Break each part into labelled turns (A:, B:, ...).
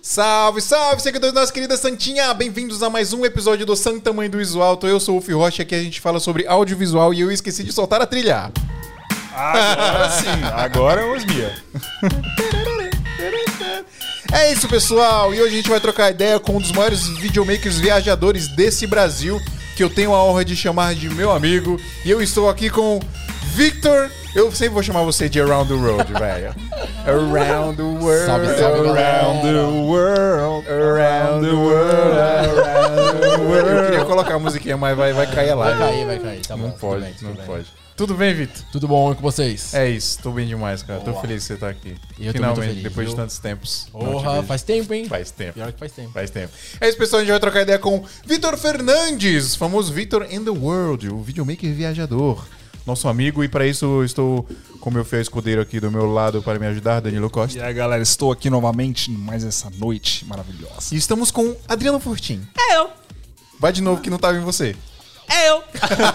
A: Salve, salve, seguidores da nossa querida Santinha! Bem-vindos a mais um episódio do Santa Mãe do Iso Alto. Eu sou o Fio Rocha, aqui a gente fala sobre audiovisual e eu esqueci de soltar a trilha.
B: Agora sim, agora um eu dia.
A: É isso, pessoal! E hoje a gente vai trocar ideia com um dos maiores videomakers viajadores desse Brasil, que eu tenho a honra de chamar de meu amigo. E eu estou aqui com Victor. Eu sempre vou chamar você de Around the Road, velho. Around the world.
C: Salve, salve,
A: around the
B: world,
A: Around the world, around the world. Eu queria colocar a musiquinha, mas vai, vai cair lá.
C: Vai cair, vai cair. Tá
A: Não
C: bom,
A: pode,
C: tudo bem, tudo
A: não
C: bem.
A: pode. Tudo bem, Vitor?
C: Tudo bom e com vocês?
A: É isso, tô bem demais, cara. Tô
C: Boa.
A: feliz que você tá aqui.
C: E eu também tô
A: Finalmente,
C: feliz,
A: depois de
C: viu?
A: tantos tempos. Não te
C: Porra,
A: vejo.
C: faz tempo, hein?
A: Faz tempo.
C: Pior que faz tempo.
A: Faz tempo. É isso, pessoal. A gente vai trocar ideia com Vitor Fernandes, famoso Vitor in the World, o videomaker viajador. Nosso amigo, e para isso eu estou com meu fiel escudeiro aqui do meu lado para me ajudar, Danilo
B: E
A: Costa.
B: aí, galera, estou aqui novamente em mais essa noite maravilhosa.
A: E estamos com Adriano Fortin.
D: É eu.
A: Vai de novo que não tava em você.
D: É eu.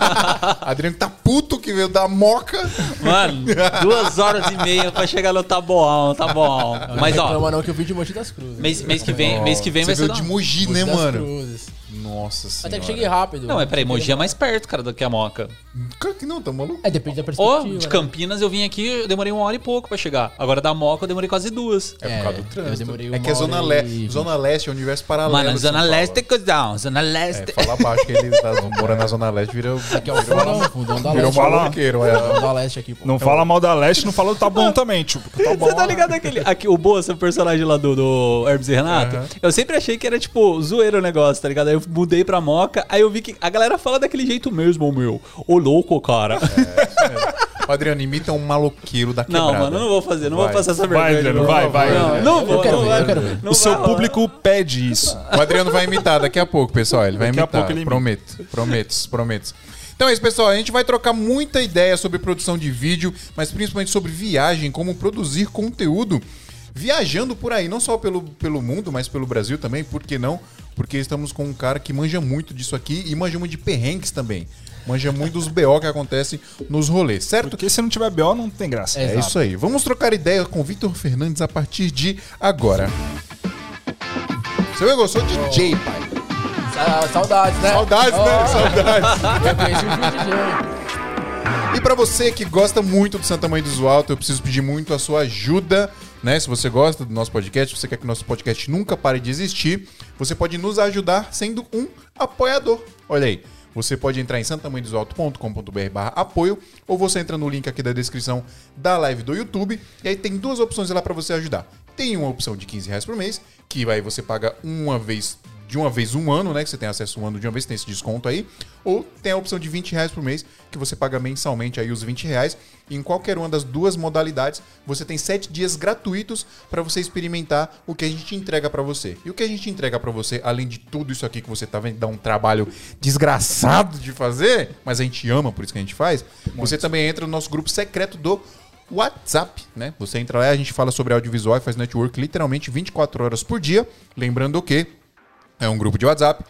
A: Adriano tá puto que veio da moca.
D: Mano, duas horas e meia pra chegar tá no Taboão, Taboão.
C: Não
D: Mas ó,
C: reclama não que eu vim de Monte das Cruzes.
D: mês, mês que
C: É,
D: vem, mês que vem
A: você
D: vai ser
A: veio
D: da...
A: de Mogi,
C: Monte
A: né,
C: das
A: mano?
C: Cruzes.
A: Nossa senhora.
C: Até que cheguei rápido.
D: Não, mas peraí, Mogi é mais perto, cara, do que a Moca.
A: Claro que não, tá maluco?
C: É, depende da perspectiva.
D: Ou de
C: né?
D: Campinas eu vim aqui, eu demorei uma hora e pouco pra chegar. Agora da Moca eu demorei quase duas.
A: É, por causa do
C: eu
A: trânsito.
C: demorei
A: é
C: uma
A: que é
C: hora
A: Zona,
C: e
A: Leste.
C: vinte.
A: Zona Leste é o universo paralelo.
D: Mano,
A: de
D: Zona
A: São
D: Leste é
A: Paulo.
D: coisa down, Zona
A: É,
D: Leste.
A: fala baixo que ele tá, mora na Zona Leste, vira,
C: Aqui é o fundão, fundão da
A: vira um
C: Leste.
B: fala-
A: maloqueiro. É.
C: Fundão da Leste aqui, pô.
B: Não fala mal da Leste, não fala do tá bom também, tipo. Tá bom.
D: Você tá ligado aquele, aqui, o Boa, seu personagem lá do, do Hermes e Renato? Eu sempre achei que era, tipo, zoeiro o negócio, tá ligado? Aí eu mudei pra Moca, aí eu vi que a galera fala daquele jeito mesmo, meu. Ô, louco, cara.
A: Adriano, imita um maloqueiro da quebrada.
D: Não, mano, eu não vou fazer, não
A: Vai.
D: vou passar essa vergonha.
B: Vai, Adriano, vai, vai.
D: Não, não vou,
C: Eu quero
D: não
C: ver,
D: vai.
C: eu quero ver.
D: Não
B: O seu
D: vai,
B: público pede isso.
A: O Adriano vai imitar daqui a pouco, pessoal. Ele vai
B: Daqui a
A: imitar.
B: pouco ele imita.
A: prometo, prometo, prometo. Então é isso, pessoal. A gente vai trocar muita ideia sobre produção de vídeo, mas principalmente sobre viagem, como produzir conteúdo viajando por aí, não só pelo, pelo mundo, mas pelo Brasil também, por que não? Porque estamos com um cara que manja muito disso aqui e manja muito de perrengues também. Manja muito dos BO que acontecem nos rolês, certo?
B: Porque se não tiver BO, não tem graça.
C: É.
A: É
C: Exato.
A: isso aí. Vamos trocar ideia com o Vitor Fernandes a partir de agora. Você viu? Eu sou DJ, pai.
C: Ah, saudades, né?
A: Saudades, né?
C: Ó,
A: Saudades.
C: Eu conheci o Júlio
A: E pra você que gosta muito do Santa Mãe do Zoalto, eu preciso pedir muito a sua ajuda, né? Se você gosta do nosso podcast, se você quer que o nosso podcast nunca pare de existir, você pode nos ajudar sendo um apoiador. Olha aí. Você pode entrar em santamãedosalto.com.br barra apoio ou você entra no link aqui da descrição da live do YouTube e aí tem duas opções lá pra você ajudar. Tem uma opção de 15 reais por mês, que aí você paga uma vez de uma vez um ano, né? Que você tem acesso um ano de uma vez, tem esse desconto aí. Ou tem a opção de 20 reais por mês, que você paga mensalmente aí os 20 reais. E em qualquer uma das duas modalidades, você tem sete dias gratuitos para você experimentar o que a gente entrega para você. E o que a gente entrega para você, além de tudo isso aqui que você tá vendo, dá um trabalho desgraçado de fazer, mas a gente ama, por isso que a gente faz. Você também entra no nosso grupo secreto do WhatsApp, né? Você entra lá, a gente fala sobre audiovisual e faz network literalmente 24 horas por dia. Lembrando que é um grupo de WhatsApp,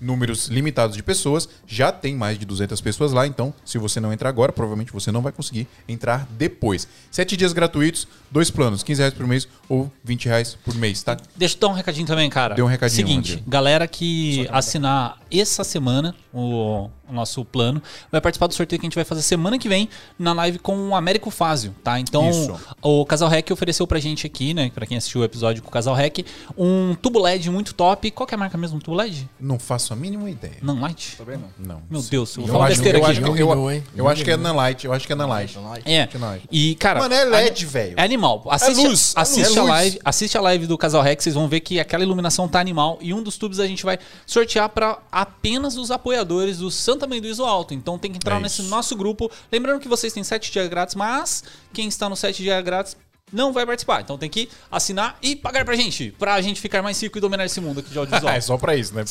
A: números limitados de pessoas, já tem mais de 200 pessoas lá, então se você não entrar agora, provavelmente você não vai conseguir entrar depois. Sete dias gratuitos, dois planos, 15 reais por mês ou 20 reais por mês, tá?
D: Deixa eu dar um recadinho também, cara.
A: Dê um recadinho,
D: Seguinte,
A: André.
D: galera que assinar essa semana o, o nosso plano vai participar do sorteio que a gente vai fazer semana que vem na live com o Américo Fazio, tá? Então,
A: Isso.
D: o Casal Rec ofereceu pra gente aqui, né, pra quem assistiu o episódio com o Casal Rec, um tubo LED muito top. Qual que é a marca mesmo? Tubo LED?
A: Não faço a mínima ideia.
D: Não, Light?
B: Também não.
A: Não.
D: Meu Deus, eu vou
A: Eu
D: falar
A: acho,
D: besteira
A: eu
D: aqui.
A: acho que, eu,
C: Iluminou, hein?
A: eu acho que é na Light, eu acho que é na Light.
C: Júlio.
D: É.
A: que nós.
D: E, cara.
A: Mano, é LED, velho.
D: É animal. Assiste,
B: luz, é
D: assiste
A: luz. É
D: a
A: luz.
D: live, assiste a live do Casal Rex, vocês vão ver que aquela iluminação tá animal. E um dos tubos a gente vai sortear pra apenas os apoiadores do Santa Mãe do Iso Alto. Então tem que entrar
A: É
D: nesse
A: isso.
D: nosso grupo. Lembrando que vocês têm 7 dias grátis, mas quem está no 7 dias grátis não vai participar. Então tem que assinar e pagar pra gente, pra gente ficar mais rico e dominar esse mundo aqui de
A: Ah, é
D: audiovisual.
A: só pra isso, né?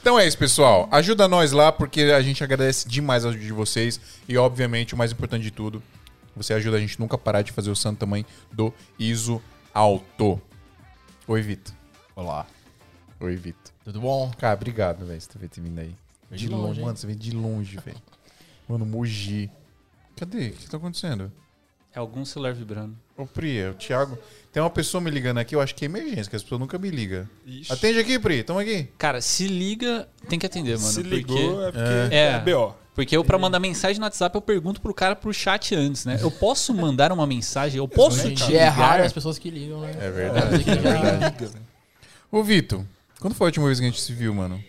A: então é isso, pessoal. Ajuda nós lá, porque a gente agradece demais a ajuda de vocês. E, obviamente, o mais importante de tudo, você ajuda a gente nunca parar de fazer o santo tamanho do ISO alto. Oi, Vitor.
C: Olá.
A: Oi, Vitor.
C: Tudo bom?
A: Cara, obrigado, velho, você ter vindo aí. De
C: Veio de
A: longe,
C: longe, hein?
A: mano, você veio de longe, velho. Mano, Mogi. Cadê? O que tá acontecendo?
D: É algum celular vibrando.
A: Ô, Pri, é o Thiago. Tem uma pessoa me ligando aqui, eu acho que é emergência, que as pessoas nunca me ligam.
B: Ixi.
A: Atende aqui, Pri, tamo aqui.
D: Cara, se liga, tem que atender, mano.
B: Se
D: porque-
B: ligou, é porque
D: É.
B: é, B.O.
D: Porque eu, pra mandar mensagem no WhatsApp, eu pergunto pro cara pro chat antes, né? Eu posso mandar uma mensagem? Eu posso te
C: E é raro
D: ligar?
C: as pessoas que ligam, né?
A: É verdade, é verdade.
B: né?
A: Ô, Vitor, quando foi a última vez que a gente se viu, mano?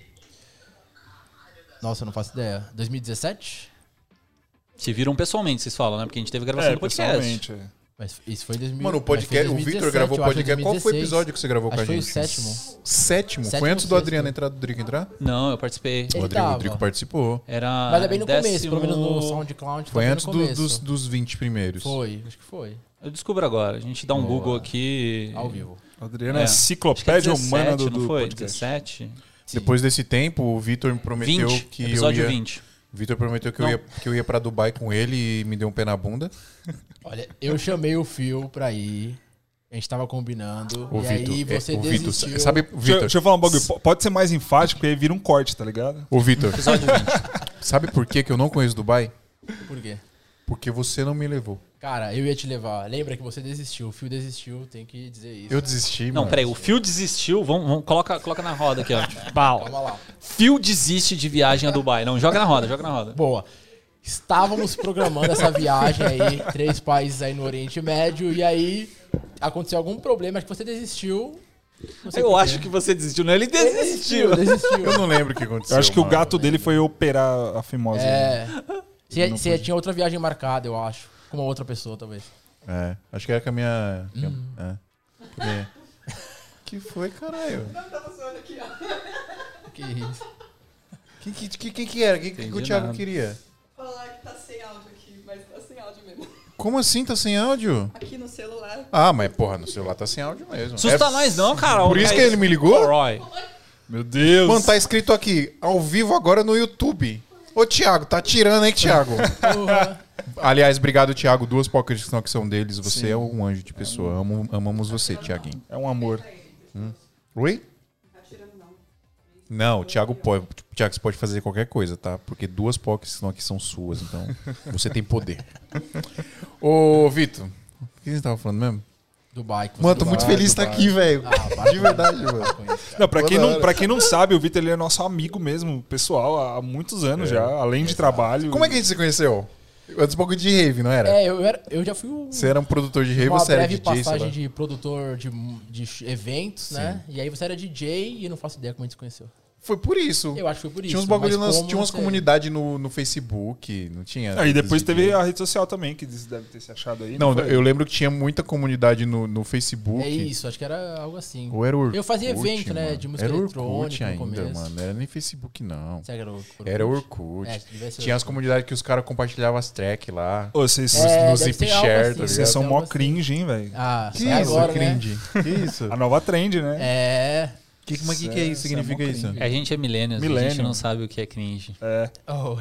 C: Nossa, eu não faço ideia. 2017?
D: Se viram pessoalmente, vocês falam, né? Porque a gente teve gravação
B: É,
D: do podcast.
B: pessoalmente. é.
C: Mas isso foi em 2000,
A: Mano, o
C: mas foi em
A: podcast, o
C: 2017,
A: Vitor gravou o
C: eu acho,
A: podcast. Qual foi o
C: 2016.
A: episódio que você gravou com
C: Acho
A: a
C: que foi o
A: gente?
C: sétimo.
A: Sétimo?
C: Sétimo
A: Foi antes do
C: sexto. Então,
A: Adriano entrar, do Drico entrar?
D: Não, eu participei.
A: O
C: Ele
A: Rodrigo, o
C: tava.
A: Rodrigo participou.
D: Era.
C: É. Mas é bem no começo,
D: Ah, décimo-
C: pelo menos no SoundCloud. tá
A: Foi
C: bem no
A: antes do-
C: começo.
A: dos, dos 20 primeiros.
C: Foi, acho que foi.
D: Eu descubro agora. A gente dá um
C: Boa.
D: Google aqui.
C: Ao vivo.
B: Adriano
D: É.
B: é,
D: Acho que é
B: enciclopédia
D: 17,
B: humana do,
D: não
B: do
D: foi?
B: podcast.
D: 17?
A: Depois desse tempo, o Vitor me prometeu
D: 20?
A: que eu
D: episódio
A: ia.
D: 20.
A: O Vitor prometeu que eu,
D: Não.
A: ia, que eu ia pra Dubai com ele e me deu um pé na bunda.
C: Olha, eu chamei o Phil pra ir. A gente tava combinando.
A: O
C: e
A: Vitor.
C: aí
A: é,
C: você
A: o Vitor,
C: desistiu.
A: sabe,
B: Deixa, eu-
A: Vitor,
B: deixa eu falar um bagulho. Po- Pode ser mais enfático, porque aí vira um corte, tá ligado?
A: Ô, Vitor,
D: Episódio 20.
A: sabe por que, que eu não conheço Dubai?
C: Por quê?
A: Porque você não me levou.
C: Cara, eu ia te levar. Lembra que você desistiu. O Phil desistiu, tem que dizer isso.
A: Eu desisti,
D: Não,
A: mano.
D: peraí, o Phil desistiu. Vamos, vamos- coloca, coloca na roda aqui, ó.
C: Calma
D: Pau.
C: lá.
D: Phil desiste de viagem a Dubai. Não, joga na roda, joga na roda.
C: Boa. Estávamos programando essa viagem aí, três países aí no Oriente Médio, e aí aconteceu algum problema, acho que você desistiu. Não sei
D: Eu
C: por quê.
D: acho que você desistiu, não? Ele desistiu.
C: Desistiu.
A: Eu não lembro o que aconteceu.
B: Eu acho que o
A: mano.
B: gato dele foi operar a fimose.
C: É. Você, você tinha outra viagem marcada, eu acho. Com uma outra pessoa, talvez.
A: É, acho que era com a minha.
B: Hum.
A: É. Que- Que foi, caralho?
E: Tá
C: Que isso.
A: Que, que, que, que, que era? O que, que, o
D: Entendi
A: Thiago
D: nada.
A: queria?
E: Falar que tá sem áudio aqui, mas tá sem áudio mesmo.
A: Como assim tá sem áudio?
E: Aqui no celular.
A: Ah, mas porra, no celular tá sem áudio mesmo.
D: Assusta
A: É-
D: nós não, é cara.
A: Por isso que ele me ligou?
D: Roy.
B: Meu Deus.
A: Mano, tá escrito aqui, ao vivo agora no YouTube. Ô, Thiago, tá tirando, hein, Thiago? Aliás, obrigado, Thiago. Duas pockets que estão aqui são deles. Você é um anjo de pessoa. Amo- amamos você, Thiaguinho.
B: É um amor.
A: Oi?
E: Tá tirando não.
A: Não, Thiago pode. Thiago, você pode fazer qualquer coisa, tá? Porque duas pockets que estão aqui são suas, então você tem poder. Ô, Vitor, o que a gente tava falando mesmo? Ah,
C: Dubai. que você
A: Mano, tô
C: Dubai.
A: muito feliz de estar aqui, velho. De verdade, mano.
B: Não, pra, quem
A: Toda
B: não,
A: hora.
B: pra quem não sabe, o Vitor ele é nosso amigo mesmo, pessoal, há- há muitos anos já, além de trabalho.
A: Como é que a gente se conheceu? Antes um pouco de rave, não era?
C: É, eu, era- eu já fui um,
A: Você era um produtor de rave,
C: uma
A: você era
C: breve
A: DJ, sei lá.
C: passagem de produtor de, de eventos, né? E aí você era DJ e eu não faço ideia como a gente se conheceu.
A: Foi por isso.
C: Eu acho que foi por isso.
A: Tinha uns bagulho,
C: mas
A: nas-
C: como,
A: tinha umas
C: não sei.
A: comunidades no, no Facebook, não tinha?
B: Aí depois
A: Dos
B: teve
A: DJ.
B: a rede social também, que eles devem ter se achado aí.
A: Não,
B: foi?
A: eu lembro que tinha muita comunidade no, no Facebook.
C: É isso, acho que era algo assim.
A: Ou era o Orkut,
C: Eu fazia evento, né,
A: mano.
C: de música
A: era o Orkut
C: eletrônica no
A: ainda,
C: começo.
A: mano. Era nem Facebook, não.
C: Será que era o Orkut?
A: Era o Orkut.
C: É, devia ser
A: Tinha as
C: Orkut.
A: comunidades que os caras compartilhavam as tracks lá.
B: Ô, vocês,
C: É,
A: no
C: deve
A: Zip
C: ser algo
A: Share,
C: assim,
A: tá
B: vocês
A: ligado?
B: são
C: é
B: mó
C: algo
B: cringe, hein, velho?
C: Ah,
A: Que
C: só
A: isso,
C: agora, né?
A: é cringe? Que isso?
B: A nova trend, né?
C: É.
A: Que, mas que, que é isso? Significa
B: mó
A: isso?
B: cringe.
D: A gente é millennials, a gente
B: Millennial.
D: não sabe o que é cringe.
B: É.
C: Oh.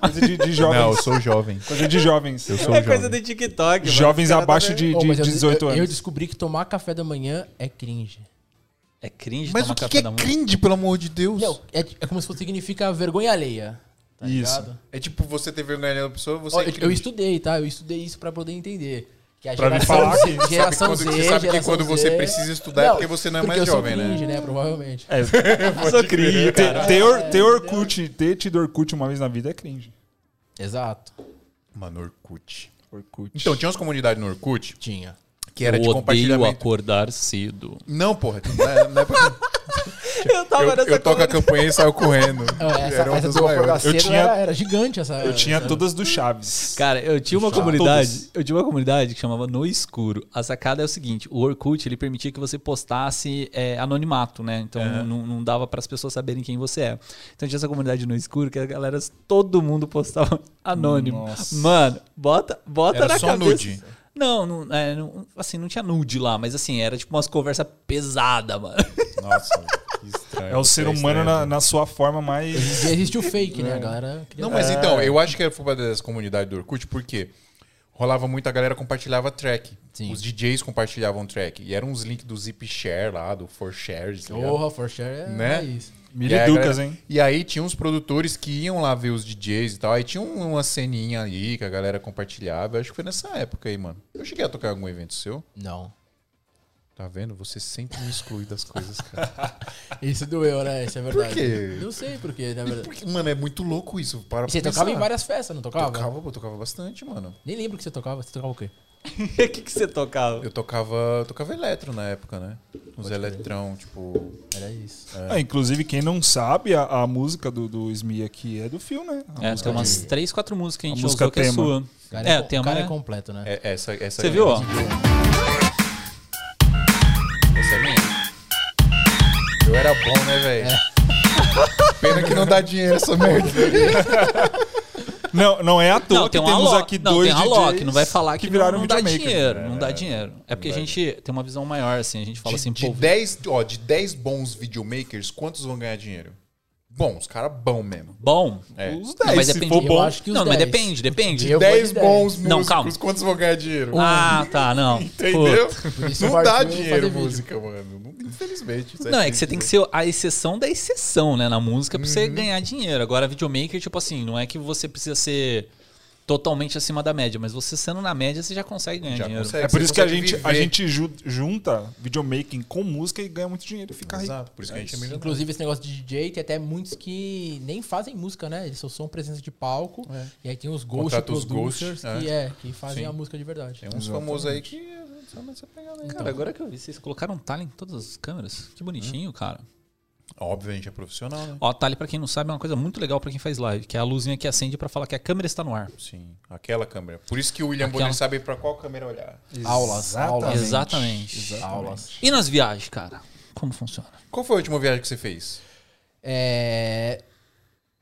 B: Coisa de, de
A: Não, eu
B: jovens.
A: sou jovem.
B: Coisa de jovens. É
A: Eu sou jovem.
D: do TikTok,
B: Jovens tá
D: tá
B: abaixo de,
C: Oh,
B: de
C: mas eu-
B: 18
C: eu, Eu
B: anos.
C: descobri que tomar café da manhã é cringe.
D: É cringe
A: Mas o
D: tomar
A: que, que
D: café
A: é
D: da manhã.
A: cringe, pelo amor de Deus?
C: Não, é, é como se fosse significa vergonha alheia. Tá
B: Isso.
C: ligado?
A: É tipo, você ter vergonha da pessoa, você
C: Ó,
A: é
C: eu, eu
A: cringe.
C: estudei, tá? Eu estudei isso pra poder entender. Que a
B: Pra me
C: geração
B: falar
C: Z-
B: que-
C: geração
A: quando-
C: Z,
A: você sabe que
C: geração
A: quando você
C: Z-
A: precisa estudar é porque você não é
C: porque
A: mais
C: eu sou
A: jovem, né?
C: cringe, né? Provavelmente.
B: É,
D: Eu sou cringe, cara.
B: ter, ter, or- ter Orkut, ter tido Orkut uma vez na vida é cringe.
C: Exato.
A: Mano, Orkut.
B: Orkut.
A: Então, tinha umas comunidades no Orkut
C: Tinha.
A: que era
D: eu
A: de
D: odeio
A: compartilhamento.
D: acordar cedo.
A: Não, porra. Não é, não é pra...
D: Eu tava
A: eu, eu toco a campanha e saio correndo.
C: Não, essa
A: Era uma
C: essa
A: das
C: do
A: maiores.
C: Acorda Cedo
B: tinha-
C: era, era gigante essa.
B: Eu tinha todas do Chaves.
D: Cara, eu tinha uma
B: Fala.
D: comunidade,
B: Todos.
D: eu tinha uma comunidade que chamava No Escuro. A sacada é o seguinte, o Orkut, ele permitia que você postasse é, anonimato, né? Então não, não dava para as pessoas saberem quem você é. Então tinha essa comunidade No Escuro que a galera, todo mundo postava anônimo.
B: Nossa.
D: Mano, bota, bota
A: Era
D: na
A: só
D: cabeça.
A: nude?
D: Não, não, é, não- assim, não tinha nude lá, mas assim, era tipo umas conversas pesadas, mano.
A: Nossa, que estranho.
B: É o ser
A: Que
B: humano
A: estranho. né?
B: na, na sua forma mais.
C: E existe o fake,
A: É.
C: né? A galera. queria-
A: Não, mas então, eu acho que era culpa das comunidades do Orkut, porque rolava muito, a galera compartilhava track.
C: Sim.
A: Os DJs compartilhavam track. E eram uns links do Zipshare lá, do 4Share, tá ligado?
C: Porra, for sure é,
A: Né?
C: é isso.
A: E aí,
B: Miriducas,
A: galera-
B: hein?
A: E aí tinha uns produtores que iam lá ver os DJs e tal. Aí tinha um- uma ceninha aí que a galera compartilhava. Acho que foi nessa época aí, mano. Eu cheguei a tocar em algum evento seu.
C: Não.
A: Tá vendo? Você sempre me exclui das coisas, cara.
C: Isso doeu, né? Isso é verdade.
A: quê?
C: Não sei por quê, na verdade.
A: Porque, mano, é muito louco isso. Para
C: E Você
A: pra
C: tocava em né?
A: pensar.
C: várias festas, não tocava?
A: Tocava, pô, tocava bastante, mano.
C: Nem lembro o que você tocava. Você tocava o quê?
D: O que, que você tocava?
A: Eu tocava, tocava eletro na época, né? Uns eletrão, tipo.
C: Era isso.
B: Ah, inclusive, quem não sabe, a, a música do, do Smee aqui é do Phil, né? A
D: É,
B: música
D: tem umas três, quatro músicas que a
B: A
D: gente já
B: música
D: usou que é
B: tema.
D: sua.
C: Cara,
D: é,
C: co-
D: tem
C: o
D: uma.
C: cara é completo, né?
A: É, essa, essa
D: Você viu, ó?
A: Essa é minha. Eu era bom, né, velho?
C: É.
A: Pena que não dá dinheiro essa merda.
B: Não, não é à toa
D: Não, tem
B: que
D: um
B: temos
D: Alok.
B: aqui
D: não,
B: dois
D: tem
B: DJs
D: Alok, não vai falar que,
B: viraram
D: não, não dá
B: videomaker.
D: dinheiro, não dá dinheiro. É porque a gente tem uma visão maior, assim, a gente fala assim,
A: de,
D: pô,
A: de, 10, ó, de 10 bons videomakers, quantos vão ganhar dinheiro? Bons, cara bom mesmo.
D: bom.
A: É.
B: Os
D: Não, mas
B: 10, se
D: depende-
B: for
D: eu
B: bom.
C: acho que os
D: não, mas
C: 10.
D: depende, depende.
C: Eu vou de
A: 10 bons músicos,
D: Não, calma.
A: quantos vão ganhar dinheiro?
D: Ah, tá, não.
A: Entendeu?
D: Pô.
C: Por isso
A: Não
C: eu
A: dá
C: parti eu
A: dinheiro
C: fazer vídeo.
A: música, mano. Não- Infelizmente. isso
D: Não, é que
A: triste,
D: você tem que
A: né?
D: ser a exceção da exceção, né, na música pra você ganhar dinheiro. Agora, videomaker, tipo assim, não é que você precisa ser totalmente acima da média, mas você sendo na média, você já consegue ganhar
A: Já
D: dinheiro.
A: consegue,
B: É por
A: você
B: isso que a
A: consegue
B: gente, a
A: viver.
B: gente ju- junta videomaking com música e ganha muito dinheiro e fica rico.
A: Exato, por isso que a gente é milionário.
C: Inclusive, esse negócio de DJ, tem até muitos que nem fazem música, né? Eles só são presença de palco. E aí tem os ghost
A: Contrata os
C: producers
A: ghost,
C: que, é, que fazem
A: Sim.
C: a música de verdade. Então,
A: Tem um uns famosos aí que são nessa pegada aí.
D: Cara, agora que eu vi, vocês colocaram talent em todas as câmeras. Que bonitinho, cara.
A: Óbvio, a gente é profissional, né?
D: Ó, Tali, pra quem não sabe, é uma coisa muito legal pra quem faz live, que é a luzinha que acende pra falar que a câmera está no ar.
A: Sim, aquela câmera. Por isso que o William
D: Aquela.
A: Bonner sabe pra qual câmera olhar.
C: Aulas, aulas.
D: Exatamente.
C: Aulas.
D: E nas viagens, cara? Como funciona?
A: Qual foi a última viagem que você fez?
C: É,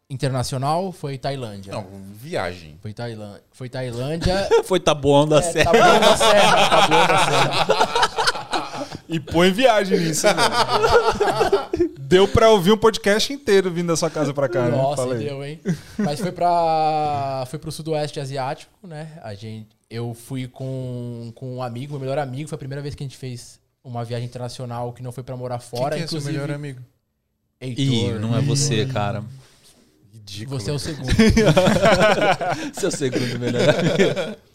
C: Internacional foi Tailândia.
A: Não, viagem.
C: Foi Tailândia. Foi Tailândia.
D: Foi tá taboão da
C: é, Taboão da Serra. Taboão da Serra.
B: E põe viagem nisso, velho. Deu pra ouvir um podcast inteiro vindo da sua casa pra cá, né?
C: Nossa,
B: Fala aí.
C: deu, hein? Mas foi pra. Foi pro Sudoeste Asiático, né? A gente, eu fui com, com um amigo, meu melhor amigo. Foi a primeira vez que a gente fez uma viagem internacional que não foi pra morar fora.
A: Quem que é seu
C: inclusive,
A: melhor amigo?
D: Ih,
C: Heitor.
D: não é você, cara.
A: Ridículo.
C: Você é o segundo.
D: Seu segundo melhor.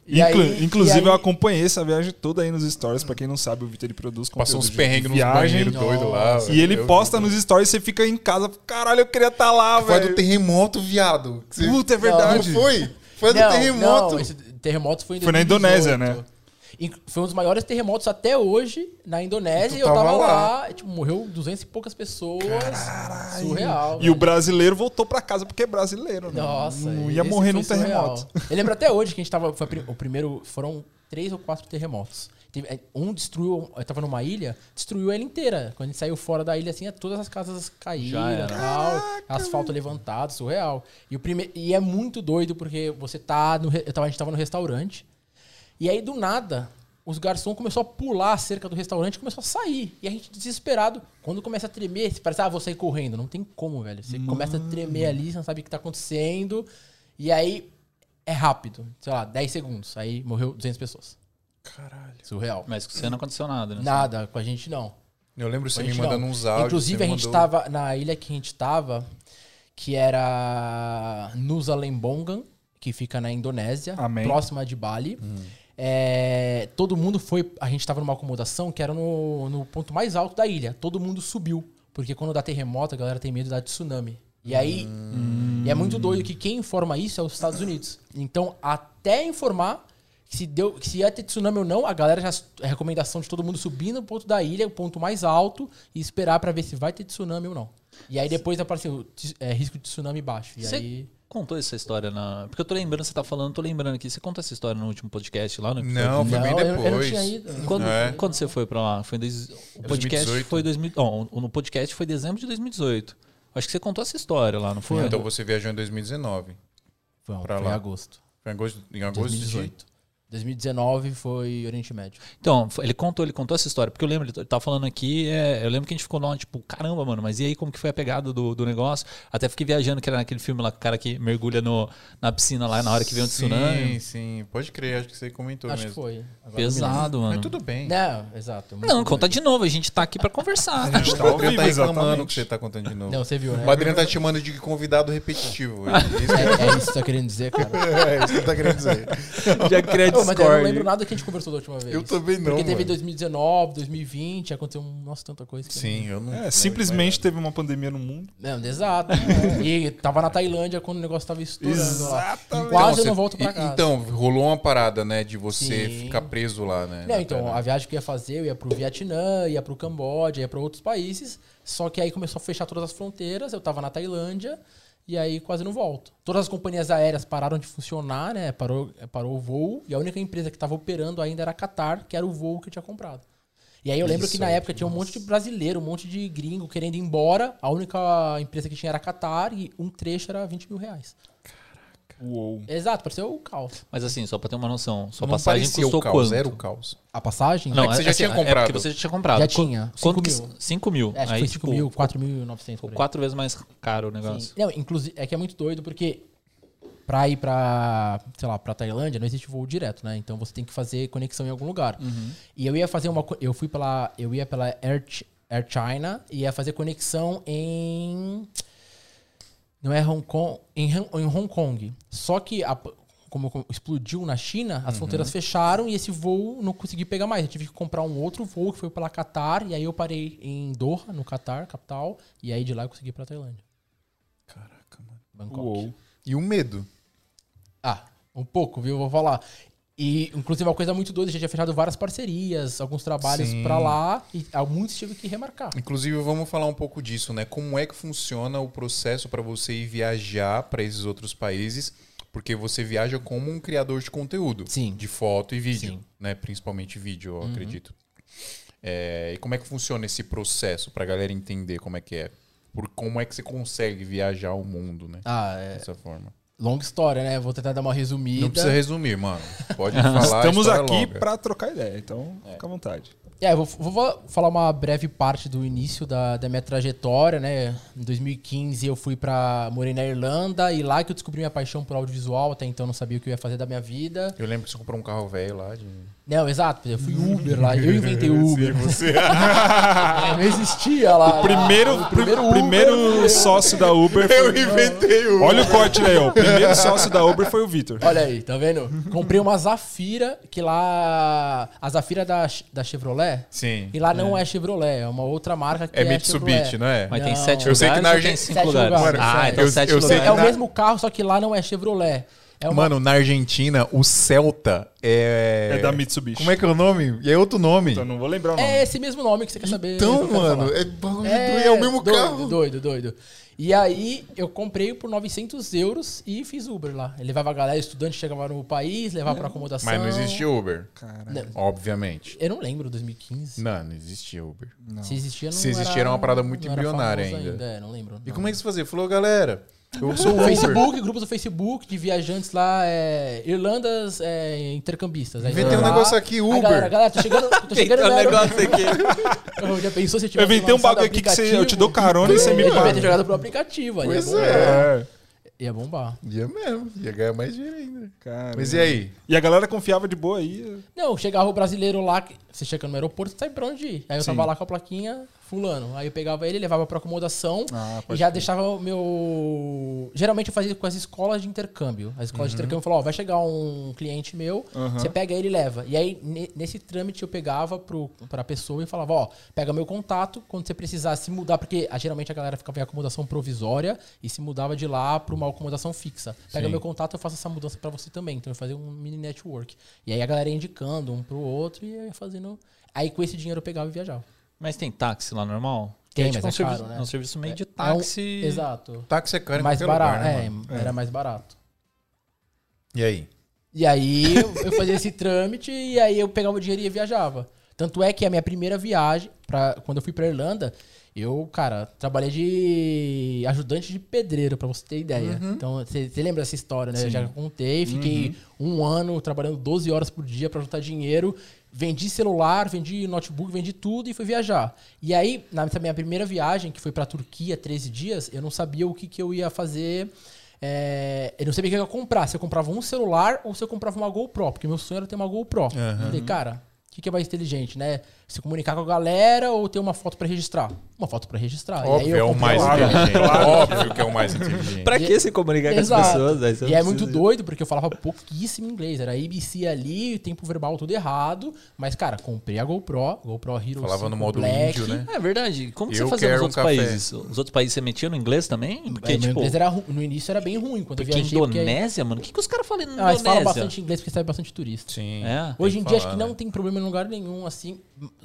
C: E
B: Inclu-
C: aí-
B: inclusive,
C: e aí-
B: eu acompanhei essa viagem toda aí nos stories. Pra quem não sabe, o Vitor ele produz conteúdo
A: Passou uns
B: de
A: perrengues nos
B: viagem,
A: banheiros doidos lá.
B: E ele
A: Eu-
B: posta nos stories e você fica em casa. Caralho, eu queria estar lá,
A: Foi do
B: velho.
A: terremoto, viado. Que você-
B: Puta, é
A: Não
B: verdade.
A: foi? Foi do
C: Não,
A: terremoto.
C: Não, esse terremoto foi em
B: Foi na Indonésia, né?
C: 2018. Inc- Foi um dos maiores terremotos até hoje na Indonésia.
A: E
C: E
A: tu
C: eu tava
A: tava
C: lá, tipo, morreu 200 e poucas pessoas. Surreal.
B: E o brasileiro voltou pra casa porque é brasileiro, né?
C: Nossa,
B: Não ia
C: esse
B: morrer
C: foi
B: num terremoto.
C: surreal. Eu lembro até hoje que a gente tava. Foi a pri- o primeiro. Foram três ou quatro terremotos. Teve- eh, um destruiu. Eu tava numa ilha, destruiu ela inteira. Quando a gente saiu fora da ilha, assim, todas as casas
D: Já
C: caíram
D: era.
C: e tal. Asfalto levantado, surreal. E, o prime, e é muito doido, porque você tá no. re- Eu tava, a gente tava no restaurante. E aí, do nada, os garçons começaram a pular a cerca do restaurante e começou a sair. E a gente, desesperado, quando começa a tremer, você parece, ah, vou sair correndo. Não tem como, velho. Você começa a tremer ali, você não sabe o que tá acontecendo. E aí, é rápido. Sei lá, 10 segundos. Aí morreu 200 pessoas.
A: Caralho.
C: Surreal.
D: Mas com você não aconteceu nada, né?
C: Nada com a gente, não.
A: Eu lembro
C: Com
A: você
C: a
A: me
C: gente,
A: mandando
C: não.
A: uns áudios.
C: Inclusive,
A: você
C: a
A: me
C: gente
A: mandou-
C: tava na ilha que a gente tava, que era Nusa Lembongan, que fica na Indonésia,
B: Amém.
C: próxima de Bali. É, todo mundo foi. A gente tava numa acomodação que era no, no ponto mais alto da ilha. Todo mundo subiu. Porque quando dá terremoto, a galera tem medo da tsunami. E aí. E é muito doido que quem informa isso é os Estados Unidos. Então, até informar que se, deu, que se ia ter tsunami ou não, a galera já. A recomendação de todo mundo subir no ponto da ilha, o ponto mais alto, e esperar pra ver se vai ter tsunami ou não. E aí depois apareceu tis- é, risco de tsunami baixo. E
D: Cê-
C: aí.
D: Contou essa história na. Porque eu tô lembrando, você tá falando, tô lembrando aqui. Você contou essa história no último podcast lá no episódio?
A: Não, foi bem
C: Não, eu- eu não
A: depois.
C: tinha ido.
D: Quando,
A: É.
D: quando você foi pra lá? Foi em dois- o podcast
A: 2018.
D: foi 2000, não, o- no podcast foi dezembro de 2018. Acho que você contou essa história lá, não foi?
A: Então você Então viajou em 2019.
C: Foi,
A: Pra
C: foi em
A: lá.
C: agosto.
A: Foi em agosto, em agosto de
C: 2018. 2019 foi Oriente Médio.
D: Então, f- ele contou, ele contou essa história, porque eu lembro, ele t- tava falando aqui, é, eu lembro que a gente ficou lá, tipo, caramba, mano, mas e aí como que foi a pegada do, do negócio? Até fiquei viajando, que era naquele filme lá, que o cara que mergulha no, na piscina
B: Ah,
D: lá na hora que vem o tsunami.
A: Sim, sim. Pode crer, acho que você comentou
C: Acho que
A: mesmo.
C: foi. Né? Agora
D: Pesado,
A: Mas
D: mano.
A: tudo bem.
C: Não, exato. muito
D: Não,
C: doido.
D: conta de novo, a gente tá aqui pra conversar.
A: A gente tá,
B: ao
A: eu
B: vivo,
A: tá reclamando
B: exatamente.
A: que você tá contando de novo.
C: Não, você viu, né?
A: O Adriano tá te chamando de convidado repetitivo. É isso
C: É, é isso que tá querendo dizer, cara.
A: que- é isso que ele tá querendo dizer.
D: Já cria
C: Não, mas eu não lembro
D: Discord.
C: nada que a gente conversou da última vez.
A: Eu também não,
C: Porque teve
A: mano.
C: 2019, 2020, aconteceu, um- nossa, tanta coisa. que eu
A: Sim, eu não.
B: É, simplesmente teve uma pandemia no mundo.
C: Não, exato. E tava na Tailândia quando o negócio tava estourando lá.
B: Exatamente.
C: Quase eu
A: Então, você-
C: não volto pra
A: e-
C: casa.
A: Então, rolou uma parada, né? De você
C: Sim.
A: ficar preso lá, né?
C: Não,
A: na
C: então,
A: Tailândia.
C: a viagem que eu ia fazer, eu ia pro Vietnã, ia pro Camboja, ia pra outros países. Só que aí começou a fechar todas as fronteiras, eu tava na Tailândia e aí quase não volto. Todas as companhias aéreas pararam de funcionar, né? Parou, parou o voo e a única empresa que tava operando ainda era a Qatar, que era o voo que eu tinha comprado. E aí eu lembro que na época tinha um monte de brasileiro, um monte de gringo querendo ir embora. A única empresa que tinha era a Qatar e um trecho era 20 mil reais.
B: Uou.
C: Exato, pareceu o caos.
D: Mas assim, só pra ter uma noção, sua
A: Não
D: passagem
A: parecia
D: custou
A: o caos,
D: quanto?
A: era o caos.
C: A passagem?
D: Não,
A: É que você já
D: assim,
A: tinha comprado.
D: É porque você já tinha comprado.
C: Já
D: Qu-
C: tinha,
D: Quanto que...
C: cinco mil.
D: 5 mil.
C: é, Acho que
D: Aí,
C: foi 5
D: tipo,
C: mil, 4.900.
D: ficou
C: por aí.
D: quatro vezes mais caro o
C: Sim.
D: negócio.
C: Não, inclusive, é que é muito doido porque pra ir pra, sei lá, pra Tailândia não existe voo direto, né? Então você tem que fazer conexão em algum lugar. E eu ia fazer uma co- eu fui pela eu ia pela Air, Ch- Air China e ia fazer conexão em não é Hong Kong, em, Han- em Hong Kong. Só que a- como como explodiu na China, as fronteiras fecharam e esse voo não consegui pegar mais. Eu tive que comprar um outro voo que foi pela Qatar e aí eu parei em Doha, no Qatar, capital, e aí de lá eu consegui ir pra Tailândia.
A: Caraca, mano.
C: Bangkok.
B: Uou.
A: E o medo.
C: Ah, um pouco, viu? Vou falar. E, inclusive, é uma coisa muito doida, a gente tinha fechado várias parcerias, alguns trabalhos
A: Sim.
C: pra lá, e ah, muitos tive que remarcar.
A: Inclusive, vamos falar um pouco disso, né? Como é que funciona o processo para você ir viajar para esses outros países? Porque você viaja como um criador de conteúdo,
C: Sim.
A: de foto e vídeo,
C: Sim. Uhum.
A: né? Principalmente vídeo, eu acredito. É, e como é que funciona esse processo para a galera entender como é que é? Por como é que você consegue viajar o mundo, né?
C: Ah, é.
A: Dessa forma.
C: Longa história, né? Vou tentar dar uma resumida.
A: Não precisa resumir, mano. Pode falar. a
B: Estamos
A: história é
B: aqui
A: longa.
B: pra trocar ideia, então fica à vontade.
C: É, eu vou, vou- vou falar uma breve parte do início da, da minha trajetória, né? Em 2015 eu fui pra. morei na Irlanda e lá que eu descobri minha paixão por audiovisual, até então eu não sabia o que eu ia fazer da minha vida.
A: Eu lembro que você comprou um carro velho lá. De...
C: Não, exato, eu fui Uber lá, eu inventei o Uber. Não existia lá. né?
B: Primeiro, primeiro,
C: Ah, Uber-
B: sócio da Uber.
A: Eu
B: Foi...
A: inventei o.
B: Olha o corte aí, ó. O primeiro sócio da Uber foi o Vitor.
C: Olha aí, tá vendo? Comprei uma Zafira, que lá. A Zafira é da, da Chevrolet.
A: Sim.
C: E lá não é Chevrolet, é uma outra marca que
A: É
C: é.
A: Mitsubishi,
C: Chevrolet.
A: não é?
D: Mas tem
C: Não.
D: sete
A: Eu sei que
D: lugares
A: na
D: ou tem
A: Argen-
D: cinco
C: Sete
D: lugares?
C: lugares.
D: Ah,
C: Sério.
D: então
A: Eu-
D: sete
A: eu sei que
D: lugares.
C: É o
A: Na-
C: mesmo carro, só que lá não é Chevrolet. É uma...
A: Mano, na Argentina, o Celta é.
B: É da Mitsubishi.
A: Como é que é o nome? E é outro nome.
B: Então não vou lembrar o nome.
C: É esse mesmo nome que você quer saber. que
A: Então,
C: eu quero
A: mano,
C: falar.
A: é, bagulho doido, é o mesmo
C: doido,
A: carro.
C: Doido, doido. E aí, eu comprei por 900 euros e fiz Uber lá. Eu levava a galera, estudante, chegava no país, levava pra acomodação.
A: Mas não existia Uber.
B: Caralho.
A: Obviamente.
C: Eu não lembro, 2015.
A: Não, não existia Uber.
C: Se existia, não
A: Se existia, era uma parada muito
C: não era
A: embrionária
C: famoso
A: ainda.
C: É, não lembro.
A: E
C: não.
A: como é que você fazia? Falou, galera, eu sou
C: O
A: Uber.
C: Facebook, grupos do Facebook de viajantes lá, é, Irlandas é, intercambistas. Aí
A: Inventei um
C: lá,
A: negócio aqui,
C: aí,
A: Uber.
C: Galera, galera, tô chegando, tô chegando
D: Tem um
C: no aeroporto.
D: negócio aqui.
C: Eu Já pensou se eu
B: Eu
C: tivesse
B: inventei um
C: lançado
B: bagulho aqui que você- eu te
C: tipo, aplicativo?
B: dou carona e você me
C: Eu devia ter
B: paga.
C: jogado pro aplicativo. ali,
A: Pois
C: ia bombar.
A: é.
C: Ia bombar.
A: Ia mesmo, ia ganhar mais dinheiro ainda.
B: Caramba.
A: Mas e aí?
B: E a galera confiava de boa aí.
C: Não, chegava o brasileiro lá, que- você chega no aeroporto, você sabe pra onde ir. Aí eu
B: Sim.
C: tava lá com a plaquinha, fulano. Aí eu pegava ele, levava pra acomodação
B: Ah,
C: e
B: pode
C: já deixava o meu... Geralmente eu fazia com as escolas de intercâmbio. As escolas de
B: Uhum.
C: intercâmbio falavam, ó, vai chegar um cliente meu, você pega ele e leva. E aí, ne- nesse trâmite, eu pegava pro, pra pessoa e falava, ó, pega meu contato, quando você precisar se mudar, porque ah, geralmente a galera ficava em acomodação provisória e se mudava de lá pra uma acomodação fixa. Pega
A: Sim.
C: meu contato, eu faço essa mudança pra você também. Então eu fazia um mini network. E aí a galera ia indicando um pro outro e ia fazendo. Aí com esse dinheiro eu pegava e viajava.
D: Mas tem táxi lá normal?
C: Tem,
D: Que é tipo
C: mas é
D: um
C: caro,
D: serviço,
C: né?
D: é um serviço meio de
C: É um-
D: táxi. né?
C: exato.
A: Táxi é caro em
C: Mais
A: qualquer
C: barato.
A: lugar, né,
C: é,
A: mano?
C: era mais barato.
A: E aí?
C: E aí eu eu fazia esse trâmite e aí eu pegava o dinheiro e viajava. Tanto é que a minha primeira viagem, pra, quando eu fui pra Irlanda, Eu, cara, trabalhei de ajudante de pedreiro, pra você ter ideia. Então, você você lembra dessa história, né? Eu já contei, fiquei um ano trabalhando 12 horas por dia pra juntar dinheiro. Vendi celular, vendi notebook, vendi tudo e fui viajar. E aí, nessa minha primeira viagem, que foi pra Turquia, 13 dias, eu não sabia o que, que eu ia fazer. É, eu não sabia o que eu ia comprar, se eu comprava um celular ou se eu comprava uma GoPro, porque meu sonho era ter uma GoPro. Eu Falei, cara, o que, que é mais inteligente, né? Se comunicar com a galera ou ter uma foto pra registrar? Uma foto pra registrar. E aí
A: Óbvio,
C: eu
A: é o
C: comprei
A: mais
C: uma-
A: inteligente. Óbvio que é o mais inteligente.
D: Pra que
C: assim,
D: se comunicar com as
C: Exato.
D: pessoas? né? Você
C: E
D: não
C: é muito
D: precisa-
C: doido, porque eu falava pouquíssimo inglês. Era ABC ali, tempo verbal tudo errado. Mas, cara, comprei a GoPro, GoPro Hero
A: Falava
C: 5
A: no modo
C: Black.
A: índio, né?
D: É verdade. Como que
A: Eu
D: você fazia nos
A: quero um
D: outros
A: café.
D: países? Os outros países você metia no inglês também?
C: É,
D: Porque,
C: meu
D: tipo,
C: inglês era ru- no início era bem ruim quando eu
D: porque é
C: viajei. porque-
D: Indonésia, mano? O que, que os caras falam na
C: Ah, eles falam
D: Indonésia?
C: bastante inglês porque sai bastante turista.
A: Sim.
D: É.
C: Hoje em
A: que
C: dia
A: falar,
C: acho que
A: né?
C: não tem problema em lugar nenhum, assim,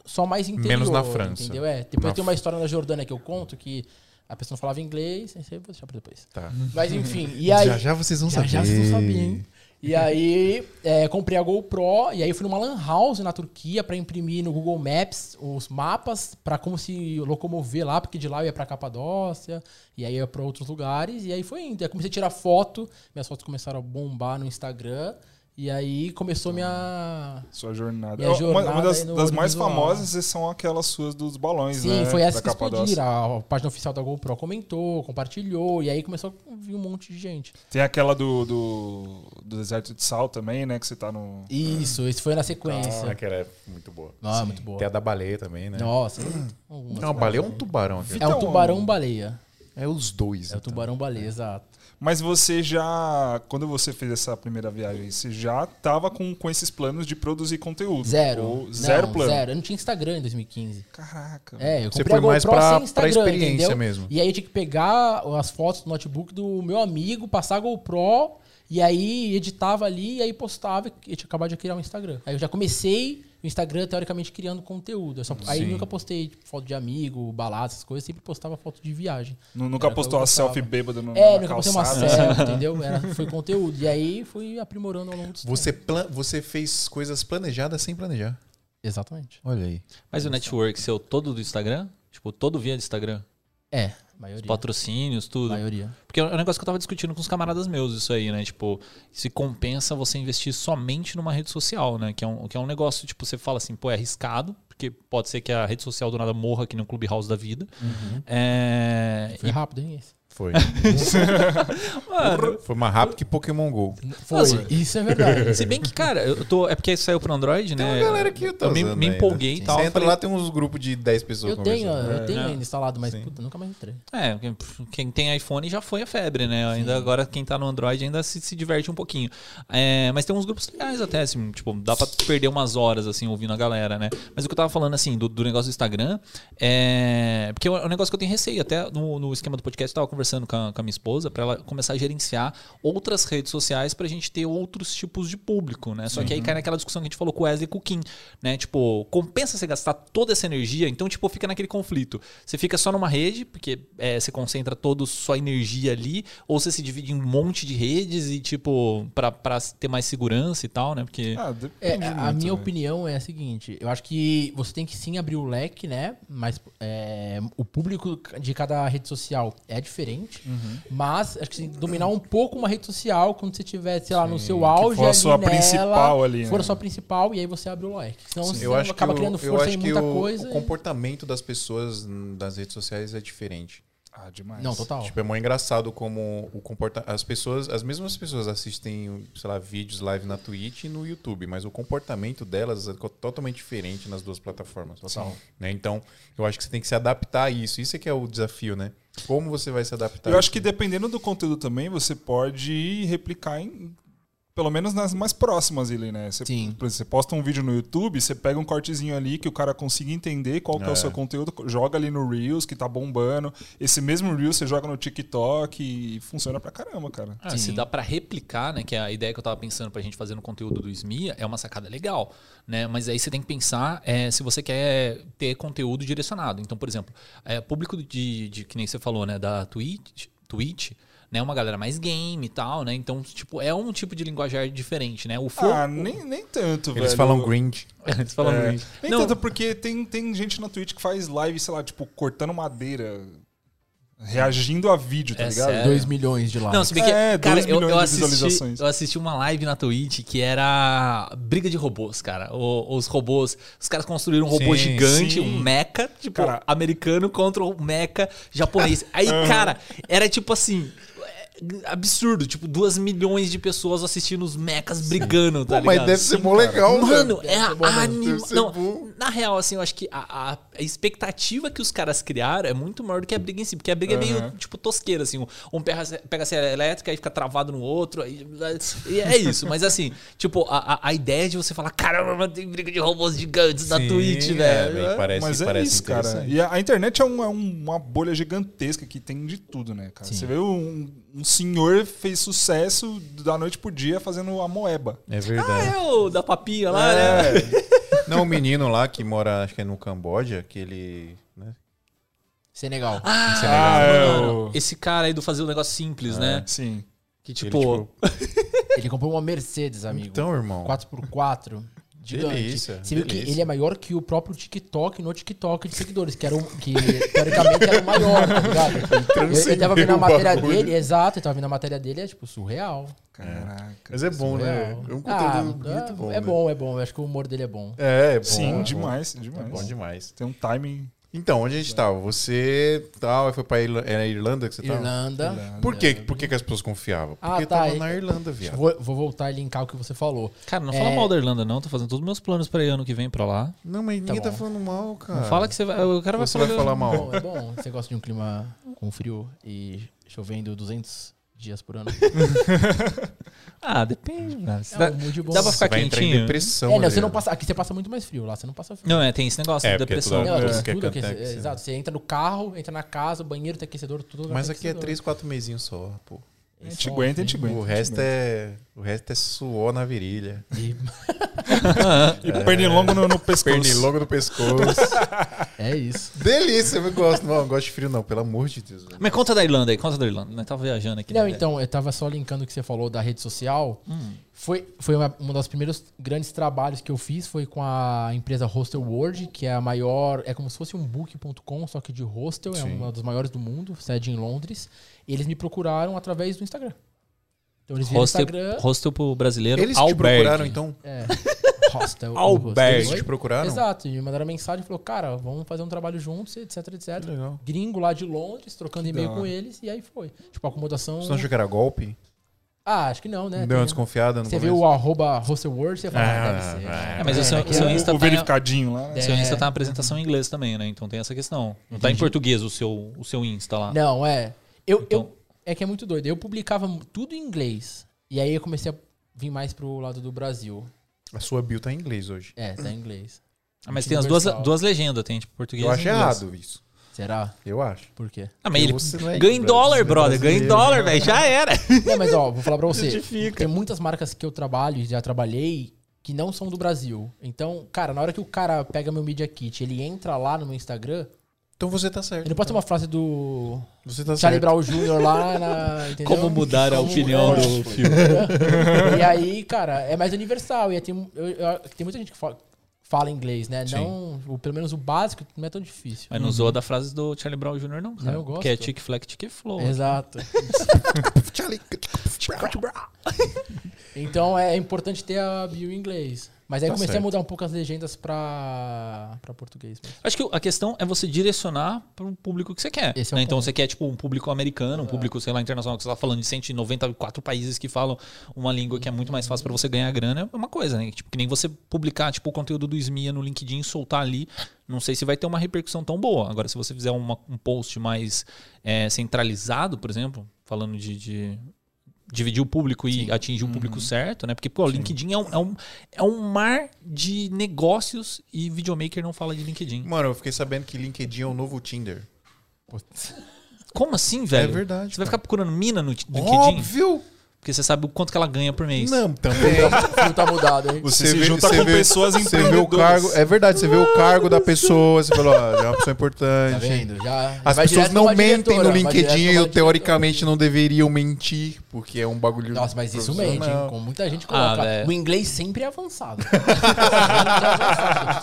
C: só mais interior.
A: Menos na França.
C: Entendeu? É. Depois
A: Na
C: tem uma história na Jordânia que eu conto que a pessoa não falava inglês, isso aí eu vou deixar pra depois.
A: Tá.
C: Mas enfim, e aí.
F: já já vocês vão
C: Já,
F: saber.
C: já vocês não sabiam, hein? E aí, é, comprei a GoPro e aí fui numa lan house na Turquia pra imprimir no Google Maps os mapas pra como se locomover lá, porque de lá eu ia pra Capadócia, e aí eu ia pra outros lugares, e aí foi indo. Aí comecei a tirar foto, minhas fotos começaram a bombar no Instagram, e aí começou minha...
B: Sua jornada.
C: Minha
B: Uma- uma,
C: jornada
B: das,
C: aí no
B: das mais
C: audiovisual.
B: famosas são aquelas suas dos balões, né?
C: Sim, foi essa que
B: Da Capadócia.
C: explodiram. A página oficial da GoPro comentou, compartilhou, e aí começou a vir um monte de gente.
B: Tem aquela do, do, do deserto de sal também, né? Que você tá no.
C: Isso, isso foi na sequência.
A: Aquela é muito boa.
C: Ah, muito boa.
A: Tem a da baleia também, né?
C: Nossa,
A: Não, a baleia é um tubarão. aquele.
C: É
B: Então,
C: um tubarão-baleia.
A: É os dois.
C: É o
A: então.
C: tubarão-baleia, exato.
B: Mas você já. Quando você fez essa primeira viagem, você já tava com, com esses planos de produzir conteúdo?
C: Zero.
B: Ou
C: Não,
B: zero plano.
C: Zero. Eu não tinha Instagram em 2015.
B: Caraca.
C: É, eu
A: Você
C: comprei
A: foi
C: a GoPro
A: mais pra-
C: sem
A: pra
C: Instagram,
A: experiência
C: entendeu?
A: mesmo.
C: E aí eu tinha que pegar as fotos do notebook do meu amigo, passar a GoPro, e aí editava ali, e aí postava, e eu tinha acabado de criar um Instagram. Aí eu já comecei o Instagram, teoricamente, criando conteúdo. Eu só- aí
A: Sim.
C: nunca postei tipo, foto de amigo, balada, essas coisas. Sempre postava foto de viagem.
B: Nu- Nunca
C: Era
B: postou
C: que eu
B: a selfie
C: gostava.
B: bêbada no,
C: É,
B: na
C: nunca postei uma
B: calçada.
C: série, entendeu? Era, foi conteúdo. E aí fui aprimorando ao longo do tempo.
A: Você, plan- você fez coisas planejadas sem planejar.
C: Exatamente.
F: Olha aí.
D: Mas o network seu todo do Instagram? Tipo, todo via do Instagram?
C: É, maioria.
D: Patrocínios, tudo?
C: Maioria.
D: Porque é um negócio que eu tava discutindo com os camaradas meus, isso aí, né? Tipo, se compensa você investir somente numa rede social, né? Que é um, que é um negócio, tipo, você fala assim, pô, é arriscado, porque pode ser que a rede social do nada morra aqui no Clubhouse da vida. É...
C: Foi rápido, hein? Esse?
A: Foi.
D: Mano,
A: Foi mais rápido que Pokémon GO.
C: Foi. Isso é verdade.
D: se bem que, cara, eu tô. É porque saiu pro Android, né?
A: É.
C: tá
A: tá
D: eu me, me empolguei
C: né?
D: e tal.
A: né? Você
D: eu
A: entra
D: falei,
A: lá, tem uns grupos de 10 pessoas
C: eu tenho,
A: conversando.
C: eu tenho
D: É.
C: ainda instalado, mas
A: Sim.
C: puta, nunca mais entrei.
D: É, quem- quem tem iPhone já foi a febre, né? Ainda agora quem tá no Android ainda se, se diverte um pouquinho. É, mas tem uns grupos legais até, assim, tipo, dá pra perder umas horas, assim, ouvindo a galera, né? Mas o que eu tava falando, assim, do, do negócio do Instagram, é. Porque é um negócio que eu tenho receio. Até no, no esquema do podcast, eu tava conversando com a, com a minha esposa pra ela começar a gerenciar outras redes sociais pra gente ter outros tipos de público, né? Só que aí cai naquela discussão que a gente falou com o Wesley e com o Kim, né? Tipo, compensa você gastar toda essa energia, então, tipo, fica naquele conflito. Você fica só numa rede, porque é, você concentra toda sua energia ali, ou você se divide em um monte de redes e, tipo, pra, pra ter mais segurança e tal, né? Porque.
B: Ah, depende
C: É,
B: muito,
C: a minha
B: né?
C: opinião é a seguinte: eu acho que você tem que sim abrir o leque, né? Mas é, o público de cada rede social é diferente.
A: Uhum.
C: Mas acho que você tem que dominar um pouco uma rede social quando você tiver, sei lá, no seu auge.
B: for a
C: ali
B: sua
C: nela,
B: principal ali,
C: For a
B: né?
C: sua principal e aí você abre o leque. Senão você
A: Eu acho
C: acaba
A: que,
C: criando
A: o, eu
C: força
A: acho
C: em
A: que
C: muita
A: o-
C: coisa.
A: o
C: e-
A: comportamento das pessoas hum, das redes sociais é diferente.
B: Ah, demais.
C: Não, total.
A: Tipo, é muito engraçado como o comporta as pessoas, as mesmas pessoas assistem, sei lá, vídeos live na Twitch e no YouTube, mas o comportamento delas é co- totalmente diferente nas duas plataformas. Total. Né? Então, eu acho que você tem que se adaptar a isso. Isso é que é o desafio, né? Como você vai se adaptar?
B: Eu
A: a
B: acho que
A: isso?
B: dependendo do conteúdo também, você pode replicar em. Pelo menos nas mais próximas ali, né? Você,
C: Sim.
B: por exemplo, Você posta um vídeo no YouTube, você pega um cortezinho ali que o cara consiga entender qual que é,
A: É.
B: o seu conteúdo, joga ali no Reels, que tá bombando. Esse mesmo Reels você joga no TikTok e funciona pra caramba, cara.
C: É.
D: Ah, se dá pra replicar, né? Que é a ideia que eu tava pensando pra gente fazer no conteúdo do SMIA, é uma sacada legal, né? Mas aí você tem que pensar é, se você quer ter conteúdo direcionado. Então, por exemplo, é, público de, de- que nem você falou, né? Da Twitch, Twitch né? Uma galera mais game e tal, né? Então, tipo, é um tipo de linguajar diferente, né? O for...
B: Ah, nem, nem tanto, velho.
A: Eles falam grind.
D: Eles falam
B: É.
D: grind.
B: Nem
D: Não.
B: tanto, porque tem, tem gente na Twitch que faz live, sei lá, tipo, cortando madeira, reagindo a vídeo, tá
D: É
B: ligado?
D: sério.
C: 2 milhões de likes.
D: Não, se bem que.
B: É,
D: cara,
B: dois
D: eu,
B: milhões
D: eu
B: de
D: assisti,
B: visualizações.
D: eu assisti uma live na Twitch que era briga de robôs, cara. O- os robôs. Os caras construíram um robô
A: Sim,
D: gigante,
B: sim.
D: um mecha, tipo,
B: Cara.
D: americano contra um mecha japonês. Aí, cara, era tipo assim. é, Absurdo, tipo, duas milhões de pessoas assistindo os mechas brigando, tá
A: Pô, mas
D: ligado?
A: deve ser mó legal,
D: Mano,
A: velho.
D: é a anima...
A: Deve ser bom.
D: Não, na real, assim, eu acho que a, a- a expectativa que os caras criaram é muito maior do que a briga em si. Porque a briga é meio, tipo, tosqueira, assim. Um pega, pega a serra elétrica e fica travado no outro. aí- e é isso. Mas, assim, tipo, a, a- a ideia de você falar, caramba, tem briga de robôs gigantes na
A: Sim,
D: Twitch,
A: é,
D: velho.
A: velho, parece,
B: Mas é
A: parece
B: isso, cara.
A: interessante.
B: E a, a internet é, um- é uma bolha gigantesca que tem de tudo, né, cara? Você vê um, um senhor fez sucesso da noite pro dia fazendo a moeba.
A: É
D: Ah,
A: verdade.
D: é o da papinha lá,
A: É,
D: né?
A: Não, o menino lá que mora, acho que é no Camboja, que ele. né?
C: Senegal.
B: Ah,
A: é
D: Mano, esse cara aí do fazer um negócio simples, né?
B: É, Sim.
D: Que,
A: Ele,
D: tipo...
C: Ele comprou uma Mercedes, amigo.
A: Então, irmão.
C: 4x4. Gigante.
A: Delícia,
C: Você viu que
A: delícia.
C: ele é maior que o próprio TikTok no TikTok de seguidores, que era o que teoricamente era o maior, tá ligado? Eu, eu tava vendo
A: transcendeu
C: a
A: o
C: matéria
A: bagulho.
C: dele, exato, eu tava vendo a matéria dele, é tipo surreal.
B: Caraca.
A: Mas é bom, né? É
C: surreal.
A: um conteúdo
C: Ah,
A: muito bom.
C: É
A: né?
C: bom, é bom. Eu acho que o humor dele é bom.
A: É, é bom.
B: Sim,
A: é
B: demais,
A: Bom. É
B: demais.
A: bom demais.
B: Tem um timing.
A: Então, onde a gente tava? Você tal, foi pra Irla- era a Irlanda que você tá tava?
C: Irlanda.
A: Ah, Por quê? Por que, que as pessoas confiavam?
C: Ah,
A: Porque
C: tá,
A: tava
C: e-
A: na Irlanda, viado.
C: Vou, vou voltar e linkar o que você falou.
D: Cara, não
C: É.
D: fala mal da Irlanda, não. Tô fazendo todos os meus planos pra ir ano que vem pra lá.
A: Não, mas ninguém tá,
C: bom.
A: falando mal, cara.
D: Não fala que você vai. O cara
A: você vai falar
C: É
A: mal.
C: bom, é bom. Você gosta de um clima com frio e chovendo 200 dias por ano.
D: Ah, depende, cara. Você
C: É
D: dá,
C: um mood bom.
D: dá pra
A: Você
D: ficar
A: vai entrar em
D: quentinho?
A: depressão.
C: É, não, você
A: Adriano.
C: não passa, aqui você passa muito mais frio, lá você não passa frio.
D: Não, é, tem esse negócio
A: É,
D: de
A: porque é
D: depressão.
A: tudo-
C: Não,
A: É,
C: tudo,
A: quer
C: tudo aquece-
A: cantar, que
C: é,
A: você-
C: Exato, você entra no carro, entra na casa, banheiro tem aquecedor, tudo. vai
A: Mas
C: ter
A: aqui é
C: aquecedor.
A: 3, 4 mesinhos só, pô.
B: A
C: Eles
B: gente
C: são
B: aguenta, a gente
C: assim,
B: aguenta.
A: O resto é, o resto é suor na virilha.
C: de-
B: E pernilongo no, no pescoço.
A: é- Pernilongo no pescoço.
C: É isso.
A: Delícia, eu gosto. Não, eu gosto de frio não, pelo amor de Deus. velho.
D: Mas conta da Irlanda aí, conta da Irlanda. Nós tava viajando aqui.
C: Não,
D: né?
C: então, eu tava só linkando o que você falou da rede social. Foi, foi uma, um dos primeiros grandes trabalhos que eu fiz, foi com a empresa Hostel World, que é a maior, é como se fosse um book.com, só que de hostel, é
A: Sim.
C: uma das maiores do mundo, sede em Londres. E eles me procuraram através do Instagram. Então eles viram o
D: Hostel,
C: Instagram...
D: hostel pro brasileiro.
A: Eles te
D: albergue.
A: procuraram, então?
C: É, hostel.
A: Eles
C: Hostel.
A: te procuraram?
C: Exato, e me mandaram mensagem e falou, cara, vamos fazer um trabalho juntos, etc, etc.
A: Legal.
C: Gringo lá de Londres, trocando
B: da
C: e-mail
B: hora.
C: com eles, e aí foi. Tipo, a acomodação.
A: Você não achou que era golpe?
C: Ah, acho que não, né?
A: Deu
C: Tem-
A: uma desconfiada no
C: Você vê
A: começo?
C: o arroba hostelworld, você fala,
A: Ah,
C: ah, deve ser.
A: vai.
D: É, mas o seu, o
C: daqui
D: seu
C: é-
D: Insta
B: O, o
D: tá, em-
B: verificadinho lá. né?
D: seu Insta
C: É.
D: tá na apresentação em inglês também, né? Então tem essa questão. Não tá
A: Uhum.
D: em
C: Entendi.
D: português o seu, o seu Insta lá.
C: Não, é. Eu,
D: Então-
C: eu, é que é muito doido. Eu publicava tudo em inglês. E aí eu comecei a vir mais pro lado do Brasil.
A: A sua bio tá em inglês hoje.
C: É, tá em inglês.
D: Ah, mas tem as duas,
C: Universal.
D: duas legendas, tem tipo português
A: Eu
D: e
A: acho
D: inglês.
A: errado isso.
C: Será?
A: Eu acho.
C: Por quê?
D: Ah, mas ele
A: Você não é
D: ganha em
A: brasileiro,
D: dólar,
A: você não é
D: brother. Ganha em
A: brasileiro.
D: dólar, velho. Já era.
C: Não, mas ó, vou falar pra você. Tem muitas marcas que eu trabalho e já trabalhei que não são do Brasil. Então, cara, na hora que o cara pega meu Media Kit, ele entra lá no meu Instagram,
A: Então você tá certo.
C: ele não pode ter uma frase do
A: Você tá
C: Charlie
A: certo.
C: Brown Jr. lá na. Entendeu?
D: Como mudar a
A: Então,
C: Como-
D: opinião do filme.
C: E aí, cara, é mais universal. E aí tem, eu- eu- tem muita gente que fala, fala inglês, né?
D: Sim.
C: Não, o- pelo menos o básico não é tão difícil.
D: Mas não zoa da frase do Charlie Brown Jr., não, cara.
C: Não, eu gosto.
D: Que é tic flack, tic flow.
C: Exato.
A: Charlie
C: Então é importante ter a bio em inglês. Mas aí
A: Tá
C: comecei
A: certo.
C: a mudar um pouco as legendas pra, pra português. mesmo.
D: Acho que a questão é você direcionar para o público que você quer.
C: Esse é
D: né?
C: o
D: então
C: ponto. É.
D: você quer tipo um público americano, um público, sei lá, internacional, que você está falando de 194 países que falam uma língua que é muito mais fácil para você ganhar grana, é uma coisa, né? Tipo, que nem você publicar tipo o conteúdo do Esmia no LinkedIn e soltar ali, não sei se vai ter uma repercussão tão boa. Agora se você fizer uma- um post mais é, centralizado, por exemplo, falando de- de dividir o público e atingir o público
C: Uhum.
D: certo, né? Porque, pô, o LinkedIn é um, é, um, é um mar de negócios e videomaker não fala de LinkedIn.
A: Mano, eu fiquei sabendo que LinkedIn é o novo Tinder.
D: Como assim, velho?
A: É verdade,
D: Você
A: cara.
D: vai ficar procurando mina no t- LinkedIn? É
A: Óbvio!
D: Porque você sabe o quanto que ela ganha por mês.
A: Não, também.
C: Não tá mudado, hein?
B: Você se junta com pessoas
A: Você vê o
B: empreendedoras.
A: cargo. É verdade, você vê o cargo da pessoa, você fala, ó, é uma pessoa importante.
C: Tá vendo? Já,
A: As
C: vai
A: pessoas
C: direto
A: não
C: numa
A: mentem
C: diretora,
A: no
C: vai direto
A: LinkedIn
C: numa
A: e eu
C: diretora.
A: teoricamente não deveriam mentir, porque é um bagulho.
C: Nossa, mas isso mente, hein?
A: profissional.
C: Como muita gente coloca.
D: Ah, velho.
C: o inglês sempre é avançado.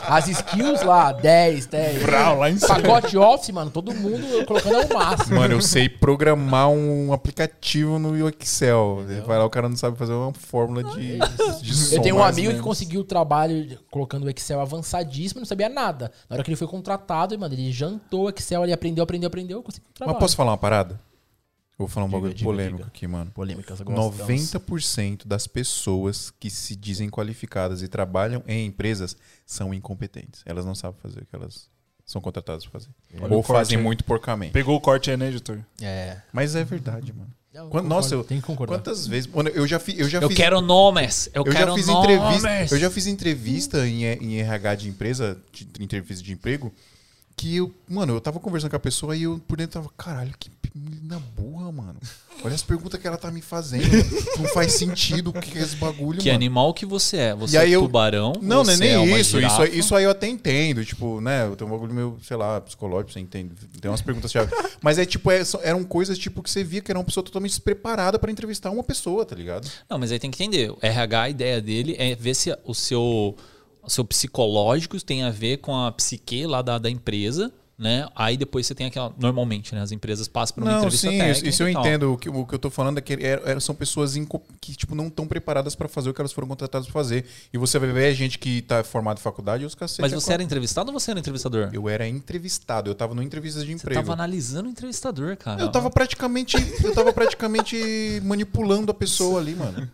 C: As skills lá, 10, 10.
B: Brau, Ah, lá em cima.
C: Pacote office, mano, todo mundo colocando ao máximo.
A: Mano, eu sei programar um aplicativo no Excel. Vai lá, o cara não sabe fazer uma fórmula de, de assim, né?
C: Eu
A: som,
C: tenho um
A: mais ou
C: amigo
A: menos.
C: que conseguiu o trabalho colocando o Excel avançadíssimo, não sabia nada. Na hora que ele foi contratado, mano, ele jantou o Excel, ele aprendeu, aprendeu, aprendeu, conseguiu o
A: Mas
C: trabalho.
A: posso falar uma parada? Eu vou falar um
C: Diga,
A: bagulho
C: diga,
A: polêmico
C: diga.
A: aqui, mano.
C: Polêmicas
A: então.
C: agora.
A: 90% das pessoas que se dizem qualificadas e trabalham em empresas são incompetentes. Elas não sabem fazer o que elas são contratadas para fazer.
B: Olha
A: Ou
B: o corte
A: fazem
B: aí.
A: muito porcamente.
B: Pegou o corte aí, né, editor?
C: É.
A: Mas é verdade, mano.
C: Eu
A: Quando- nossa, eu-
C: concordo, tem que concordar.
A: Quantas vezes. Mano, eu já, fi, eu já
D: Eu
A: fiz.
D: quero nomes.
A: eu
D: Eu, quero
A: já fiz
D: nomes.
A: entrevista. Eu já fiz entrevista em, E- em RH de empresa, de, de entrevista de emprego, que eu, mano, eu tava conversando com a pessoa e eu por dentro tava, caralho, que menina burra, mano. Olha as perguntas que ela tá me fazendo. não faz sentido o que é esse bagulho,
D: Que
A: mano.
D: animal que você é? Você
A: E aí
D: é
A: eu-
D: tubarão?
A: Não, não é
D: você
A: nem
D: é uma
A: isso. Isso,
D: girafa?
A: aí- isso aí eu até entendo. Tipo, né? Eu tenho um bagulho meio, sei lá, psicológico, você entende. Tem umas perguntas chave. Mas é tipo, é, são- eram coisas tipo que você via que era uma pessoa totalmente despreparada pra entrevistar uma pessoa, tá ligado?
D: Não, mas aí tem que entender. O RH, a ideia dele é ver se o seu, o seu psicológico tem a ver com a psique lá da, da empresa, né? Aí depois você tem aquela. Normalmente, né? As empresas passam por uma
A: Não,
D: entrevista
A: sim, isso,
D: técnica.
A: isso eu
D: e tal.
A: entendo. O que, o que eu tô falando é que era- era- são pessoas inco- que, tipo, não estão preparadas pra fazer o que elas foram contratadas pra fazer. E você vai ver gente que tá formada em faculdade e os cacete.
D: Mas
A: é
D: você era entrevistado ou você era entrevistador?
A: claro. Eu era entrevistado, eu tava numa entrevista de
D: você
A: emprego.
D: tava analisando o entrevistador, cara.
A: Eu tava praticamente. Eu tava praticamente manipulando a pessoa ali, mano.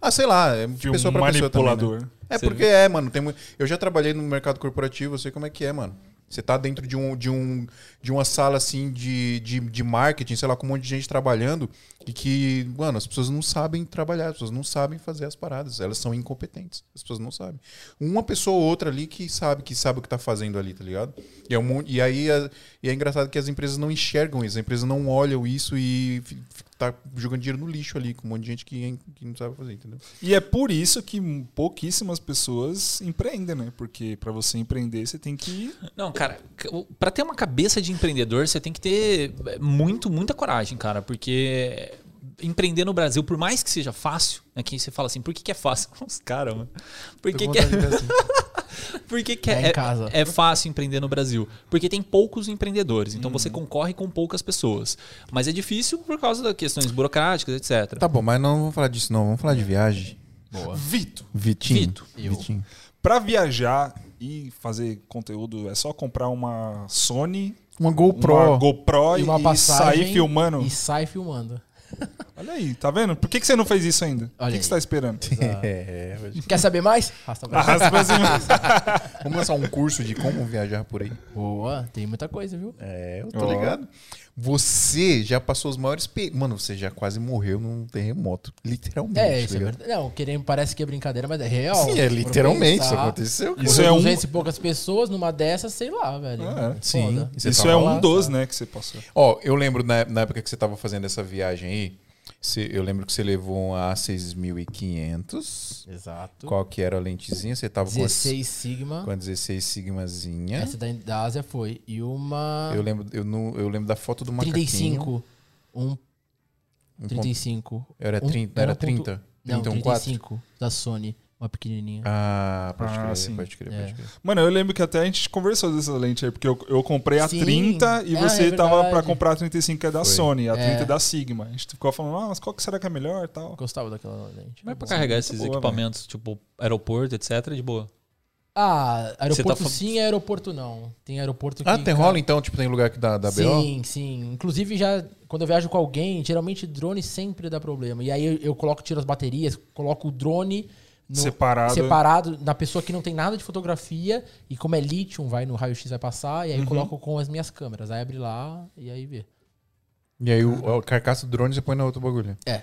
A: Ah, sei lá, é de
B: De um
A: pessoa pra pessoa também,
B: manipulador.
A: né? É
D: Você
A: porque é, mano. Tem, mu- eu já trabalhei no mercado corporativo, eu sei como é que é, mano. Você tá dentro de, um, de, um, de uma sala assim de, de, de marketing, sei lá, com um monte de gente trabalhando, e que, mano, as pessoas não sabem trabalhar, as pessoas não sabem fazer as paradas, elas são incompetentes, as pessoas não sabem. Uma pessoa ou outra ali que sabe, que sabe o que tá fazendo ali, tá ligado? E, é um mon- e aí é, e é engraçado que as empresas não enxergam isso, as empresas não olham isso e fi- fi- tá jogando dinheiro no lixo ali, com um monte de gente que, é in- que não sabe fazer, entendeu?
B: E é por isso que pouquíssimas pessoas empreendem, né? Porque pra você empreender, você tem que.
D: Não, cara, c- o- pra ter uma cabeça de empreendedor, você tem que ter é, muito, muita coragem, cara, porque empreender no Brasil, por mais que seja fácil, né, que você fala assim, por que, que é fácil? Os caras, mano. Por que, que é, por que, que
C: É em
D: é, é,
C: casa.
D: é fácil empreender no Brasil? Porque tem poucos empreendedores, então você concorre com poucas pessoas. Mas é difícil por causa das questões burocráticas, etc.
A: Tá bom, mas não vamos falar disso, não. Vamos falar de viagem.
C: Boa.
B: Vitor,
A: Vitinho.
D: Vito.
A: Vitinho.
B: pra viajar e fazer conteúdo, é só comprar uma Sony,
A: Uma GoPro.
B: uma GoPro
C: E
B: e,
C: uma passagem.
B: sair filmando.
C: E sai filmando.
B: Olha aí, tá vendo? Por que, que você não fez isso ainda?
C: Olha
B: o que,
C: aí.
B: que você tá esperando?
A: É,
C: Quer saber mais? Arrasta pra
B: Arrasta pra cima.
C: tá
A: vamos lançar um curso de como viajar por aí.
C: Boa, tem muita coisa, viu?
A: É, eu tô
B: Ó.
A: ligado. Você já passou os maiores pe... Mano, você já quase morreu num terremoto. Literalmente.
C: É, isso
A: tá
C: é
A: ligado?
C: verdade. Não, querendo, parece que é brincadeira, mas é real.
A: Sim, é literalmente. Isso
C: Foram pensar,
A: aconteceu.
B: Isso
C: foram
B: é um-
C: 200 e poucas pessoas numa dessas, sei lá, velho.
B: Ah,
A: Sim.
C: Foda.
A: Você
B: isso
A: tava
B: é
A: lá,
B: um dos, né, que você passou.
C: é-
A: Ó, eu lembro na, na época que você tava fazendo essa viagem aí. você- eu lembro que você levou uma A6500.
C: Exato.
A: é- Qual que era a lentezinha? Você tava com a-
C: 16 Sigma.
A: com a 16 sigmazinha.
C: Essa da, da Ásia foi. E uma
A: Eu lembro, eu, não, eu lembro da foto do macaquinho.
C: 35. Um
A: Um ponto-
C: 35.
A: Era
C: Um-
A: 30, era
C: era um ponto-
A: 30?
C: Não,
A: 31,
C: 35 da Sony. Uma pequenininha.
A: Ah, pode
B: Ah,
A: crer,
B: sim.
A: pode crer,
C: É.
A: pode crer.
B: Mano, eu lembro que até a gente conversou dessa lente aí, porque eu, eu comprei a
C: Sim.
B: 30 e
C: Ah,
B: você
C: é
B: tava pra
C: verdade.
B: comprar a 35 que é da
A: Foi.
B: Sony, a
C: É.
B: 30 é da Sigma. A gente ficou falando, ah, mas qual que será que é melhor e tal.
C: Gostava daquela lente.
D: Mas pra carregar
B: muito
D: esses
B: boa,
D: equipamentos, tipo aeroporto, etc., de boa.
C: Ah, aeroporto
D: Você tá fa-
C: sim, aeroporto não. Tem aeroporto que.
A: Ah, tem rola então? Tipo, tem lugar que dá, dá BO?
C: Sim, sim. Inclusive, já quando eu viajo com alguém, geralmente drone sempre dá problema. E aí eu, eu coloco, tiro as baterias, coloco o drone no-
B: Separado.
C: separado na pessoa que não tem nada de fotografia. E como é lítio, vai no raio-x, vai passar.
A: Uhum.
C: E aí eu coloco com as minhas câmeras. Aí abre lá e aí vê.
A: E aí o, o carcaça do drone você põe no outro bagulho.
C: É.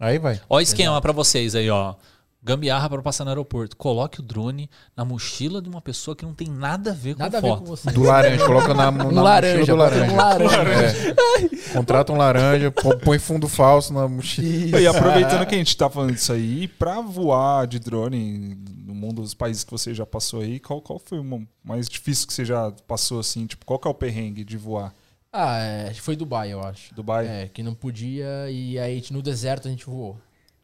A: Aí vai.
D: Ó, esquema pra vocês aí, ó. Gambiarra para passar no aeroporto. Coloque o drone na mochila de uma pessoa que não tem nada a ver com
C: Nada a ver
D: foto.
C: com você.
A: Do laranja, coloca na, na
C: Um laranja,
A: mochila do laranja.
C: bota um laranja.
A: É. Contrata um laranja, pô- põe fundo falso na mochila.
B: E
C: É.
B: aproveitando que a gente tá falando disso aí, pra voar de drone no mundo dos países que você já passou aí, qual, qual foi o mais difícil que você já passou assim? Tipo, qual que é o perrengue de voar?
C: Ah, é, foi Dubai, eu acho.
B: Dubai?
C: É, que não podia e aí no deserto a gente voou.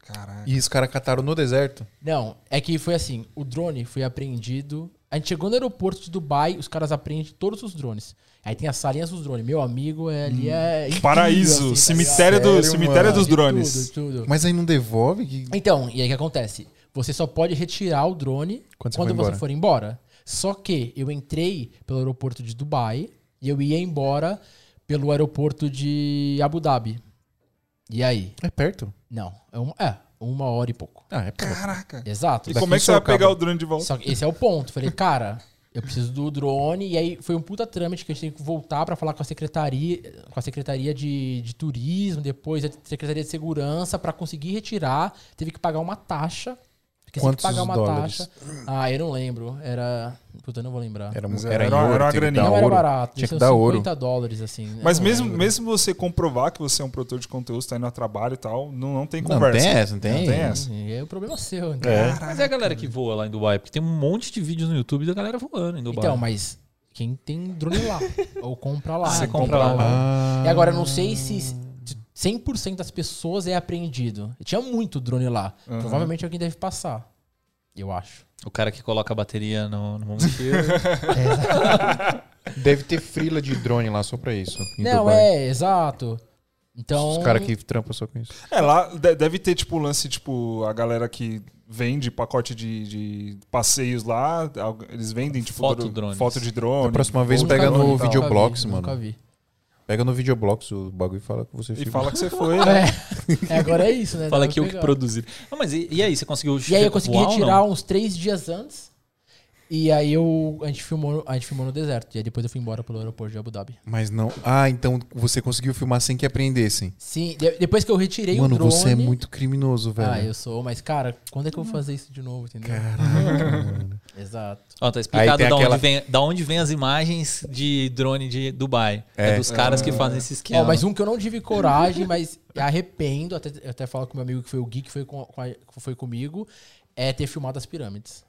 B: Caraca.
A: E os caras cataram no deserto.
C: Não, é que foi assim, o drone foi apreendido. A gente chegou no aeroporto de Dubai, os caras apreendem todos os drones. Aí tem as salinhas dos drones. Meu amigo, é, ali é. incrível,
B: Paraíso,
C: assim, tá
B: cemitério,
C: ligado?
B: do,
A: Sério,
B: cemitério
A: mano?
B: dos
C: De tudo,
B: drones.
C: tudo.
A: Mas aí não devolve? Que...
C: Então, e aí o que acontece? Você só pode retirar o drone
A: Quando
C: quando,
A: você for
C: você
A: embora.
C: for embora. Só que eu entrei pelo aeroporto de Dubai e eu ia embora pelo aeroporto de Abu Dhabi. E aí?
A: É perto.
C: Não, é, um, é uma hora e pouco.
A: Ah, é perto.
B: Caraca.
C: Exato.
B: E
A: Daqui
B: como é
A: em
B: que você vai
A: Sorocaba.
B: pegar o drone de volta?
C: Só que esse é o ponto. Falei, cara, eu preciso do drone. E aí foi um puta trâmite que a gente teve que voltar pra falar com a secretaria, com a secretaria de, de turismo, depois a secretaria de segurança pra conseguir retirar. Teve que pagar uma taxa. Porque sempre
A: Quantos dólares?
C: taxa. Ah, eu não lembro. Era. Puta, eu não vou lembrar.
A: Era,
B: Mas
A: era, era,
B: era uma- era uma
A: tinha que
B: graninha.
A: dar
C: não era
A: ouro.
C: barato.
A: Tinha que
C: uns
A: dar ouro.
C: 50 dólares, assim. Eu
B: Mas
C: não
B: mesmo,
C: lembro.
B: mesmo você comprovar que você é um produtor de conteúdo, está indo a trabalho e tal, não, não tem
A: Não, não
B: conversa.
A: tem essa, não
B: Não
A: tem.
B: assim, tem essa.
C: É o problema seu, né?
D: Mas é a galera que voa lá em Dubai, porque tem um monte de vídeos no YouTube da galera voando em Dubai.
C: Então, mas quem tem drone lá? ou compra lá.
D: Ah,
C: entendeu?
D: compra lá.
A: Ah,
C: E agora, eu não sei se 100% das pessoas é apreendido. Tinha muito drone lá.
B: Uhum.
C: Provavelmente alguém deve passar. Eu acho.
D: O cara que coloca a bateria no, no mochila.
A: deve ter frila de drone lá só pra isso. em
C: não,
A: Dubai.
C: é, exato. Então.
A: Os caras que trampam só com isso.
B: É, lá de- deve ter, tipo, o lance, tipo, a galera que vende pacote de, de passeios lá, algu- eles vendem, tipo,
D: Foto
B: dro-
D: drones.
B: foto de
A: Da
B: drone.
A: próxima vez
C: Nunca
A: pega
C: vi,
A: no
C: nunca
A: Videoblox,
C: vi, Nunca
A: mano.
C: vi.
A: Pega no Videoblox o bagulho e fala que você
B: E
A: filma.
B: fala que você foi, né?
C: É. É, agora é isso, né?
D: Fala
C: Dá
D: que
C: pra
D: eu que
C: pegar.
D: produzi. Ah, mas e, e aí, você conseguiu
C: E aí eu consegui
D: voar ou não?
C: retirar uns três dias antes. E aí eu, a, gente filmou, a gente filmou no deserto. E aí depois eu fui embora pelo aeroporto de Abu Dhabi.
A: Mas não. Ah, então você conseguiu filmar sem que apreendessem.
C: Sim, de- depois que eu retirei
A: Mano,
C: o um drone...
A: você é muito criminoso, velho.
C: Ah,
B: Né?
C: eu sou, mas cara, quando é que eu vou fazer isso de novo, entendeu? Exato.
D: Ó, tá
A: Aí
D: explicado
A: tem
D: da,
A: aquela-
D: onde vem, da onde vem as imagens de drone de Dubai.
A: É.
D: É, dos caras que fazem esse esquema.
C: Ah. Ó, mas um que eu não tive coragem, mas arrependo, até, eu até falo com meu amigo que foi o Gui que foi, com, com a- que foi comigo, é ter filmado as pirâmides.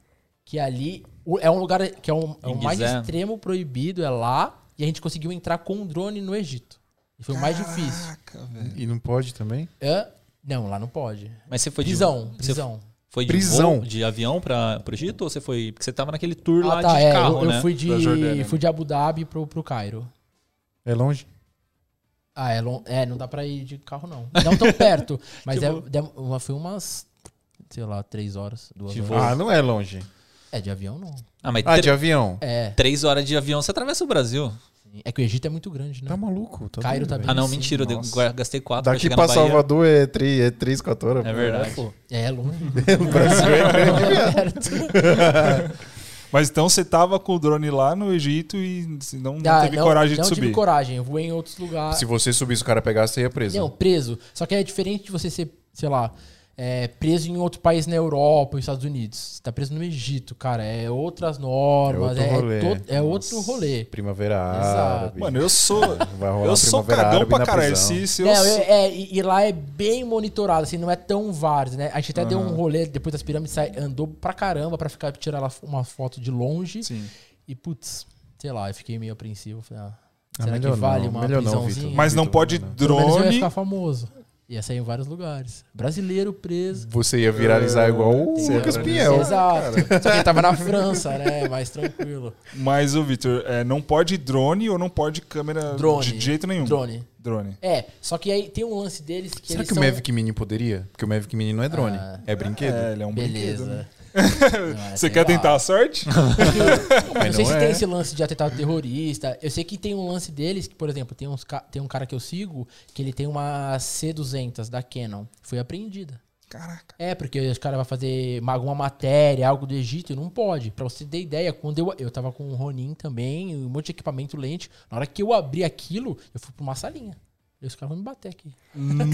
C: Que ali o- é um lugar que é, um, é o
D: Em
C: mais
D: Gizé.
C: extremo proibido, é lá, e a gente conseguiu entrar com um drone no Egito. E foi o mais É difícil.
B: Caraca, velho.
A: E não pode também?
C: Hã? Não, lá não pode.
D: Mas você foi de
C: Prisão,
D: você
C: prisão.
D: Foi de
A: Prisão.
D: voo, de avião pra, pro Egito ou você foi. Porque você tava naquele tour lá
C: Ah, tá,
D: de
C: é,
D: carro,
C: eu, eu
D: né?
C: fui, de,
B: Da Jordânia,
C: fui de Abu Dhabi pro, pro Cairo.
A: É longe?
C: Ah, é, lon- é, não dá pra ir de carro, não. Não tão perto, mas é, dem- uma- foi umas, sei lá, três horas, duas
D: De
C: horas.
D: voo.
A: Ah, não é longe.
C: É, de avião não.
D: Ah, mas
A: Ah,
D: tre-
A: de avião.
C: É,
D: três horas de avião você atravessa o Brasil.
C: é que o Egito é muito grande, né?
A: Tá maluco. Tá
C: Cairo
A: doido,
C: tá
A: velho.
D: Ah, não,
C: Sim,
D: mentira. eu dei-
B: nossa.
D: gastei quatro pra
A: Daqui
D: chegar
A: pra
D: Ah, tá na Bahia.
A: Salvador é 3 é três, quatro horas.
D: É
A: pô.
D: verdade.
C: É longe.
A: O Brasil é grande.
B: Mas então você tava com o drone lá no Egito e se não, não
C: Ah,
B: teve coragem
C: não
B: de subir.
C: tive coragem. Eu voei em outros lugares.
A: Se você subisse e o cara pegasse, você ia preso.
C: Não, preso. Só que é diferente de você ser, sei lá, é, preso em outro país na Europa, nos Estados Unidos. Você tá preso no Egito, cara. É outras normas.
A: outro
C: É
A: rolê.
C: é to- é outro rolê.
A: Primavera
C: Exato.
A: árabe.
B: Mano, eu sou.
A: Vai rolar
B: eu sou
A: primavera
B: cagão
A: árabe
B: pra
A: na
B: caralho.
A: prisão.
B: Se, se eu,
C: Não,
B: sou-
C: eu- é, e, e lá é bem monitorado, assim, não é tão várzea, né? A gente até deu um rolê depois das pirâmides, sai- andou pra caramba pra ficar tirar lá uma foto de longe.
B: Sim.
C: E putz, sei lá, eu fiquei meio apreensivo. Falei, ah,
A: Ah,
C: será que
A: melhor
C: vale
A: não,
C: uma
A: melhor não,
C: prisãozinha?
A: Vitor.
B: Mas não
A: Vitor,
B: pode
A: não, não.
C: Pelo menos eu ia
B: drone.
C: ficar famoso. Ia sair em vários lugares. Brasileiro preso.
A: Você ia viralizar igual o
C: entendeu?
A: Lucas
B: Sim.
A: Pinhel.
C: Exato. Só que ele tava na França, né? Mais tranquilo.
B: Mas, o Vitor, é, não pode drone ou não pode câmera
C: Drone.
B: de jeito nenhum?
C: Drone.
B: Drone.
C: É, só que aí tem um lance deles que
A: Será
C: eles
A: que o
C: são...
A: Mavic Mini poderia? Porque o Mavic Mini não é drone,
C: Ah.
A: é brinquedo.
B: É, ele é um brinquedo, né?
C: Beleza. Não, é,
B: Você
C: sei
B: quer
C: lá.
B: tentar a sorte?
C: Eu não sei
A: não
C: se
A: é.
C: tem esse lance de atentado terrorista. Eu sei que tem um lance deles, que, por exemplo, tem, uns ca- tem um cara que eu sigo que ele tem uma C200 da Canon. Foi apreendida.
B: Caraca.
C: É, porque os caras vão fazer ma- alguma matéria, algo do Egito, e não pode. Pra você ter ideia, quando eu, eu tava com o Ronin também, um monte de equipamento lente, na hora que eu abri aquilo, eu fui pra uma salinha. E os caras vão me bater aqui.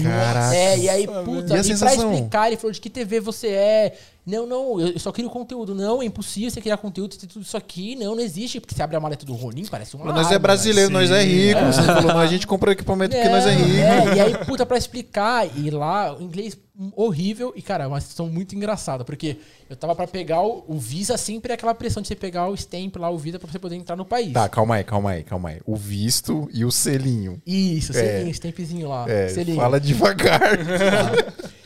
A: Caraca.
C: É, e aí,
A: Ah, tá. E
C: puta,
A: a
C: e, pra
A: sensação?
C: explicar, ele falou de que TV você é. Não, não, eu só crio conteúdo. Não, é impossível você criar conteúdo, tem tudo isso aqui. Não, não existe. Porque você abre a maleta do Ronin, parece uma. né?"
A: Falou, nós é
C: arma,
A: brasileiro, nós é rico. Você falou, não, a gente comprou equipamento porque nós é rico.
C: é, e aí, puta, pra explicar, e lá, o inglês horrível, e cara, é uma situação muito engraçada, porque eu tava pra pegar o, o Visa sempre é aquela pressão de você pegar o stamp lá, o Visa, pra você poder entrar no país.
A: Tá, calma aí, calma aí, calma aí. O visto e o selinho.
C: Isso,
A: É.
C: selinho, stampzinho lá.
A: É,
C: Ah, selinho.
A: fala devagar.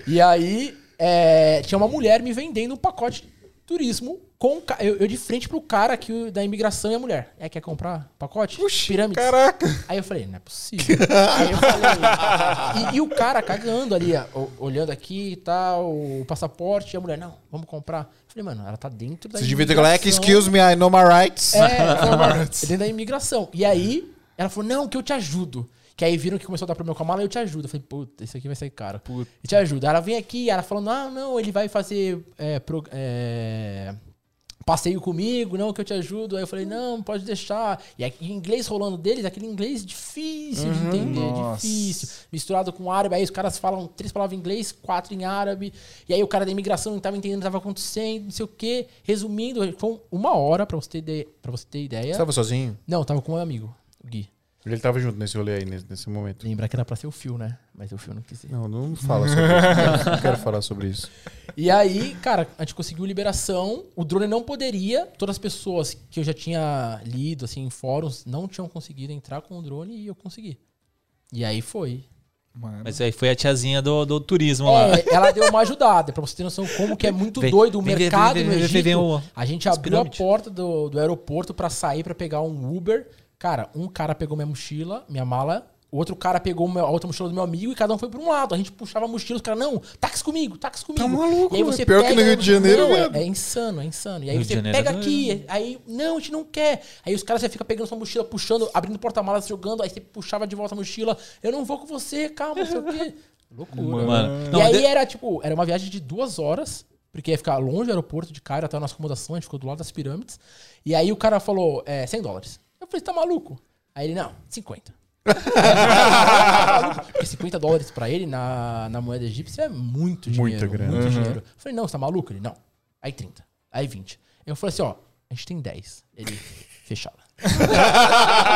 C: E aí, é, tinha uma mulher me vendendo um pacote de turismo com ca- eu, eu de frente pro cara que, o- da imigração e a mulher. É, quer comprar pacote? Puxa, Pirâmide.
B: Caraca.
C: Aí eu falei, não é possível. aí eu falei, e, e o cara cagando ali, ó, o- olhando aqui e tal, o passaporte, e a mulher, não, vamos comprar. Eu falei, mano, ela tá dentro da
A: Você devia ter falado, é que
C: imigração."
A: excuse me, I know my rights.
C: É, foi uma- dentro da imigração. E aí, ela falou, não, que eu te ajudo. Que aí viram que começou a dar problema com a mala, eu te ajudo. Eu falei, puta, isso aqui vai sair caro. Eu te ajudo. Aí Ela vem aqui, ela falando, ah, não, ele vai fazer é, pro- é, passeio comigo, não, que eu te ajudo. Aí eu falei, não, pode deixar. E aqui, inglês rolando deles, aquele inglês difícil de entender,
B: Nossa.
C: difícil. Misturado com árabe, aí os caras falam três palavras em inglês, quatro em árabe. E aí o cara da imigração não tava entendendo o que tava acontecendo, não sei o quê. Resumindo, foi uma hora, pra você ter ideia. Pra você ter ideia.
A: Você tava sozinho?
C: Não, eu tava com um amigo, o Gui.
A: Ele tava junto nesse rolê aí, nesse, nesse momento.
C: Lembra que era pra ser o Phil, né? Mas o Phil não quis ir.
A: Não, não fala sobre isso. Não quero falar sobre isso.
C: E aí, cara, a gente conseguiu liberação. O drone não poderia. Todas as pessoas que eu já tinha lido, assim, em fóruns, não tinham conseguido entrar com o drone e eu consegui. E aí foi.
B: Mano.
D: Mas aí foi a tiazinha do, do turismo lá.
C: É, ela deu uma ajudada, pra você ter noção como que é muito
D: Vem-
C: doido o
D: vem ver-
C: mercado
D: vem-
C: no
D: vem- vem-
C: Egito.
D: vem ver o-
C: a gente
D: as
C: abriu a
D: pirâmides.
C: porta do, do aeroporto pra sair pra pegar um Uber. Cara, um cara pegou minha mochila, minha mala. O outro cara pegou meu- a outra mochila do meu amigo e cada um foi pra um lado. A gente puxava a mochila, os caras, não, táxi comigo, táxi
D: Tá
C: comigo.
A: maluco,
C: e aí
A: mano.
C: você
A: Pior que
C: pega,
A: no Rio de
C: não,
A: Janeiro,
C: é-
A: viado.
C: é insano, é insano. E aí
D: Rio de
C: você
D: Janeiro
C: pega
D: não é-
C: aqui, aí, não, a gente não quer. Aí os caras já ficam pegando sua mochila, puxando, abrindo porta-malas, jogando, aí você puxava de volta a mochila. Eu não vou com você, calma, não sei o quê. Loucura.
D: Mano. Não,
C: e aí
D: de-
C: era tipo, era uma viagem de duas horas, porque ia ficar longe do aeroporto de Cairo até a nossa acomodação, a gente ficou do lado das pirâmides. E aí o cara falou, é, 100 dólares. Eu falei, tá maluco? Aí ele, não, 50. Porque 50 dólares pra ele na, na moeda egípcia é muito dinheiro.
A: Muita grana.
C: Muito dinheiro. Eu falei, não, você tá maluco? Ele, não. Aí 30. Aí 20. Eu falei assim, ó, a gente tem 10. Ele, fechado.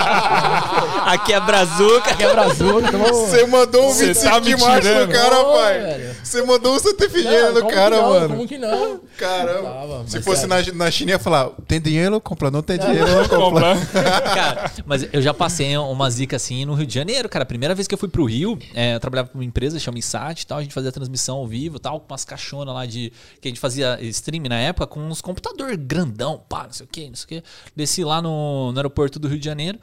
D: Aqui é Brazuca.
C: Aqui é Brasil, então vamos-
A: Você mandou um
B: Você
A: 25
B: tá me
A: de março no
B: tirando.
A: cara,
C: Ô,
A: pai.
C: velho.
A: Você mandou um Santa
C: Não,
A: Figueira no
C: como
A: cara,
C: que não,
A: mano.
C: Como que não?
A: Caramba.
C: Tava,
A: Se
C: mas
A: fosse
C: sério.
A: na, na China, ia falar: tem dinheiro, compra, não tem dinheiro, não compra.
D: Cara, mas eu já passei uma zica assim no Rio de Janeiro, cara. A primeira vez que eu fui pro Rio, é, eu trabalhava pra uma empresa, chama Insat e tal. A gente fazia transmissão ao vivo e tal, com umas caixonas lá de. Que a gente fazia stream na época com uns computador grandão, pá, não sei o que, não sei o que. Desci lá no, no aeroporto do Rio de Janeiro.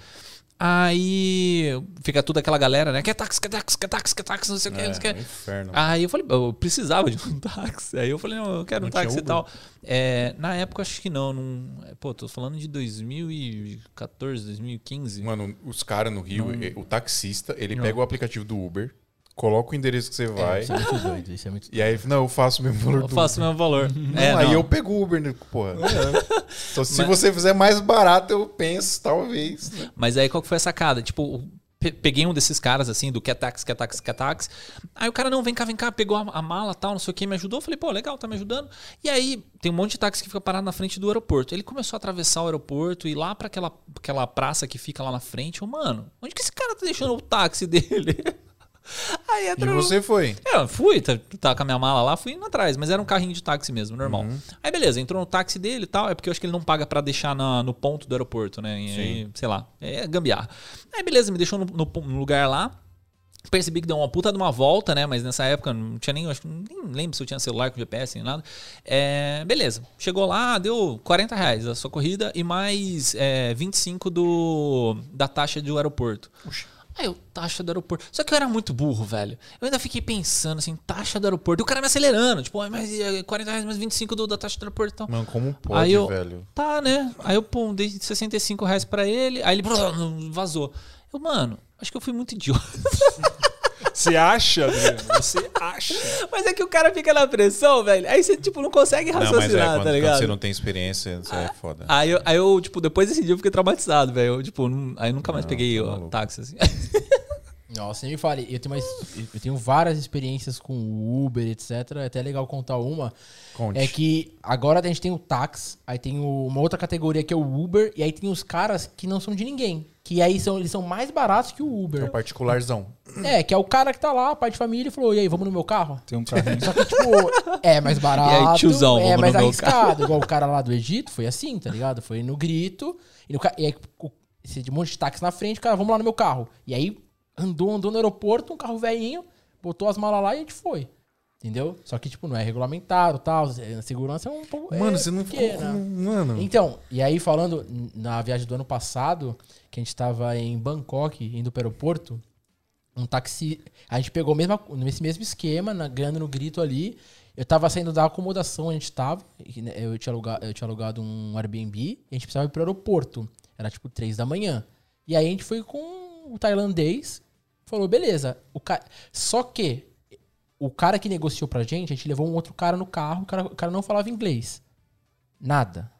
D: Aí fica toda aquela galera, né? Quer táxi, quer táxi, quer táxi, quer táxi, não sei o que, não sei o
A: um
D: que.
A: inferno.
D: Aí eu falei, eu precisava de um táxi. Aí eu falei, não, eu quero um
A: tinha
D: táxi e
A: Uber?
D: tal. É, na época, acho que não. não é, pô, tô falando de 2014, 2015.
A: Mano, os caras no Rio, eh, o taxista, ele pega o aplicativo do Uber, coloca o endereço que você vai,
C: Isso é muito doido, isso é muito
A: e aí, ele fala, não, eu faço o mesmo valor
D: eu
A: do
D: faço o mesmo valor.
A: Uber.
D: é,
A: Não, aí
D: não.
A: eu pego o Uber, né? porra. Então, se você fizer mais barato, eu penso, talvez. né?
D: Mas aí qual que foi a sacada? Tipo, pe- peguei um desses caras assim, do quer táxi, quer táxi, quer táxi. Aí o cara, não, vem cá, vem cá, pegou a, a mala tal, não sei o que, me ajudou. Eu Falei, pô, legal, tá me ajudando. E aí tem um monte de táxi que fica parado na frente do aeroporto. Ele começou a atravessar o aeroporto e ir lá pra aquela, aquela praça que fica lá na frente. Eu, mano, onde que esse cara tá deixando o táxi dele? Aí
A: E
D: entra no-
A: você foi.
D: é, eu fui, tá- tava com a minha mala lá, fui indo atrás, mas era um carrinho de táxi mesmo, normal. Aí beleza, entrou no táxi dele e tal, é porque eu acho que ele não paga pra deixar na- no ponto do aeroporto, né? E aí, sei lá, é gambiarra. Aí beleza, me deixou no, no pon- no lugar lá. Percebi que deu uma puta de uma volta, né? Mas nessa época não tinha nem, acho que nem lembro se eu tinha celular com GPS nem nada. É, beleza, chegou lá, deu 40 reais a sua corrida e mais é, 25 do, da taxa do aeroporto. Aí eu, taxa do aeroporto. Só que eu era muito burro, velho. Eu ainda fiquei pensando assim, taxa do aeroporto. E o cara me acelerando, tipo, "Ah, mas eh, 40 reais mais 25 do, da taxa do aeroporto. Então,
A: Mano, como pode,
D: Aí eu,
A: velho?
D: Tá, né? Aí eu pum, dei 65 reais pra ele, aí ele brum, vazou. Eu, mano, acho que eu fui muito idiota.
B: Você acha, Adriano? Você acha.
D: Mas é que o cara fica na pressão, velho. Aí você, tipo, não consegue
A: é
D: raciocinar, tá ligado?
A: tem experiência, isso é foda.
D: Aí eu, aí eu, tipo, depois desse dia eu fiquei traumatizado, velho. Eu, Tipo, não- aí eu nunca mais peguei ó, táxi, assim.
C: Nossa, nem me fale. Eu tenho, uma es- eu tenho várias experiências com Uber, etc. É até legal contar uma.
A: Conte.
C: É que agora a gente tem o táxi, aí tem o- uma outra categoria que é o Uber, e aí tem os caras que não são de ninguém. Que aí são, eles são mais baratos que o
A: É um
C: Uber.
A: particularzão.
C: É, que é o cara que tá lá, pai de família, e falou: e aí, vamos no meu carro?
B: Tem um carrinho.
C: Só que, tipo, é mais barato.
D: E aí, tiozão,
C: é
D: vamos
C: mais
D: no meu
C: arriscado. Igual o cara lá do Egito, foi assim, tá ligado? Foi no grito. E, no, ca- e aí, o- esse de um monte de táxi na frente, cara, vamos lá no meu carro. E aí, andou, andou no aeroporto, um carro velhinho, botou as malas lá e a gente foi. Entendeu? Só que, tipo, não é regulamentado tal. A segurança é um pouco. é
A: Mano, você não ficou.
C: pequena.
A: com- Mano.
C: Então, e aí falando n- na viagem do ano passado, que a gente tava em Bangkok, indo pro aeroporto, um táxi. A gente pegou o mesmo, nesse mesmo esquema, na, ganhando no grito ali. Eu tava saindo da acomodação onde a gente tava. e, né, Eu tinha, aluga, eu tinha alugado um Airbnb e a gente precisava ir pro aeroporto. Era tipo três da manhã. E aí a gente foi com o tailandês. Falou, beleza. O ca... Só que o cara que negociou pra gente, a gente levou um outro cara no carro, o cara, o cara não falava inglês. Nada.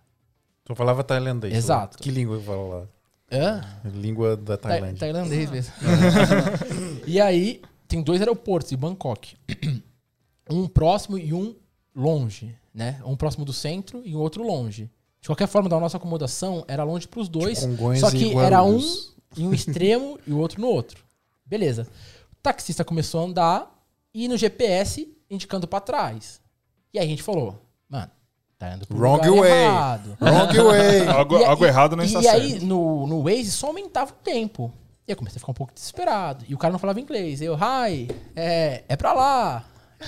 A: Tu falava tailandês.
C: Exato.
A: Que língua eu falo lá?
C: Hã?
A: Língua da
C: Ta-
A: Tailândia.
C: Tailandês mesmo. e aí, tem dois aeroportos em Bangkok. Um próximo e um longe, né? Um próximo do centro e o outro longe. De qualquer forma, da nossa acomodação era longe pros dois.
A: Tipo Congonhas
C: só
A: e
C: que era um
A: Guarulhos.
C: em um extremo e o outro no outro. Beleza. O taxista começou a andar e no GPS indicando pra trás. E aí a gente falou, mano, tá indo pro
A: Wrong
C: lugar
A: way.
C: errado.
A: Wrong way.
B: Algo,
C: E-
B: algo
C: e-
B: errado não
C: e
B: está
C: aí,
B: certo.
C: no, no Waze, só aumentava o tempo. E eu comecei a ficar um pouco desesperado. E o cara não falava inglês. Eu, hi, é, é pra lá.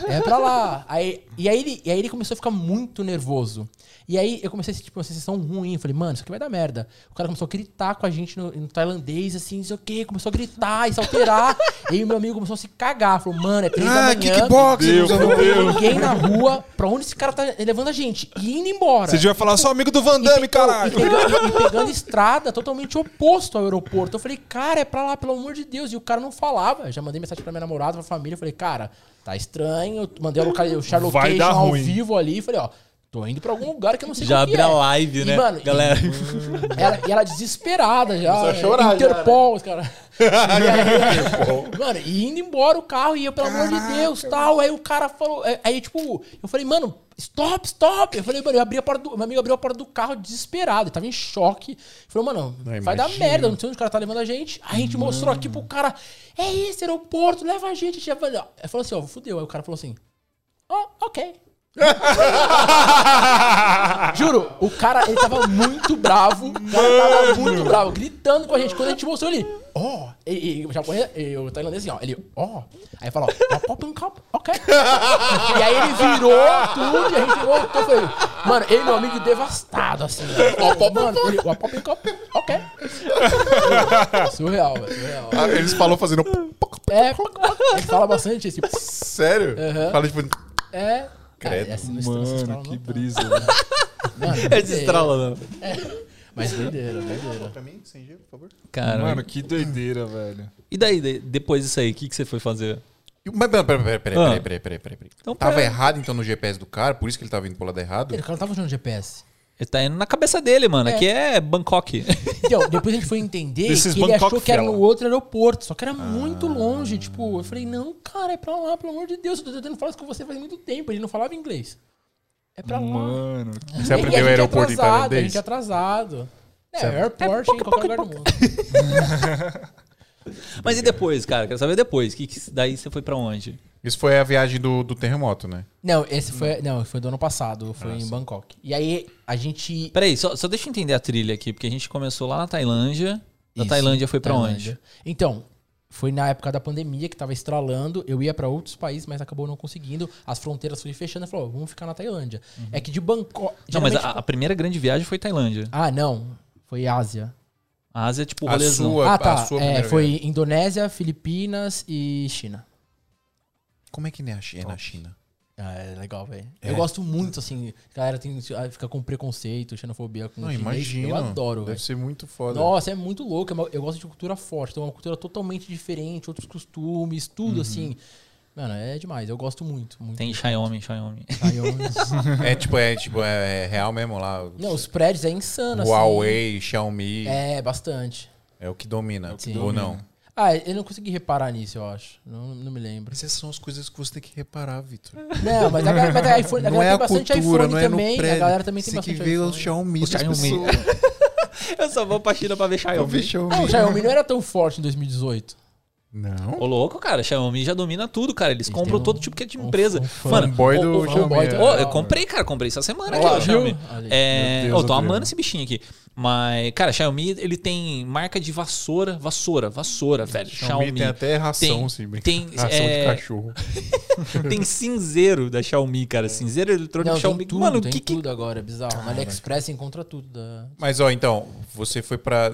C: É pra lá. aí, e, aí ele, e aí ele começou a ficar muito nervoso. E aí eu comecei a sentir tipo, uma sensação ruim. Eu falei, mano, isso aqui vai dar merda. O cara começou a gritar com a gente no, no tailandês, assim, não sei o quê. Começou a gritar e se alterar. e aí o meu amigo começou a se cagar. Falou, mano, é três da
A: Ah,
C: manhã.
A: kickboxing.
B: Meu
A: usando-
B: Deus.
C: Ninguém na rua. Pra onde esse cara tá levando a gente? E indo embora.
B: Você devia falar, sou amigo do Van Damme,
C: E pegou-
B: caralho.
C: E pegando, e pegando estrada totalmente oposto ao aeroporto. Eu falei, cara, é pra lá, pelo amor de Deus. E o cara não falava. Eu já mandei mensagem pra minha namorada, pra família. Eu falei, cara, tá estranho. Eu mandei o local- o
B: Vai dar
C: Charlocation ao
B: ruim.
C: vivo ali. Eu Falei, ó, tô indo pra algum lugar que eu não sei
D: Já
C: qual que
D: abre
C: é.
D: a live,
C: E,
D: né,
C: mano, e-
D: galera?
C: ela, e ela é desesperada já.
A: Começou a chorar já, né?
C: Interpol, os caras. E aí, mano, e indo embora o carro, e eu, pelo amor de Deus, tal. Aí o cara falou. é, Aí, tipo, eu falei, mano, stop, stop. Eu falei, mano, eu abri a porta do. Meu amigo abriu a porta do carro desesperado, ele tava em choque. Falou, mano,
A: Não,
C: vai dar
A: imagina.
C: merda, eu não sei onde o cara tá levando a gente. Aí a gente mostrou aqui pro cara, é esse aeroporto, leva a gente. A gente já falou, ó, ele falou assim, ó, fudeu. Aí o cara falou assim, ó, ok. Juro, o cara, ele tava muito bravo. O cara tava muito bravo, gritando com a gente. Quando a gente mostrou ele, ó. E, e o japonês, e o tailandês assim, ó. Ele, ó. Aí falou, ó, pop um copo, ok. E aí ele virou tudo e a gente voltou. Foi, mano, ele e meu amigo devastado, assim. Ó, pop mano, ele, ó, pop um copo, ok. Surreal, velho, surreal.
A: Ah, Eles falam fazendo.
C: É, ele fala bastante esse.
A: Sério?
C: Aham.
A: Fala tipo.
C: É.
A: Credo.
C: Ah, essa não estrala, essa estrala
B: Mano,
C: não
B: que
C: tá.
B: brisa. velho.
C: Mano,
D: É
C: doideira.
D: destrala, não.
C: Mas doideira, é doideira.
A: Pra mim, sem gelo, por favor.
D: Cara.
B: Mano, que doideira, velho.
D: E daí, de- depois disso aí, o que, que você foi fazer?
A: Mas pera, pera, pera, pera,
D: Ah.
A: pera, pera, pera, pera, pera.
D: Então,
A: tava
D: pera.
A: errado então no GPS do cara, por isso que ele tava indo pro lado errado?
C: O cara não tava usando GPS.
D: Ele tá indo na cabeça dele, mano.
C: É.
D: Aqui é Bangkok.
C: Então, depois a gente foi entender
B: Desses
C: que ele
B: Bangkok
C: achou que era no
B: Fella.
C: outro aeroporto, só que era muito longe. Tipo, eu falei, não, cara, é pra lá, pelo amor de Deus, eu tô tentando falar isso com você faz muito tempo. Ele não falava inglês. É pra lá.
B: Mano,
A: Você
C: E a
A: aprendeu
C: gente é
A: aeroporto em
C: atrasado,
A: tailandês?
C: A gente é atrasado. É,
A: Você-
C: airport em qualquer lugar do mundo.
D: Mas e depois, cara? Quero saber depois. Que, que- daí você foi pra onde?
A: Isso foi a viagem do, do terremoto, né?
C: Não, esse foi, não, foi do ano passado, foi em Bangkok. E aí a gente
D: Peraí, só, só deixa eu entender a trilha aqui, porque a gente começou lá na Tailândia. Da
C: Isso,
D: Tailândia foi pra
C: Tailândia.
D: onde?
C: Então, foi na época da pandemia que tava estralando. Eu ia pra outros países, mas acabou não conseguindo. As fronteiras foram fechando. Eu falei, ó, vamos ficar na Tailândia. É que de Bangkok.
D: Não, mas
C: geralmente-
D: a, a primeira grande viagem foi Tailândia.
C: Ah, não. Foi Ásia.
D: A Ásia, tipo,
A: A
D: rolezão.
A: sua,
C: ah, tá.
A: a sua
C: É,
A: primeira
C: foi
A: viagem.
C: Indonésia, Filipinas e China.
A: Como é que é na Chi- é na China?
C: Ah, é legal, velho. Eu gosto muito, assim. a Galera tem, ah, fica com preconceito, xenofobia com
A: Não,
C: chinês.
A: imagino.
C: Eu adoro,
A: Deve
C: velho.
A: ser muito foda.
C: Nossa, é muito louco. é uma- Eu gosto de cultura forte. Então, é uma cultura totalmente diferente, outros costumes, tudo
A: Uhum.
C: assim. Mano, é demais. Eu gosto muito. muito.
D: Tem Xiaomi, Xiaomi.
C: Taiwanes.
A: É tipo, é tipo, é, é real mesmo lá.
C: Não, os prédios é insano, assim.
A: Huawei, Xiaomi, é.
C: É, bastante.
A: o que domina,
C: que
A: ou
C: domina.
A: não?
C: Ah, eu não consegui reparar nisso, eu acho. Não, não me lembro.
A: Essas são as coisas que você tem que reparar, Vitor.
C: Não, mas a galera, mas a iPhone, a
A: Não
C: galera
A: é a
C: tem bastante
A: cultura,
C: iPhone
A: não é no
C: também.
A: prédio.
C: a galera também tem
A: Você que
C: bastante
A: vê o
C: iPhone.
A: Xiaomi
D: O
A: das
D: Xiaomi.
A: pessoas.
D: Eu só vou pra China pra ver
B: É,
A: Eu vi
D: Xiaomi.
B: um
C: Ah, o
A: Xiaomi.
C: Xiaomi não era tão forte em 2018.
A: Não.
D: Ô, louco, cara. Xiaomi já domina tudo, cara. Eles
C: Eles
D: compram
C: têm
D: todo
C: um-
D: tipo que é de
C: um
D: empresa.
C: fã-
D: Mano,
A: fanboy
D: ô,
A: do
D: ô, ô,
A: Xiaomi,
D: ô,
C: tá?
A: é.
D: ô, eu comprei, cara. Comprei essa semana aqui,
C: Olha
D: ó,
C: lá,
D: Xiaomi.
C: viu? Olha aí.
D: É,
B: Meu Deus,
D: eu tô
B: Adriano.
D: amando esse bichinho aqui. Mas, cara, Xiaomi, ele tem marca de vassoura, vassoura, vassoura, velho.
A: Xiaomi,
D: Xiaomi.
A: tem até ração,
D: Tem-
A: se brincar.
D: tem,
A: Ração
D: é,
A: de cachorro.
D: Tem cinzeiro da Xiaomi, cara. Cinzeiro eletrônico
C: Não,
D: Xiaomi.
C: tem tudo,
D: Mano, o
C: tem
D: que, que
C: tudo agora, é bizarro. No AliExpress você encontra tudo. da-
A: Mas, ó, então, você foi pra...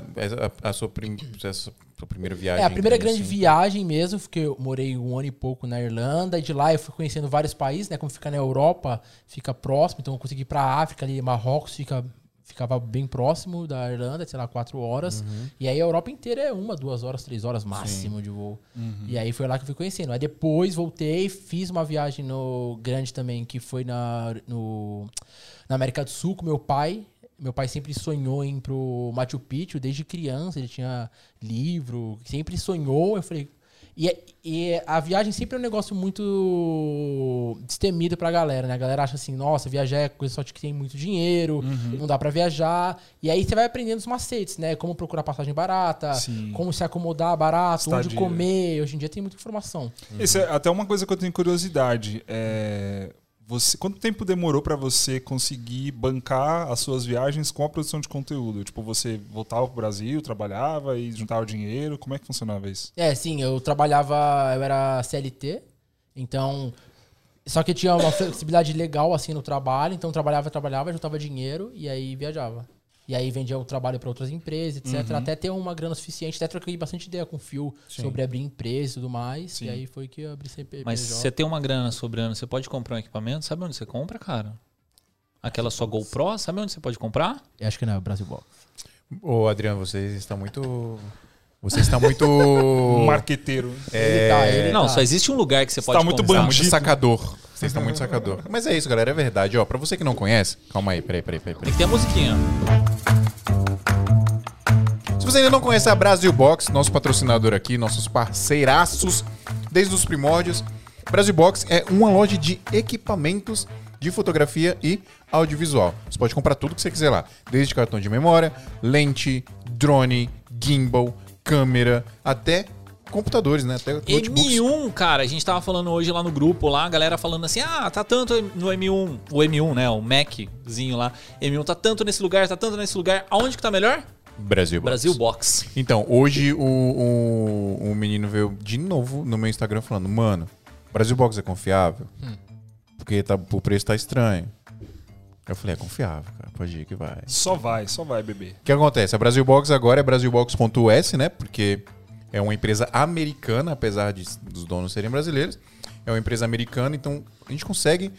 A: A, a sua, prim- essa- sua primeira viagem.
C: É, a primeira
A: assim,
C: grande viagem mesmo, porque eu morei um ano e pouco na Irlanda, e de lá eu fui conhecendo vários países, né? Como fica na Europa, fica próximo, então eu consegui ir pra África ali, Marrocos fica, ficava bem próximo da Irlanda, sei lá, quatro horas. E aí a Europa inteira é uma, duas horas, três horas máximo de voo. E aí foi lá que eu fui conhecendo. Aí depois voltei, fiz uma viagem no grande também, que foi na, no, na América do Sul com meu pai. Meu pai sempre sonhou em ir pro Machu Picchu desde criança, ele tinha livro, sempre sonhou. Eu falei. E, é- e a viagem sempre é um negócio muito destemido pra galera, né? A galera acha assim, nossa, viajar é coisa só de que tem muito dinheiro,
B: Uhum.
C: não dá pra viajar. E aí você vai aprendendo os macetes, né? Como procurar passagem barata,
B: Sim.
C: como se acomodar barato, onde
B: Estadia.
C: comer. Hoje em dia tem muita informação.
B: Esse é até uma coisa que eu tenho curiosidade. É, você, quanto tempo demorou pra você conseguir bancar as suas viagens com a produção de conteúdo? Tipo, você voltava pro Brasil, trabalhava e juntava dinheiro? Como é que funcionava isso?
C: É, sim, eu trabalhava, eu era CLT, então. Só que eu tinha uma flexibilidade legal assim no trabalho, então eu trabalhava, trabalhava, juntava dinheiro e aí viajava. E aí vendia o trabalho para outras empresas, etc. Até ter uma grana suficiente, até troquei bastante ideia com o Fio sobre abrir empresa e tudo mais.
B: Sim.
C: E aí foi que eu abri CPJ.
D: Mas você tem uma grana sobrando, você pode comprar um equipamento? Sabe onde você compra, cara? Aquela sua GoPro, sabe onde você pode comprar?
C: Eu Acho que não, é Brasil Box.
A: Ô, Adriano, você está muito... Você está muito...
B: Marqueteiro.
C: Ele tá, ele
D: Não,
C: tá.
D: só existe um lugar que você
B: Você
D: pode
B: tá muito
A: Tá
D: comprar.
A: muito
B: Bandido.
A: sacador. Vocês estão muito sacador. Mas é isso, galera. É verdade. Ó, pra você que não conhece... Calma aí, peraí, peraí, peraí. peraí.
D: Tem que ter a musiquinha.
A: Se você ainda não conhece a Brasil Box, nosso patrocinador aqui, nossos parceiraços desde os primórdios, Brasil Box é uma loja de equipamentos de fotografia e audiovisual. Você pode comprar tudo que você quiser lá, desde cartão de memória, lente, drone, gimbal, câmera, até computadores, né? Até notebooks.
D: M1, cara, a gente tava falando hoje lá no grupo, lá, a galera falando assim, ah, tá tanto no M1, o M1, né, o Maczinho lá, M1 tá tanto nesse lugar, tá tanto nesse lugar, aonde que tá melhor?
A: Brasil Box.
D: Brasil Box.
A: Então, hoje o, o, o menino veio de novo no meu Instagram falando, mano, Brasil Box é confiável? Porque tá, o preço tá estranho. Eu falei, é confiável, cara. Pode ir que vai.
B: Só vai, só vai, bebê.
A: O que acontece? A Brasil Box agora é brasilbox.us, né? Porque é uma empresa americana, apesar de, dos donos serem brasileiros. É uma empresa americana, então a gente consegue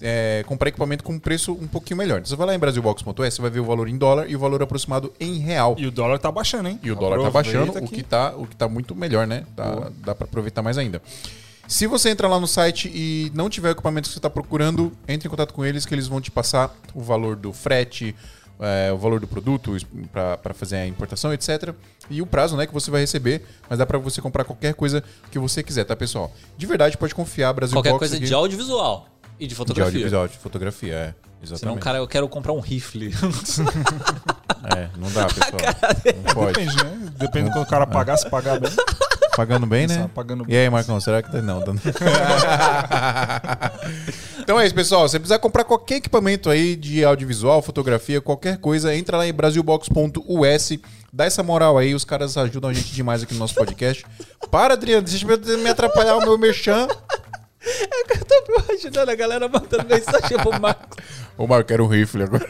A: é, comprar equipamento com um preço um pouquinho melhor. Então, você vai lá em brasilbox.us, você vai ver o valor em dólar e o valor aproximado em real.
B: E o dólar tá baixando, hein?
A: E o dólar tá
B: Aproveita
A: baixando, o que tá, o que tá muito melhor, né? Dá, dá para aproveitar mais ainda. Se você entrar lá no site e não tiver o equipamento que você está procurando, entre em contato com eles que eles vão te passar o valor do frete, é, o valor do produto para fazer a importação, etc. E o prazo né, que você vai receber, mas dá para você comprar qualquer coisa que você quiser, tá, pessoal? De verdade, pode confiar, Brasil
D: Qualquer
A: Box
D: coisa
A: aqui-
D: de audiovisual e de
A: de
D: fotografia.
A: audiovisual, de fotografia, é.
D: Senão,
A: Exatamente.
D: cara, eu quero comprar um rifle.
A: É, não dá, pessoal. Não pode.
B: Depende, né? Depende do que o cara pagar, se pagar bem.
A: Pagando bem,
B: Pensar,
A: né?
B: pagando
A: E aí, Marcão, será que tá? Não, tá... então é isso, pessoal. Se você precisar comprar qualquer equipamento aí de audiovisual, fotografia, qualquer coisa, entra lá em brasilbox.us. Dá essa moral aí, os caras ajudam a gente demais aqui no nosso podcast. Para, Adriano, deixa eu me atrapalhar o meu merchan.
D: eu tô imaginando a galera mandando mensagem pro Marcos.
A: Ô, Marco, quero um rifle agora.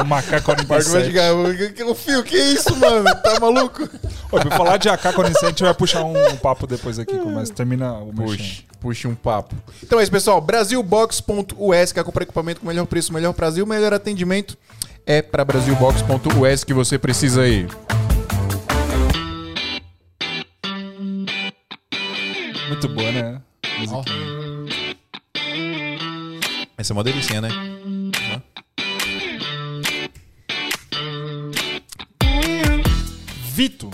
B: O macaco
A: Marco vai
B: 47.
A: chegar. O fio, que isso, mano? Tá maluco?
B: Ô, pra falar de AK-47, a gente vai puxar um, um papo depois aqui, mas termina o merchan.
A: Puxe, puxe um papo. Então é isso, pessoal. Brasilbox.us, quer comprar equipamento com melhor preço, melhor Brasil, melhor atendimento. É para brasilbox.us que você precisa aí.
B: Muito boa, né?
C: Ó,
A: Essa é uma delícia, né?
B: Vito,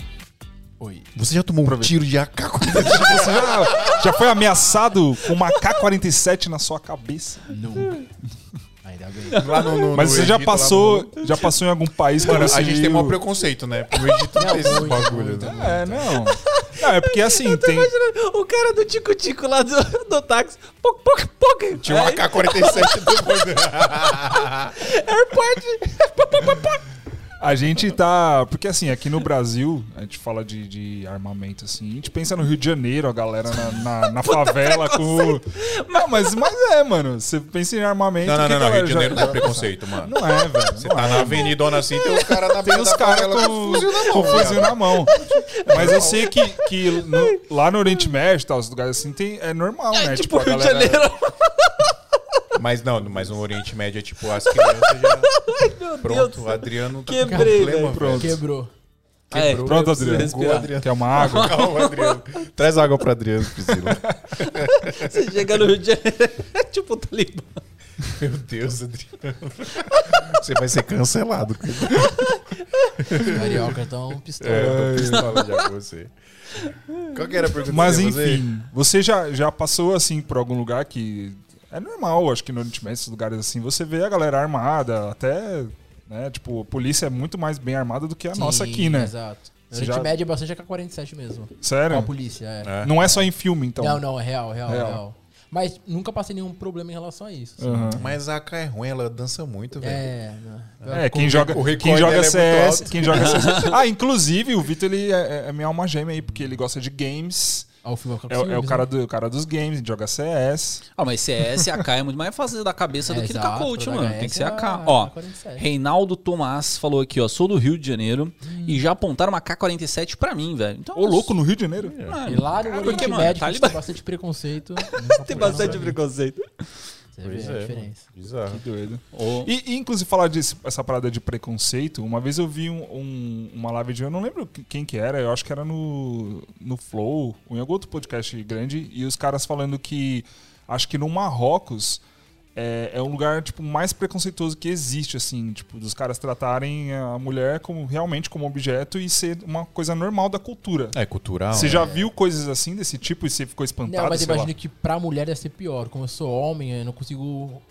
C: Oi.
A: Você já tomou um tiro de AK? quando-
B: Você já, já foi ameaçado com uma K-47 na sua cabeça.
C: Nunca. Ainda bem.
A: lá no, no-
B: Mas
A: no
B: você já
A: Egito, lá
B: passou,
A: no-
B: já passou em algum país que
A: Mano,
B: você
A: a gente tem
B: viu-
A: maior preconceito, né? No Egito não tem esses
C: muito,
A: bagulho,
C: muito,
A: né?
B: É, não. Não, é porque assim, tem.
D: O cara do tico-tico lá do, do táxi. Poc, poc, poc.
A: Tinha um
D: Aí,
A: AK-47 do mundo.
B: A gente tá. Porque assim, aqui no Brasil, a gente fala de, de armamento assim. A gente pensa no Rio de Janeiro, a galera na, na- na favela com. Não, mas, mas é, mano. Você pensa em armamento.
A: Não, não,
B: que a
A: não, não. Rio
B: galera
A: de
B: né? já-
A: Janeiro não é
B: já-
A: preconceito, mano.
B: Não é, velho.
A: Você
B: não
A: tá
B: é.
A: na avenidona assim, tem os caras na
B: Tem
A: beira
B: os
A: da
B: caras
A: favela
B: com, com fuzil na mão. Mas eu sei que, que no- lá no Oriente Médio, tal, os lugares assim, tem, é normal, né?
D: tipo,
B: a
D: Rio de
B: galera-
D: Janeiro.
A: Mas não, mas no Oriente Médio é tipo, as crianças já.
D: Deus do
A: Pronto, o
D: céu.
A: Adriano tá
D: Quebrei, né?
A: com problema,
D: velho.
A: velho.
C: Quebrou.
D: É,
B: Pronto, Adriano.
D: Respira.
B: Boa, Adriano. Quer uma água?
A: Calma, Adriano. Traz água pra Adriano, Priscila.
D: Você chega no Rio de Janeiro. É tipo o Talibã.
A: Meu Deus, Adriano. Você vai ser cancelado.
C: Carioca tão pistola.
A: É, eu tô pistola já com você. Qual que era a pergunta que
B: Mas
A: você ia fazer?
B: enfim, você já, já passou assim por algum lugar que. É normal, acho que no Oriente Médio, esses lugares assim, você vê a galera armada, até. Né, tipo, a polícia é muito mais bem armada do que a nossa aqui, né?
C: Exato. A
B: Você
C: gente
B: já-
C: mede bastante AK-47 mesmo.
B: Sério?
C: Com a polícia, é.
A: É.
B: Não é só em filme, então.
C: Não, não, é real, real,
B: Real.
C: real, Mas nunca passei nenhum problema em relação a isso. assim.
B: Aham.
A: Mas a AK é ruim, ela dança muito, velho.
C: É, não.
B: É, quem joga,
A: o
B: quem
A: recorde
B: joga
A: dela é muito
B: CS,
A: alto.
B: quem joga CS. Ah, inclusive o Vitor ele é, é- é minha alma gêmea aí porque ele gosta de games.
C: Ah, o filme
B: É, é o cara do o cara dos games, ele joga CS.
D: Ah, mas CS e AK é muito mais fácil da cabeça do que do Kakout, tá mano. Tem que ser AK. Ó,
C: AK-47.
D: Reinaldo Tomás falou aqui, ó. Sou do Rio de Janeiro e já apontaram uma K-47 pra mim, velho. Então,
B: Ô, louco, no Rio de Janeiro?
D: Ah,
C: E lá no
D: cara,
C: Oriente
D: porque, mano,
C: Médio, que
D: tá
C: a gente
D: ali-
C: tem bastante preconceito.
D: Tem bastante é. preconceito.
C: Você vê a diferença.
A: Bizarro.
B: Que doido.
D: Ô,
B: E, e, inclusive, falar disso, essa parada de preconceito, uma vez eu vi um- um- uma live de. Eu não lembro que- quem que era, eu acho que era no, no Flow, ou em algum outro podcast grande, e os caras falando que. Acho que no Marrocos é, é um lugar, tipo, mais preconceituoso que existe, assim, tipo, dos caras tratarem a mulher como realmente como objeto e ser uma coisa normal da cultura.
A: É cultural.
B: Você
A: né?
B: já viu coisas assim desse tipo e você ficou espantado?
C: Não, mas
B: sei
C: imagino
B: lá?
C: que pra mulher deve ser pior. Como eu sou homem, eu não consigo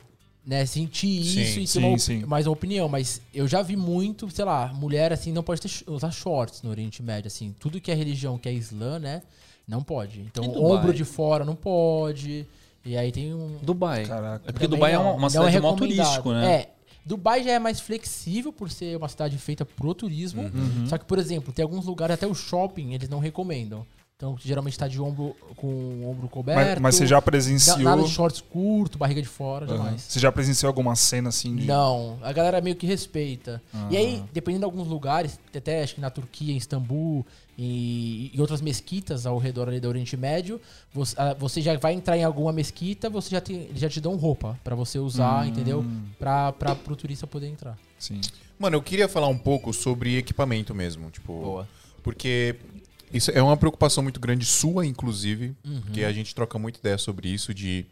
C: né, sentir
A: Sim,
C: isso e
B: sim,
C: ter uma,
B: sim.
C: mais uma opinião. Mas eu já vi muito, sei lá, mulher assim não pode ter, sh- usar shorts no Oriente Médio, assim. Tudo que é religião, que é islã, né? Não pode. Então,
D: E Dubai?
C: ombro de fora não pode. E aí tem um.
D: Dubai.
B: Caraca.
D: É porque
C: Também um-
D: Dubai é
C: não.
D: uma, uma
C: Não
D: cidade mal
C: recomendado.
D: turístico, né?
C: É. Dubai já é mais flexível por ser uma cidade feita pro
D: Uhum.
C: turismo. Só que, por exemplo, tem alguns lugares, até o shopping, eles não recomendam. Então, geralmente tá de ombro com o ombro coberto.
B: Mas, mas você já Uhum.
C: Na-
B: presenciou.
C: Nada de shorts curto, barriga de fora,
B: Aham.
C: jamais.
B: Você já presenciou alguma cena assim de.
C: Não, a galera meio que respeita. E aí, dependendo de alguns lugares, até acho que na Turquia, em Istambul e, e outras mesquitas ao redor ali do Oriente Médio, você, ah, você já vai entrar em alguma mesquita, você já tem, eles já te dão roupa pra você usar, entendeu? Pra, pra pro turista poder entrar.
B: Sim.
A: Mano, eu queria falar um pouco sobre equipamento mesmo. Tipo, Porque isso é uma preocupação muito grande sua, inclusive, porque a gente troca muita ideia sobre isso, de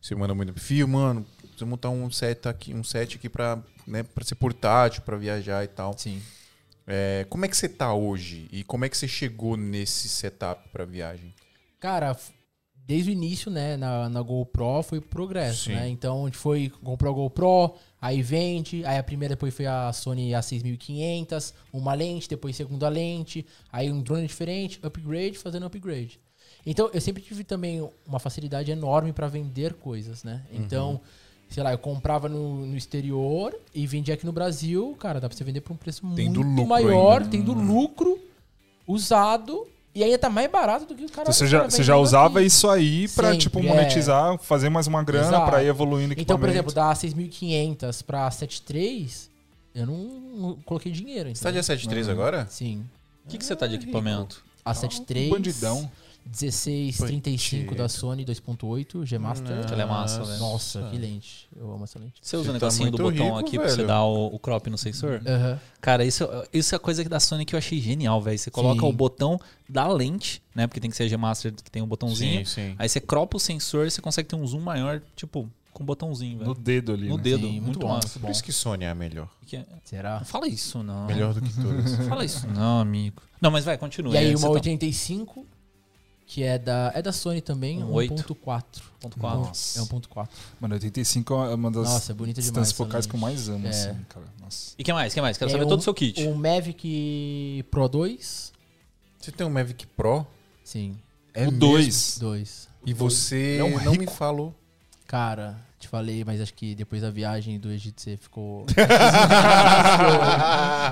A: você manda muito fio, mano, você montar um set aqui, um set aqui pra, né, pra ser portátil, pra viajar e tal.
C: Sim.
A: É, como é que você tá hoje? E como é que você chegou nesse setup pra viagem?
C: Cara, f- desde o início, né, na, na GoPro foi progresso,
A: Sim.
C: né? Então a gente foi, comprou a GoPro, aí vende, aí a primeira depois foi a Sony A6500, uma lente, depois segunda lente, aí um drone diferente, upgrade, fazendo upgrade. Então eu sempre tive também uma facilidade enorme pra vender coisas, né?
A: Uhum.
C: Então, sei lá, eu comprava no, no exterior e vendia aqui no Brasil, cara, dá pra você vender por um preço
A: Tendo
C: muito
A: lucro
C: maior,
A: ainda. Uhum.
C: tendo lucro usado e ainda tá mais barato do que o cara.
B: Então você já,
C: cara
B: você
C: vende
B: já
C: aqui.
B: usava isso aí pra,
C: Sempre,
B: tipo,
C: é.
B: monetizar, fazer mais uma grana
C: Exato.
B: pra ir evoluindo equipamento.
C: Então, por exemplo, da 6.500 pra 7.3, eu não, não coloquei dinheiro.
A: Você tá de
C: Entendeu?
A: A73 agora?
C: Sim.
D: O que, que você tá de equipamento?
C: A
B: Um
C: 7.3.
B: bandidão.
C: 1635 da Sony 2.8, G Master.
D: Aquela é massa, velho.
C: Nossa, que lente. Eu amo essa lente.
D: Você usa
A: Você
D: o
A: tá
D: negocinho do
A: muito
D: botão
A: rico,
D: aqui pra você
A: velho.
D: dar o, o crop no sensor?
C: Aham.
D: Cara, isso, isso é a coisa que da Sony que eu achei genial, velho. Você coloca
C: Sim.
D: o botão da lente, né? Porque tem que ser a G-Master que tem um botãozinho.
A: sim.
D: Aí você cropa o sensor e você consegue ter um zoom maior, tipo, com um botãozinho, velho.
B: No dedo ali.
D: No
B: né?
D: dedo,
C: Sim,
D: muito
C: muito bom,
D: massa.
A: Por isso que Sônia é a melhor.
D: Que é-
C: Será?
D: Não fala isso, não.
A: Melhor do que todas.
D: Não fala isso, não, amigo. Não, mas vai, continua.
C: E aí
D: Você
C: uma
D: tá-
C: 85, que é da, é da Sony também,
D: Um oito.
C: 1.4.
D: Ponto quatro.
C: É 1.4.
B: Mano, 85 é uma das
C: Nossa, é bonita demais.
B: distâncias focais
C: essa
B: que eu mais amo,
C: É.
B: assim, cara. Nossa.
D: E o que mais? que mais? Quero
C: É
D: saber
C: um-
D: todo o seu kit.
C: lente. O Mavic Pro 2.
A: Você tem um Mavic Pro
C: Sim,
A: É
B: o
A: mesmo?
B: 2.
C: 2.
A: e você
B: Ele é um
A: não me falou.
C: Cara, te falei, mas acho que depois da viagem do Egito você ficou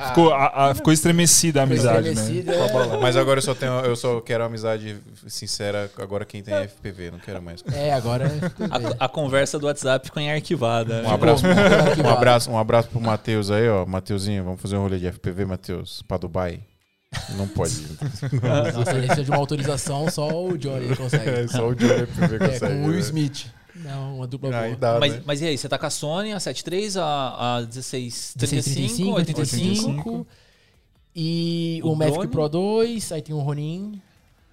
B: Ficou, a- a- ficou estremecida a amizade, né?
C: estremecida.
A: Mas agora eu só tenho, eu só quero amizade sincera agora quem tem FPV, não quero mais.
C: É, agora ficou bem.
D: A, a conversa do WhatsApp ficou em arquivada.
A: Um abraço,
C: Ficou
A: um abraço, um abraço pro Matheus aí, ó. Mateuzinho, vamos fazer um rolê de FPV, Matheus, pra Dubai. Não pode.
C: Nossa, ele precisa de uma autorização, só o
A: É,
C: Johnny consegue.
A: só o Johnny FPV
C: É, com o Will Smith. Não, uma dupla boa.
A: né? Aí dá, né?
D: Mas, mas e aí, você tá com a Sony, a 73, a, a 16,
C: 1635,
D: 35, 85.
C: 85. E o,
D: O
C: Mavic
D: drone?
C: Pro 2, aí tem o Ronin.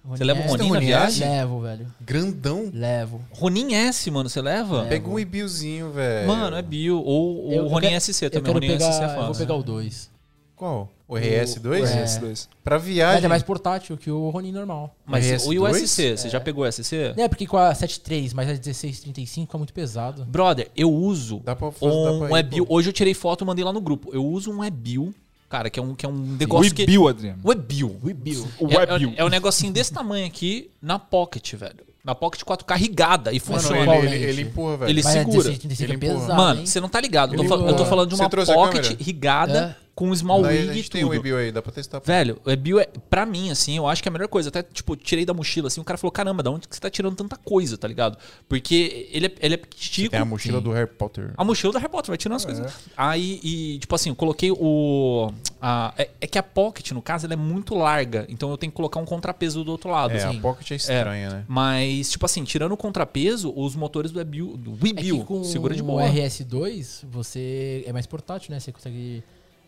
D: Você leva o
C: S.
D: Ronin na
A: Ronin
D: viagem?
C: é Levo, velho.
A: Grandão.
C: Levo.
D: Ronin S, mano, você leva?
C: É,
A: Pega um Ibilzinho, velho.
D: Mano, é bio. Ou ou
C: Eu-
D: o
C: eu
D: Ronin
C: quero-
D: SC
C: Eu
D: também.
C: quero
D: Ronin SC é
C: pegar, eu vou
D: fácil.
C: pegar o 2.
A: Qual? O
B: O
A: RS2?
C: É.
B: RS2.
A: Pra
C: Mas
A: viagem.
C: é mais portátil que o Ronin normal.
D: Mas
A: RS2?
D: o USC, você já pegou o SC?
C: É, porque com a 7.3 mais a 16.35 é muito pesado.
D: Brother, eu uso
A: Dá pra fazer. dá
D: um
A: pra ir,
D: Ebil.
A: pô.
D: Hoje eu tirei foto e mandei lá no grupo. Eu uso um Ebil, cara, que é um, que é um
B: O
D: negócio que...
B: Ibil, Adriano.
D: Webil.
C: Webill.
B: O
D: É,
B: Webil.
D: é, é um negocinho desse tamanho aqui na pocket, velho. Na pocket 4 carregada e
C: Mas
A: Mano,
C: é
D: funciona.
A: ele,
C: igual
A: ele,
C: lente.
A: ele empurra, velho.
D: Ele-
C: Mas a
D: segura.
C: 16.35 é
A: Ele empurra.
C: pesado,
D: Mano,
C: hein?
D: você não tá ligado. Eu tô,
A: Ele- é
D: fal- eu tô falando de
A: Você
D: uma
A: trouxe a
D: pocket
A: câmera?
D: rigada
C: É.
D: com small
A: Aí a
D: rig e
A: gente tem um
D: tudo.
A: Ibil aí, dá pra testar.
D: Velho, o Ebil é, pra mim, assim, eu acho que é a melhor coisa. Até, tipo, tirei da mochila, assim, o cara falou, caramba, da onde que você tá tirando tanta coisa, tá ligado? Porque ele é, ele
A: Tem
D: é
A: a
D: pequitico.
A: mochila do É. Harry Potter.
D: A mochila da Harry Potter, vai tirando as coisas. Aí, e, tipo assim, eu coloquei o. a- é, é que a Pocket, no caso, ela é muito larga. Então eu tenho que colocar um contrapeso do outro lado.
A: É,
D: assim.
A: a Pocket é estranha, né?
D: Mas, tipo assim, tirando o contrapeso, os motores do Webill, do
C: É
D: Webill
C: que com
D: segura de
C: o
D: boa.
C: RS2, você é mais portátil, né? Você consegue...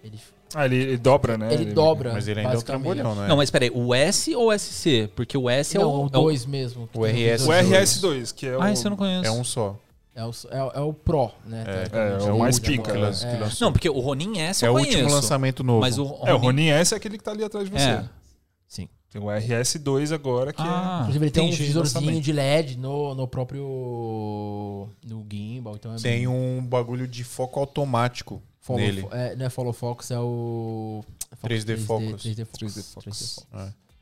C: Ele,
B: Ah, ele, ele dobra, né?
C: ele dobra,
A: Mas ele ainda é um
C: basicamente.
A: trambolhão, né?
D: Não, mas peraí, o S ou o SC? Porque o S é
C: Não,
D: o.
C: o 2 mesmo.
A: O RS2.
B: O RS2, que é
D: É
B: o...
D: o... Ah, esse eu não conheço.
A: É um só.
C: É o, é, o- é o Pro, né?
B: É,
C: teoricamente.
B: é o mais
A: último
B: pica,
A: que
B: né?
A: lança- que
C: É.
A: lançou.
D: Não, porque o Ronin S
A: É
D: eu
A: o
D: conheço.
A: último lançamento novo.
D: Mas o
B: É, o
D: Ronin.
B: Ronin S é aquele que tá ali atrás de você.
D: É.
C: Sim.
B: Tem o RS2 agora, que é,
D: Ah,
C: Inclusive, ele tem um
D: entendi,
C: visorzinho
B: lançamento.
C: de LED no, no próprio. no gimbal. Então é
A: Tem um bagulho de foco automático
C: follow,
A: nele.
C: É, não é Follow Focus, é o. é
A: 3D Focus.
C: 3D Focus.
B: 3D Focus.
C: 3D Focus.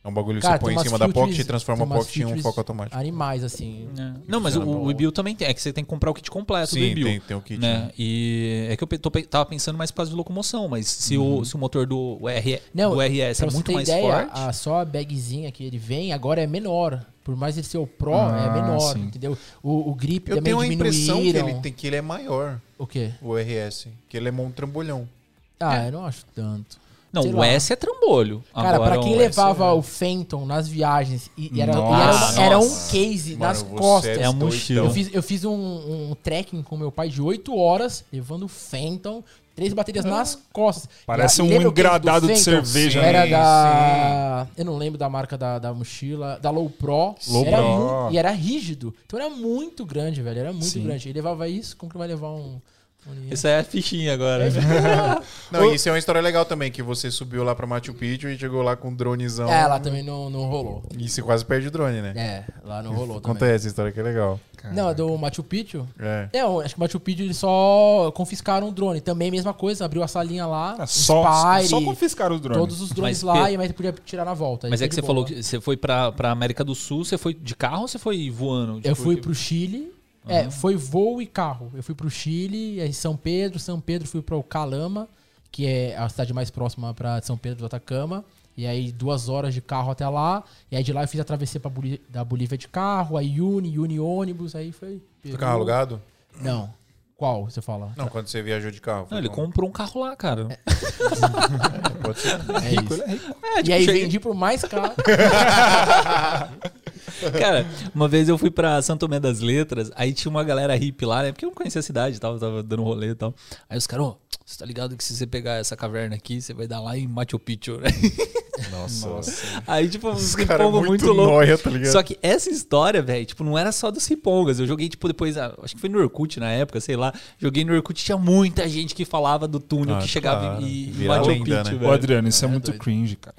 A: É um bagulho que
C: Cara,
A: você põe
C: tem
A: em
C: umas
A: cima da Pocket e
C: features-
A: transforma a
C: tem umas
A: Pocket em um
C: features-
A: foco automático.
C: Animais, assim.
D: É. Não, mas o,
A: Funciona
D: o
A: bom.
D: Webill também tem. É que você tem que comprar o kit completo do
A: Sim,
D: Webill.
A: tem, tem o kit.
D: né?
A: né?
D: E é que eu pe- tô pe- tava pensando mais por causa de locomoção, mas se, o, se o motor do, R,
C: Não,
D: do RS é
C: Pra você
D: muito
C: ter
D: mais
C: ideia,
D: forte.
C: a, só a bagzinha que ele vem agora é menor. Por mais ele ser o Pro,
B: Ah,
C: é menor,
B: sim.
C: entendeu? O, o grip
A: Eu
C: também
A: tenho a impressão que
C: diminuíram.
A: ele, tem, que ele é maior,
C: O quê?
A: o RS. Que ele é um trambolhão. É.
C: Ah, eu não acho tanto.
D: Não,
C: sei
D: o
C: lá.
D: S é trambolho.
C: Cara,
D: Agora,
C: pra quem
D: o é
C: levava o Fenton nas viagens e e era, e era uma-
D: Nossa.
C: era um case
A: Mano,
C: nas
A: você
C: costas.
D: É um
A: doidão.
B: Então.
D: mochila.
C: Eu fiz, eu fiz um, um trekking com meu pai de 8 horas, levando o Fenton, três baterias nas costas.
B: Parece
C: E a-
B: um
C: lembra o case
B: engradado de
C: Fenton?
B: cerveja,
C: Era
A: né?
C: da. Eu não lembro da marca da, da mochila, da Low Pro.
B: Low
C: era
B: Pro.
C: mu- E era rígido. Então era muito grande, velho. Era muito
B: Sim.
C: grande. Ele levava isso, como que vai levar um. um-
D: Isso é a fichinha agora.
C: é
A: Não, e isso é uma história legal também, que você subiu lá pra Machu Picchu e chegou lá com um dronezão.
C: É, lá também não, não rolou.
A: E você quase perde o drone, né?
C: É, lá não rolou
A: Conta
C: também.
A: essa história que é legal.
C: Não, é do Machu Picchu.
A: É.
C: É, eu acho que o Machu Picchu eles só confiscaram o drone. Também mesma coisa, abriu a salinha lá,
B: Ah,
C: o
B: só,
C: Spire,
B: só confiscaram o drone.
C: todos os drones
D: Mas,
C: lá,
D: Pedro-
C: e mas podia tirar na volta.
D: Mas
C: Aí
D: é que
C: foi
D: você
C: de
D: falou
C: boa.
D: que você foi pra, pra América do Sul, você foi de carro ou você foi voando?
C: Eu
D: Tipo,
C: fui
D: que-
C: pro Chile, é, foi voo e carro. Eu fui pro Chile, aí São Pedro, São Pedro fui pro Calama, que é a cidade mais próxima pra São Pedro do Atacama. E aí duas horas de carro até lá, e aí de lá eu fiz a travessia pra Bolí- da Bolívia de carro, aí Uni, Uni ônibus, aí foi...
A: Foi carro alugado?
C: Não. Qual você fala?
A: Não, quando você viajou de carro.
D: Não,
A: foi
D: ele
A: como?
D: comprou um carro lá, cara.
A: Pode ser. um
C: É isso.
D: É,
C: e aí
D: cheguei-
C: vendi por mais caro.
D: Cara, uma vez eu fui pra Santo Tomé das Letras, aí tinha uma galera hippie lá, né? Porque eu não conhecia a cidade e tal, eu tava dando rolê e tal. Aí os caras, ô, você tá ligado que se você pegar essa caverna aqui, você vai dar lá em Machu Picchu, né?
A: Nossa.
D: Aí, tipo, os
A: Cara, é
D: ripongas
A: muito,
D: muito
A: muito
D: louco.
A: nóia, tá ligado?
D: Só que essa história, velho, tipo, não era só dos ripongas. Eu joguei, tipo, depois, ah, acho que foi no Orkut na época, sei lá. Joguei no Orkut, tinha muita gente que falava do túnel
A: Ah,
D: que chegava
A: claro.
D: e, e
A: Virar
D: invadia
A: lenda,
D: o pit,
A: né?
B: Ô,
D: velho.
B: Adriano, isso é,
C: É
B: muito
C: doido.
B: cringe, cara.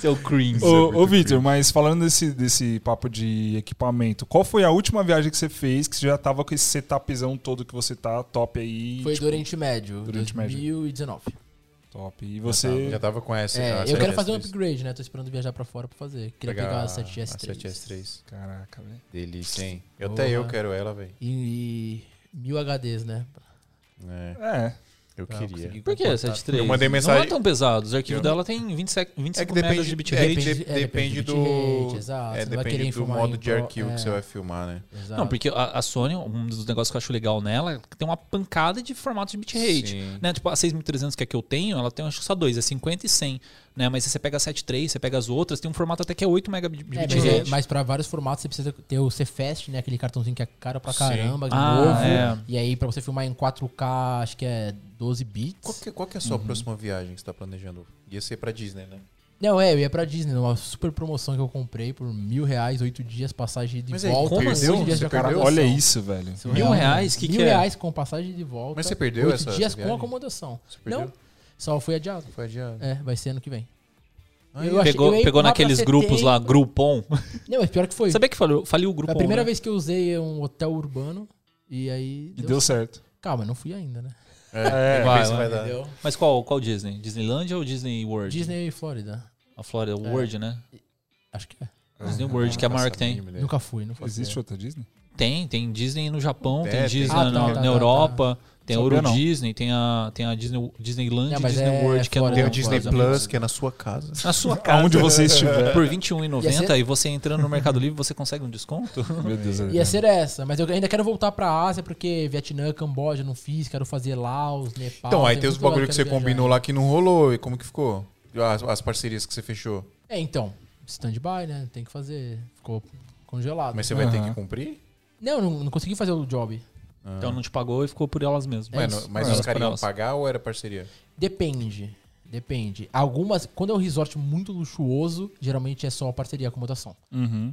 D: Seu cringe.
A: é
B: Ô,
A: muito
B: ô Vitor,
A: cringe.
B: mas falando desse, desse papo de equipamento, qual foi a última viagem que você fez que você já tava com esse setupzão todo que você tá top aí?
C: Foi
B: tipo,
C: do Oriente Médio,
B: do Oriente Médio.
C: 2019.
B: Top. E você.
A: Já tava com essa.
C: É,
A: a
C: eu quero
A: 7S3.
C: fazer um upgrade, né? Tô esperando viajar pra fora pra fazer. Queria pegar, a 7S3.
A: A 7S3.
B: Caraca, velho.
A: Delícia, hein? Eu
C: Boa.
A: Até eu quero ela, velho.
C: E, e mil HDs, né?
A: É,
B: É.
A: eu
C: Pra
A: queria.
C: conseguir
D: Por que
C: comportar.
D: 73?
A: Eu mandei
D: Não
A: mensagem-
D: é tão pesado. Os arquivos
A: Eu-
D: dela tem 27, 25
A: É que depende
D: megas de
A: é,
D: bitrate.
A: de-
C: é,
A: depende
C: depende
A: do.
C: do bitrate, exato,
A: É,
C: você não vai
A: depende
C: querer
A: do
C: filmar
A: modo
C: em
A: de
C: pro-
A: arquivo que
C: é.
A: você vai filmar, né?
C: Exato.
D: Não, porque a, a Sony, um dos negócios que eu acho legal nela, é que tem uma pancada de formato de bitrate.
A: Sim.
D: Né? Tipo, a 6300 que é que eu tenho, ela tem acho que só dois, é 50 e 100. Né? Mas se você pega a 73, você pega as outras, tem um formato até que é 8 mega de
C: É, mas,
D: bitrate.
C: é- mas pra vários formatos você precisa ter o Cfast, né? Aquele cartãozinho que é caro pra
A: Sim.
C: caramba,
D: Ah,
C: novo.
D: é.
C: E aí pra você filmar em 4K, acho que é 12 bits.
A: Qual que, qual que é a sua próxima viagem que você tá planejando? Ia ser pra Disney, né?
C: Não, é, eu ia pra Disney, numa super promoção que eu comprei por mil reais, oito dias, passagem de
A: Mas aí,
C: volta.
D: como
C: oito
D: assim?
C: dias
A: Você
C: de
A: perdeu?
B: Cara, olha
C: acomodação.
B: isso, velho.
D: Mil
C: Não,
D: reais? Que
C: mil
D: que é?
C: reais com passagem de volta.
A: Mas você perdeu
C: oito
A: essa-
C: dias
A: essa
C: com
A: viagem?
C: acomodação.
A: Você perdeu?
C: Não, só foi adiado.
A: Foi adiado.
C: É, vai ser ano que vem.
A: Ah,
C: Eu achei-
D: Pegou,
C: eu ia
D: pegou
C: lá pra
D: naqueles grupos lá,
C: setembro.
D: Groupon.
C: Não, mas pior que foi.
D: Sabia que falhou, faliu o
C: Foi
D: Groupon?
C: a primeira
D: né?
C: vez que eu usei um hotel urbano e aí.
B: E deu certo.
C: Calma, não fui ainda, né?
A: É,
D: vai,
A: vai, vai,
D: vai.
A: dar.
D: Mas qual, qual Disney? Disneylandia ou Disney World?
C: Disney e Flórida.
D: A Florida World, né?
C: Acho que é.
D: Disney World, que é a maior que tem.
A: Nunca...
C: Nunca fui, É. não fui.
B: Existe outra Disney?
D: Tem, tem Disney no Japão,
A: É,
D: tem
A: tem.
D: Disney
C: Ah, tá,
D: na,
C: tá,
D: na
C: tá,
D: Europa, tem a
B: Sabia
D: Euro
B: não.
D: Disney, tem a, tem a Disney, Disneyland
C: Não,
D: e
C: mas
D: Disney
C: é
D: World, que é no,
C: fora,
A: Tem o
C: né?
A: Disney
D: nos Estados
A: Plus,
D: Unidos.
A: que é na sua casa.
D: Na sua casa.
B: Aonde você estiver.
D: Por R$21,90
C: Ia
D: e você entrando no Mercado Livre, você consegue um desconto?
B: Meu Deus, é
A: né?
C: Ia
B: Adriano.
C: ser é essa, mas eu ainda quero voltar pra Ásia, porque Vietnã, Camboja, não fiz, quero fazer Laos, Nepal.
A: Então, aí
C: muito
A: tem os
C: lugar
A: bagulho que você
C: eu quero
A: combinou
C: viajar. né?
A: lá que não rolou. E como que ficou? As, as parcerias que você fechou.
C: É, então, stand-by, né? Tem que fazer. Ficou congelado.
A: Mas você vai ter
B: Aham.
A: que cumprir?
C: Não, não, não consegui fazer o job.
D: Então não te pagou e ficou por elas
B: É
D: mesmas.
A: Ué, não- Ah. mas
D: Elas
A: os
D: por
A: caras iam
D: elas.
A: pagar ou era parceria?
C: Depende. Depende. Algumas. Quando é um resort muito luxuoso, geralmente é só parceria e acomodação.
B: Uhum.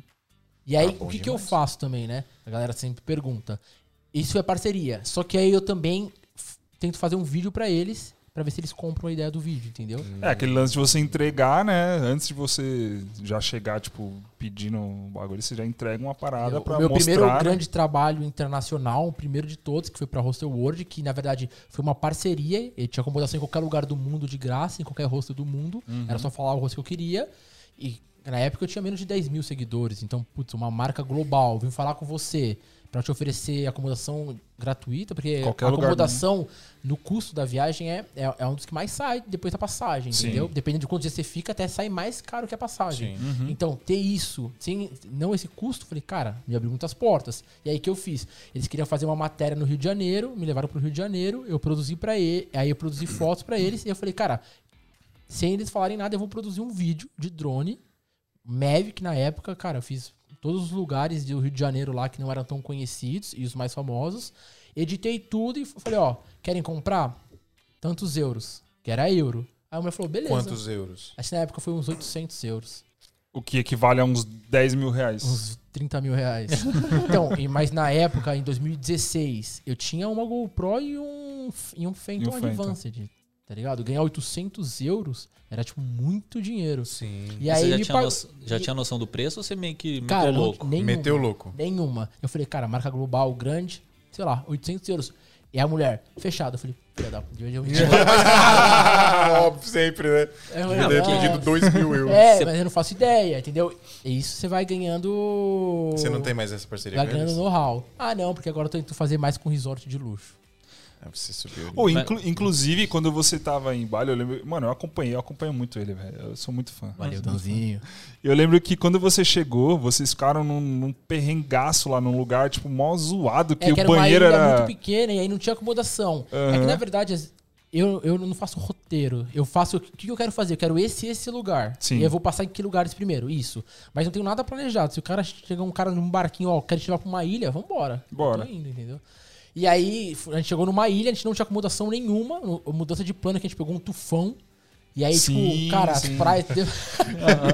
C: E aí,
A: Ah, bom
C: o que, que eu
A: demais.
C: faço também, né? A galera sempre pergunta. Isso é parceria. Só que aí eu também f- tento fazer um vídeo pra eles, pra ver se eles compram a ideia do vídeo, entendeu?
B: É, aquele lance de você entregar, né? Antes de você já chegar, tipo, pedindo um bagulho, você já entrega uma parada
C: O
B: pra
C: meu
B: mostrar.
C: primeiro
B: né?
C: grande trabalho internacional, o primeiro de todos, que foi pra Hostel World, que na verdade foi uma parceria. Eu tinha acomodação em qualquer lugar do mundo de graça, em qualquer hostel do mundo.
B: Uhum.
C: Era só falar o hostel que eu queria. E na época eu tinha menos de 10 mil seguidores. Então, putz, uma marca global. Vim falar com você pra te oferecer acomodação gratuita, porque
B: Qualquer
C: a
B: lugar do
C: acomodação no custo da viagem é, é, é um dos que mais sai depois da passagem,
B: Sim.
C: entendeu? Dependendo de quantos dias você fica, até sai mais caro que a passagem.
A: Sim.
C: Então, ter isso, sem não esse custo, falei, cara, me abriu muitas portas. E aí que eu fiz? Eles queriam fazer uma matéria no Rio de Janeiro, me levaram pro Rio de Janeiro, eu produzi para ele, aí eu produzi fotos para eles, e eu falei, cara, sem eles falarem nada, eu vou produzir um vídeo de drone, Mavic na época, cara, eu fiz todos os lugares do Rio de Janeiro lá que não eram tão conhecidos e os mais famosos, editei tudo e falei, ó, querem comprar? Tantos euros, que era euro. Aí a mulher falou, beleza.
A: Quantos euros?
C: Acho que na época foi uns 800 euros.
B: O que equivale a uns 10 mil reais.
C: Uns 30 mil reais. então, e- mas na época, em 2016, eu tinha uma GoPro e um, e um Phantom
B: E um Phantom.
C: Advanced, tá ligado? Ganhar 800 euros era, tipo, muito dinheiro.
A: Sim.
C: E
D: Você
C: aí
D: já,
C: me
D: tinha
C: pagou...
D: noção, já tinha noção do preço ou você meio que meteu
C: Cara, não-
D: louco?
C: nenhuma.
A: Meteu louco.
C: Nenhuma. Eu falei, cara, marca global grande, sei lá, 800 euros. E a mulher, fechado. Eu falei, filha da... puta, devia- devia-
A: Óbvio, sempre, né?
C: Eu
A: Devia
C: falei,
A: ter pedido
C: "Ah,
A: 2 mil euros.
C: É,
D: Você-
C: mas eu não faço ideia, entendeu? E isso você vai ganhando...
A: Você não tem mais essa parceria
C: Vai
A: com eles?
C: ganhando know-how. Ah, não, porque agora eu tô tentando fazer mais com resort de luxo.
A: Ah, você subiu.
B: Ou inclu- inclusive, quando você tava em Bali, eu lembro. Mano, eu acompanhei, eu acompanho muito ele, velho. Eu sou muito fã.
C: Valeu, Danzinho.
B: Eu lembro que quando você chegou, vocês ficaram num, num perrengaço lá, num lugar, tipo, mó zoado, que,
C: É que
B: o
C: era uma
B: banheiro
C: ilha
B: era.
C: muito pequena e aí não tinha acomodação. É
B: Aham.
C: que, na verdade, as- eu, eu não faço roteiro. Eu faço o que que eu quero fazer. Eu quero esse e esse lugar.
B: Sim.
C: E eu vou passar em que lugares primeiro? Isso. Mas não tenho nada planejado. Se o cara chegar um cara num barquinho, ó, quero te levar pra uma ilha, vambora.
B: Bora.
C: Eu Tô indo, entendeu? é E aí, f- a gente chegou numa ilha, a gente não tinha acomodação nenhuma. no- Mudança de plano que a gente pegou um tufão. E aí,
B: Sim,
C: tipo, cara, as
B: sim.
C: praias.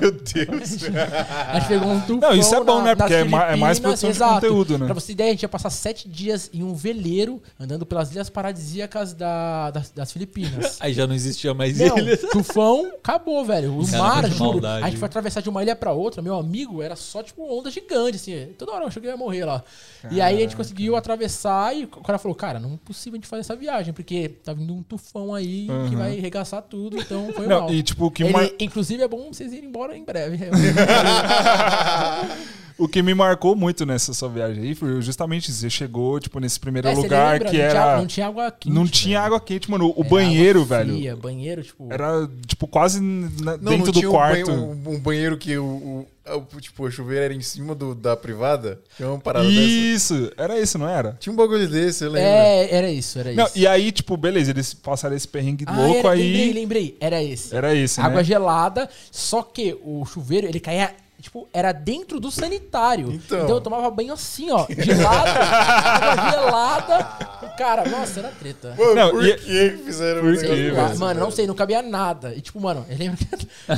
A: Meu Deus.
C: A gente pegou um tufão.
B: Não, isso é bom,
C: na-
B: né? Porque
C: nas
B: é ma- é mais
C: Filipinas,
B: produção de
C: exato.
B: conteúdo, né?
C: Pra você ter ideia, a gente ia passar sete dias em um veleiro andando pelas ilhas paradisíacas da, das, das Filipinas.
D: Aí já não existia mais
C: Não,
D: ele.
C: tufão, acabou, velho. O
D: Cara,
C: mar,
D: que
C: juro.
D: maldade.
C: A gente foi atravessar de uma ilha pra outra, meu amigo, era só tipo onda gigante, assim. Toda hora eu achei que eu ia morrer lá. E aí a gente conseguiu atravessar e o cara falou, cara, não é possível a gente fazer essa viagem, porque tá vindo um tufão aí que vai arregaçar tudo, então foi
B: Não,
C: mal.
B: e tipo, o que,
C: Ele,
B: mar-
C: Inclusive é bom vocês irem embora em breve.
B: o que me marcou muito nessa sua viagem aí foi justamente isso. Você chegou, tipo, nesse primeiro
C: É, você
B: lugar
C: lembra?
B: que
C: não
B: era.
C: Tinha, não tinha água quente.
B: não
C: velho.
B: tinha água quente, mano. O
C: Era
B: banheiro,
C: água
B: velho.
C: fria, Banheiro, tipo.
B: Era, tipo, quase
A: Não,
B: na- dentro
A: não
B: do
A: tinha um
B: quarto.
A: banhe- Um, um banheiro que o, o- o- tipo, a chuveira era em cima do, da privada. Tinha uma parada dessa.
B: Isso! Era isso, não era?
A: Tinha um bagulho desse, eu lembro.
C: É, era isso, era
B: Não,
C: isso.
B: e aí, tipo, beleza, eles passaram esse perrengue
C: Ah,
B: louco
C: era-
B: aí.
C: Lembrei, lembrei. Era esse.
B: Era isso,
C: água
B: né?
C: gelada, só que o chuveiro, ele caía, tipo, era dentro do sanitário.
A: Então.
C: Então, eu tomava banho assim, ó, gelado, água gelada. E, Cara, nossa, era treta.
A: Pô,
B: Não,
A: por
B: e-
A: que fizeram
B: Por
A: isso?
B: quê,
C: Sei lá,
B: velho?
C: mano, não sei, não cabia nada. E tipo, mano, eu lembro que eu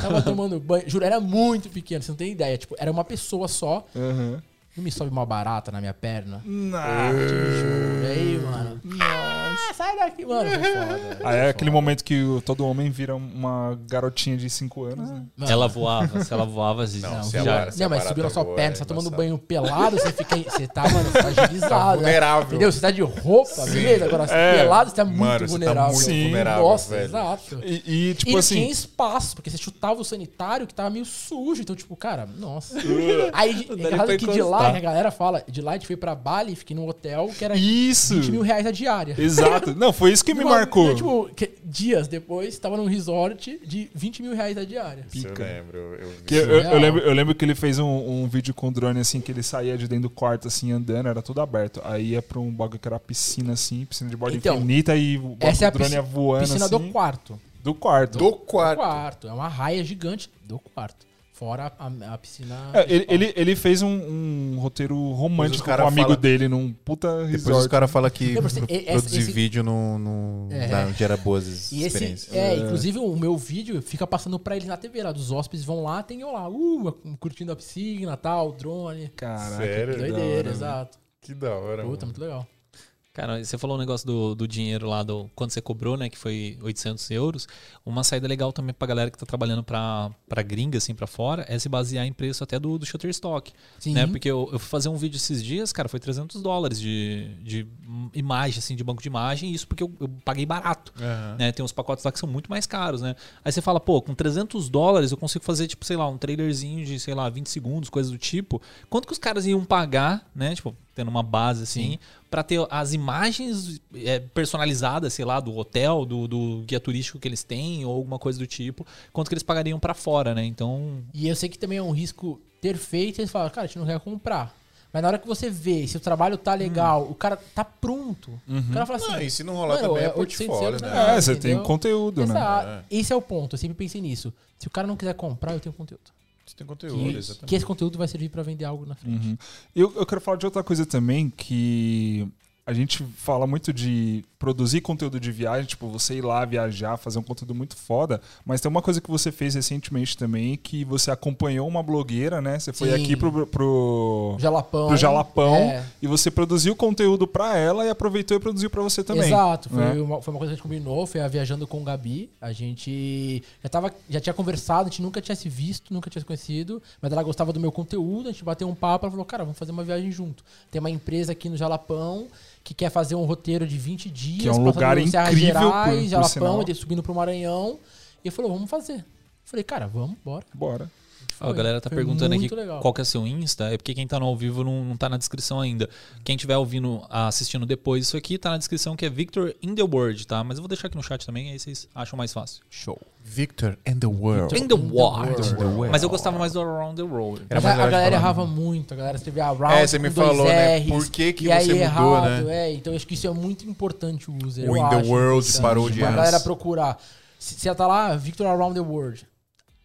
C: tava tomando banho. Juro, era muito pequeno, você não tem ideia. Tipo, era uma pessoa só.
B: Uhum.
C: Não me sobe uma barata na minha perna. Tipo,
B: Não.
C: E aí, mano. Ah, sai daqui, mano. Foi foda.
B: Aí é aquele momento que o- todo homem vira uma garotinha de 5 anos, né?
C: Mano,
D: Ela voava, se ela voava, gente,
A: Não,
D: já-
A: se ela-
D: já,
A: Essa
C: Não, mas
A: barata
C: subiu na sua
A: voa,
C: perna, você
A: é
C: tá tomando
A: embaçado.
C: banho pelado, você fica. Você tá, mano, fragilizado. né?
A: vulnerável.
C: Entendeu? Você tá de roupa, beleza? Agora, pelado, você tá muito
A: Mano, você tá
C: vulnerável.
A: muito
B: Sim.
A: vulnerável,
C: Nossa,
A: velho.
C: exato.
B: E, e, tipo
C: e
B: assim.
C: tinha espaço, porque você chutava o sanitário que tava meio sujo. Então, tipo, cara, nossa. Aí,
D: Não dá
C: engraçado
D: nem pra
C: que de lá,
D: encostar.
C: que a galera fala, de lá a gente foi pra Bali e fiquei num hotel que era 20 né? mil
B: Isso!
C: reais a diária.
B: Exato. Não, foi isso que me
C: Mano,
B: marcou.
C: Tipo, que- dias depois, tava num resort de 20 mil reais a diária.
A: Isso
B: Pica.
A: Eu lembro. Eu, vi.
B: Que eu, eu- eu
C: Surreal.
B: lembro, eu lembro que ele fez um, um vídeo com o drone, assim, que ele saía de dentro do quarto, assim, andando, era tudo aberto. Aí ia pra um bagulho que era piscina, assim, piscina de borda
C: Então,
B: infinita, e o
C: Essa é a
B: drone ia
C: piscina,
B: voando,
C: piscina
B: assim,
C: do quarto.
B: do quarto.
A: Do quarto.
C: quarto. É uma raia gigante do quarto. Fora a, a piscina.
B: É, ele, ele, ele fez um, um roteiro
A: Depois os
B: romântico com
A: cara
B: um amigo
A: fala-
B: dele num puta
A: Depois os
B: resort.
A: caras falam que
C: Não, você-
A: pro-
C: esse-
A: produzir
C: esse-
A: vídeo não, não,
C: É.
A: dá- não gera boas
C: E
A: experiências.
C: esse, é, inclusive o meu vídeo fica passando pra eles na TV lá, dos hóspedes vão lá, tem eu lá, uh, curtindo a piscina, tal, drone.
B: Caraca,
A: Sério?
B: que da
C: Doideira,
B: hora,
C: exato.
A: Que da hora. mano.
C: Puta, muito legal.
D: Cara, você falou um negócio do, do dinheiro lá, do quando você cobrou, né, que foi 800 euros. Uma saída legal também pra galera que tá trabalhando pra, pra gringa, assim, pra fora, é se basear em preço até do, do Shutterstock.
C: Sim.
D: Né? Porque eu, eu fui fazer um vídeo esses dias, cara, foi 300 dólares de, de imagem, assim, de banco de imagem, e isso porque eu, eu paguei barato.
A: Aham.
D: né? Tem uns pacotes lá que são muito mais caros, né? Aí você fala, pô, com 300 dólares eu consigo fazer, tipo, sei lá, um trailerzinho de, sei lá, 20 segundos, coisa do tipo. Quanto que os caras iam pagar, né? Tipo, tendo uma base assim, pra ter as imagens é, personalizadas, sei lá, do hotel, do, do guia turístico que eles têm, ou alguma coisa do tipo. Quanto que eles pagariam pra fora, né? Então,
C: E eu sei que também é um risco ter feito, eles falam, cara, a gente não quer comprar. Mas na hora que você vê se o trabalho tá legal, o cara tá pronto, o cara fala assim.
A: Não, e se não rolar
C: mano,
A: também é
C: 800
A: portfólio,
C: euros,
A: né?
B: É, você tem
C: Entendeu?
B: um conteúdo, né?
C: Exato. Esse é o ponto, eu sempre pensei nisso. Se o cara não quiser comprar, eu tenho conteúdo.
A: Você É, tem conteúdo,
C: Que,
A: exatamente.
C: que esse conteúdo vai servir pra vender algo na
B: Uhum.
C: frente.
B: Eu, eu quero falar de outra coisa também, que a gente fala muito de produzir conteúdo de viagem, tipo, você ir lá viajar, fazer um conteúdo muito foda, mas tem uma coisa que você fez recentemente também, que você acompanhou uma blogueira, né? Você foi
C: Sim.
B: aqui pro, pro,
C: O Jalapão.
B: pro Jalapão
C: É.
B: e você produziu conteúdo pra ela e aproveitou e produziu pra você também.
C: Exato, foi,
B: né?
C: uma, foi uma coisa que a gente combinou, foi a viajando com o Gabi. A gente já, tava, já tinha conversado, a gente nunca tinha se visto, nunca tinha se conhecido, mas ela gostava do meu conteúdo, a gente bateu um papo, ela falou, cara, vamos fazer uma viagem junto. Tem uma empresa aqui no Jalapão que quer fazer um roteiro de 20 dias,
B: Que é um
C: passando
B: lugar
C: em Serra
B: incrível, por- por
C: Jalapão,
B: sinal.
C: e subindo pro Maranhão. E falou, vamos fazer. Eu falei, cara, vamos, bora.
B: Bora.
D: Ó, a
C: Foi,
D: galera tá
C: foi
D: perguntando aqui
C: muito legal.
D: qual que é o seu Insta. É porque quem tá no ao vivo não, não tá na descrição ainda. Quem tiver ouvindo, ah, assistindo depois isso aqui, tá na descrição que é Victor in the World, tá? Mas eu vou deixar aqui no chat também, aí vocês acham mais fácil.
A: Show. Victor and the World.
D: In the World.
A: world.
D: Mas eu gostava mais do Around the World.
A: Era mais
C: Mas a,
A: legal
C: a
A: de
C: galera
A: falar,
C: errava muito, a galera escrevia round
A: É, você me
C: com dois
A: falou, né?
C: Rs,
A: Por que que
C: e aí
A: você mudou,
C: errado,
A: né?
C: É, então eu acho que isso é muito importante o user.
A: O
C: eu
A: In the
C: acho,
A: World
C: sabe?
A: parou de
C: Tipo, A
A: errar.
C: galera procurar. Se se ela tá lá, Victor Around the World.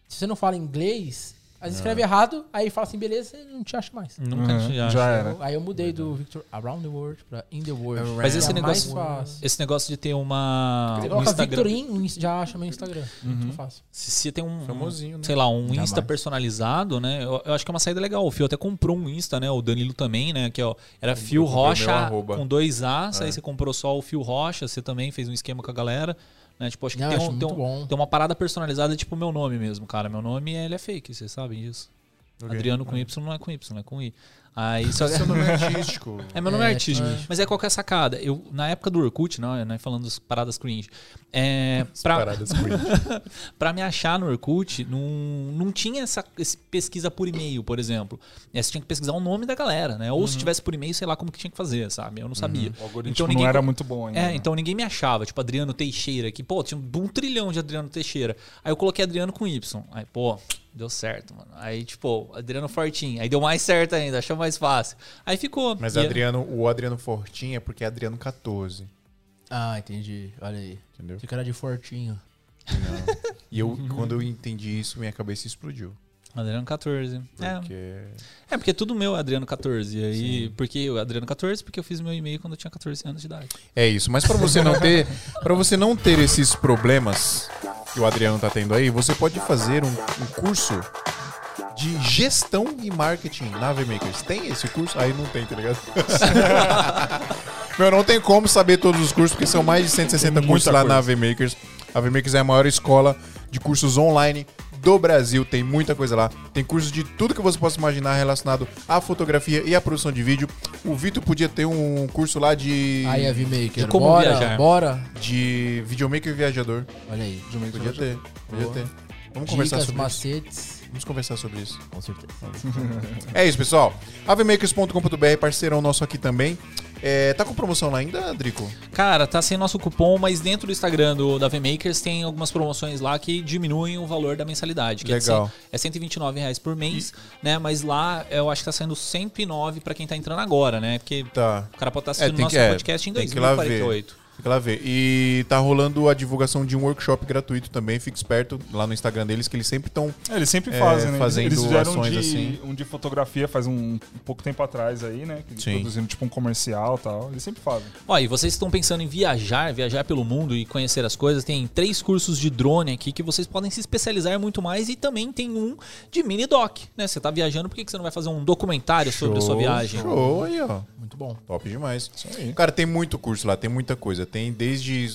C: Se você não fala inglês, Aí
A: É.
C: escreve errado, aí fala assim, beleza, eu não te acho mais.
D: Nunca
B: Uhum,
D: te
B: já
D: acho.
A: É, né?
B: era.
C: Aí eu mudei do Victor Around the World pra In the World.
D: Mas esse
C: Que é mais
D: negócio-
C: fácil.
D: Esse negócio de ter uma.
C: Você
D: Um
C: coloca
D: Instagram.
C: Victor In, no Insta- já acha meu Instagram.
A: Uhum.
C: Muito fácil.
D: Se você tem um,
A: Famosinho, né?
D: sei lá, um Insta
C: mais.
D: personalizado, né? Eu, eu acho que é uma saída legal. O Fio até comprou um Insta, né? O Danilo também, né? Que ó, era
A: comprei o
D: Fio
A: meu
D: Rocha
A: arroba. É.
D: com dois As, aí você comprou só o Fio Rocha, você também fez um esquema com a galera. Né? Tipo, acho que
C: Não,
D: tem,
C: acho
D: um-
C: muito
D: tem um-
C: bom.
D: tem uma parada personalizada, tipo meu nome mesmo, cara. Meu nome ele é fake, vocês sabem disso. Adriano com Y não é com Y, é com I. Aí só.
A: Seu nome é artístico.
D: É, meu nome é,
C: É,
D: artístico. Mas é qualquer sacada. Eu, na época do Orkut, não, né, falando das paradas cringe. É, pra,
A: Paradas cringe.
D: pra me achar no Orkut, não, não tinha essa esse pesquisa por e-mail, por exemplo. É, você tinha que pesquisar o nome da galera, né? Ou se
A: Uhum.
D: tivesse por e-mail, sei lá como que tinha que fazer, sabe? Eu não sabia.
B: O algoritmo
D: Então
B: não
D: ninguém
B: era
D: co-
B: muito bom ainda.
D: É,
B: né?
D: então ninguém me achava. Tipo, Adriano Teixeira aqui. Pô, tinha um trilhão de Adriano Teixeira. Aí eu coloquei Adriano com Y. Aí, pô, deu certo, mano. Aí, tipo, Adriano Fortinho. Aí deu mais certo ainda, achou mais fácil. Aí ficou.
C: Hum.
A: Mas
D: E- é-
A: Adriano, o Adriano Fortinho é porque é Adriano 14.
C: Ah, entendi. Olha aí.
A: Entendeu?
C: Fica era de fortinho.
A: Não. E eu, quando eu entendi isso, minha cabeça explodiu.
D: Adriano 14.
A: Porque.
D: É, é, porque tudo meu é Adriano 14. E aí, porque eu Adriano 14, porque eu fiz meu e-mail quando eu tinha 14 anos de idade.
A: É isso, mas pra você não ter, para você não ter esses problemas que o Adriano tá tendo aí, você pode fazer um, um curso de gestão e marketing na VMakers. Tem esse curso? Aí não tem, tá ligado? Meu, não tem como saber todos os cursos, porque são mais de 160
B: Tem
A: cursos
B: muita
A: lá na
B: coisa.
A: VMakers. A VMakers é a maior escola de cursos online do Brasil, tem muita coisa lá. Tem cursos de tudo que você possa imaginar relacionado à fotografia e à produção de vídeo. O Vitor podia ter um curso lá de
C: Aí é a V-Maker.
D: De como
C: Bora,
D: viajar.
C: bora.
A: de videomaker viajador.
C: Olha aí.
B: De um momento
A: Podia
B: ao outro.
A: ter, podia
C: Boa.
A: ter. Vamos conversar
C: Dicas,
A: sobre isso.
C: macetes.
A: Vamos conversar sobre isso.
C: Com certeza.
A: É isso, pessoal. avemakers.com.br, parceirão nosso aqui também. É, tá com promoção lá ainda, Drico?
D: Cara, tá sem nosso cupom, mas dentro do Instagram do, da VMakers tem algumas promoções lá que diminuem o valor da mensalidade. Que É,
A: Legal.
D: de cem- é R$ 129 reais por mês, né? Mas lá eu acho que tá saindo 109 pra quem tá entrando agora, né? Porque
A: Tá.
D: o cara pode estar
A: É,
D: assistindo
A: tem
D: nosso
A: que- é,
D: podcast em
A: tem que ir lá ver.
D: 2048.
A: Fica lá ver. E tá rolando a divulgação de um workshop gratuito também. Fica esperto lá no Instagram deles, que eles sempre estão.
B: É, eles sempre
A: É,
B: fazem, né? Eles-
A: fazendo
B: eles fizeram
A: ações
B: um de,
A: assim.
B: um de fotografia faz um, um pouco tempo atrás aí, né? Que eles
A: Sim.
B: produziram tipo um comercial e tal. Eles sempre fazem.
D: Ó, e vocês estão pensando em viajar, viajar pelo mundo e conhecer as coisas, tem três cursos de drone aqui que vocês podem se especializar muito mais e também tem um de mini doc, né? Você tá viajando, por que que você não vai fazer um documentário sobre a sua viagem?
A: Show aí, ó.
C: Muito bom.
A: Top demais.
B: aí.
A: Cara, tem muito curso lá, tem muita coisa. Tem desde,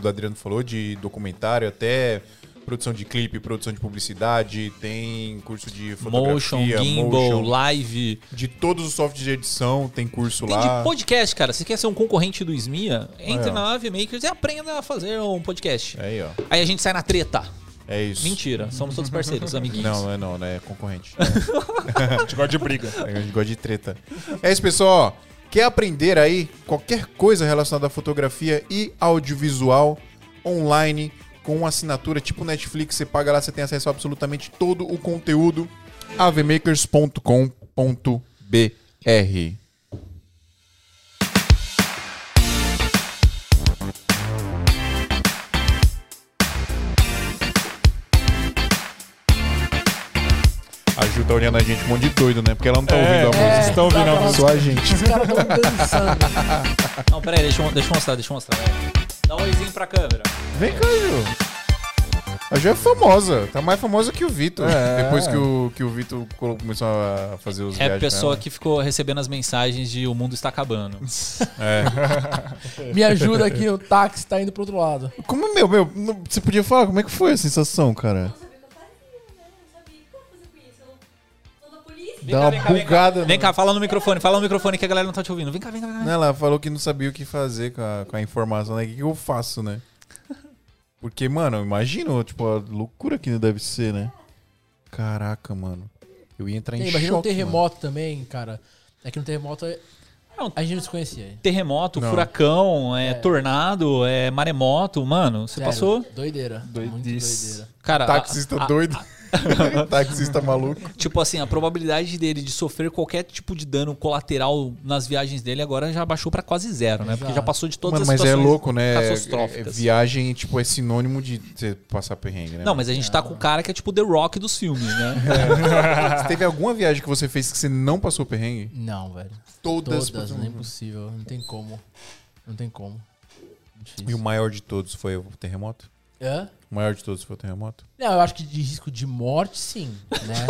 A: o Adriano falou, de documentário até produção de clipe, produção de publicidade, tem curso de
D: Motion,
A: fotografia,
D: gimbal,
A: motion,
D: live.
A: de todos os softwares de edição, tem curso
D: Tem
A: lá.
D: de podcast, cara. Você quer ser um concorrente do SMIA? Entre
A: É.
D: na Ave Makers e aprenda a fazer um podcast.
A: Aí, ó.
D: Aí a gente sai na treta.
A: É isso.
D: Mentira, somos todos parceiros, amiguinhos.
A: Não, não é não, né? É concorrente. É.
B: A gente gosta de briga.
A: A gente gosta de treta. É isso, pessoal. Quer aprender aí qualquer coisa relacionada à fotografia e audiovisual online com uma assinatura tipo Netflix? Você paga lá, você tem acesso a absolutamente todo o conteúdo. avmakers.com.br A Ju tá olhando a gente um monte de doido, né? Porque ela não
B: É.
A: tá ouvindo a música. Tá
B: Vocês estão ouvindo a música.
A: Só a gente.
C: Os caras estão dançando.
D: Não, peraí, deixa eu, deixa eu mostrar, deixa eu mostrar. Dá um oizinho pra câmera.
A: Vem cá, Ju. A Ju é famosa. Tá mais famosa que o Vitor.
B: É.
A: Depois que o, que o Vitor colo- começou a fazer os
D: É a
A: viagens com
D: pessoa
A: ela.
D: que ficou recebendo as mensagens de o mundo está acabando.
C: Me ajuda aqui, o táxi tá indo pro outro lado.
A: Como, meu, meu, não- você podia falar como é que foi a sensação, cara?
E: sabia que eu faria, né? Eu sabia o que eu ia fazer com isso. Eu não sou da polícia.
A: Dá uma bugada.
D: Vem cá, fala no microfone, fala no microfone que a galera não tá te ouvindo. Vem cá, vem cá, vem cá.
A: né? Ela falou que não sabia o que fazer com a, com a informação, né? O que, que eu faço, né? Porque, mano, eu imagino, tipo, a loucura que deve ser, né? Caraca, mano. Eu ia entrar em
C: Ei, imagina um
A: choque, mano.
C: terremoto também, cara. É que no terremoto é-
D: É um
C: a gente não se conhecia.
D: Terremoto,
A: Não.
D: furacão, é,
C: É.
D: tornado, é maremoto, mano, você
C: Sério,
D: passou?
C: Doideira. Muito
B: Doidice.
C: doideira.
D: Cara, a-
A: Taxista
D: a-
A: doido.
D: ah,
A: Taxista maluco.
D: Tipo assim, a probabilidade dele de sofrer qualquer tipo de dano colateral nas viagens dele agora já baixou pra quase zero, né? Porque
C: Exato.
D: já passou de todas
A: Mano,
D: as
A: mas é
D: situações
A: louco, né? É, é
D: catastróficas.
A: viagem, tipo, é sinônimo de você passar perrengue, né?
D: Não, mas a gente tá com o cara que é tipo o The Rock dos filmes, né?
A: Você Teve alguma viagem que você fez que você não passou perrengue?
C: Não, velho.
A: Todas.
C: Todas, não é impossível. Não tem como. Não tem como.
A: E o
C: Difícil.
A: maior de todos foi o terremoto?
C: Hã?
A: O maior de todos foi o terremoto?
C: Não, eu acho que de risco de morte, sim, né?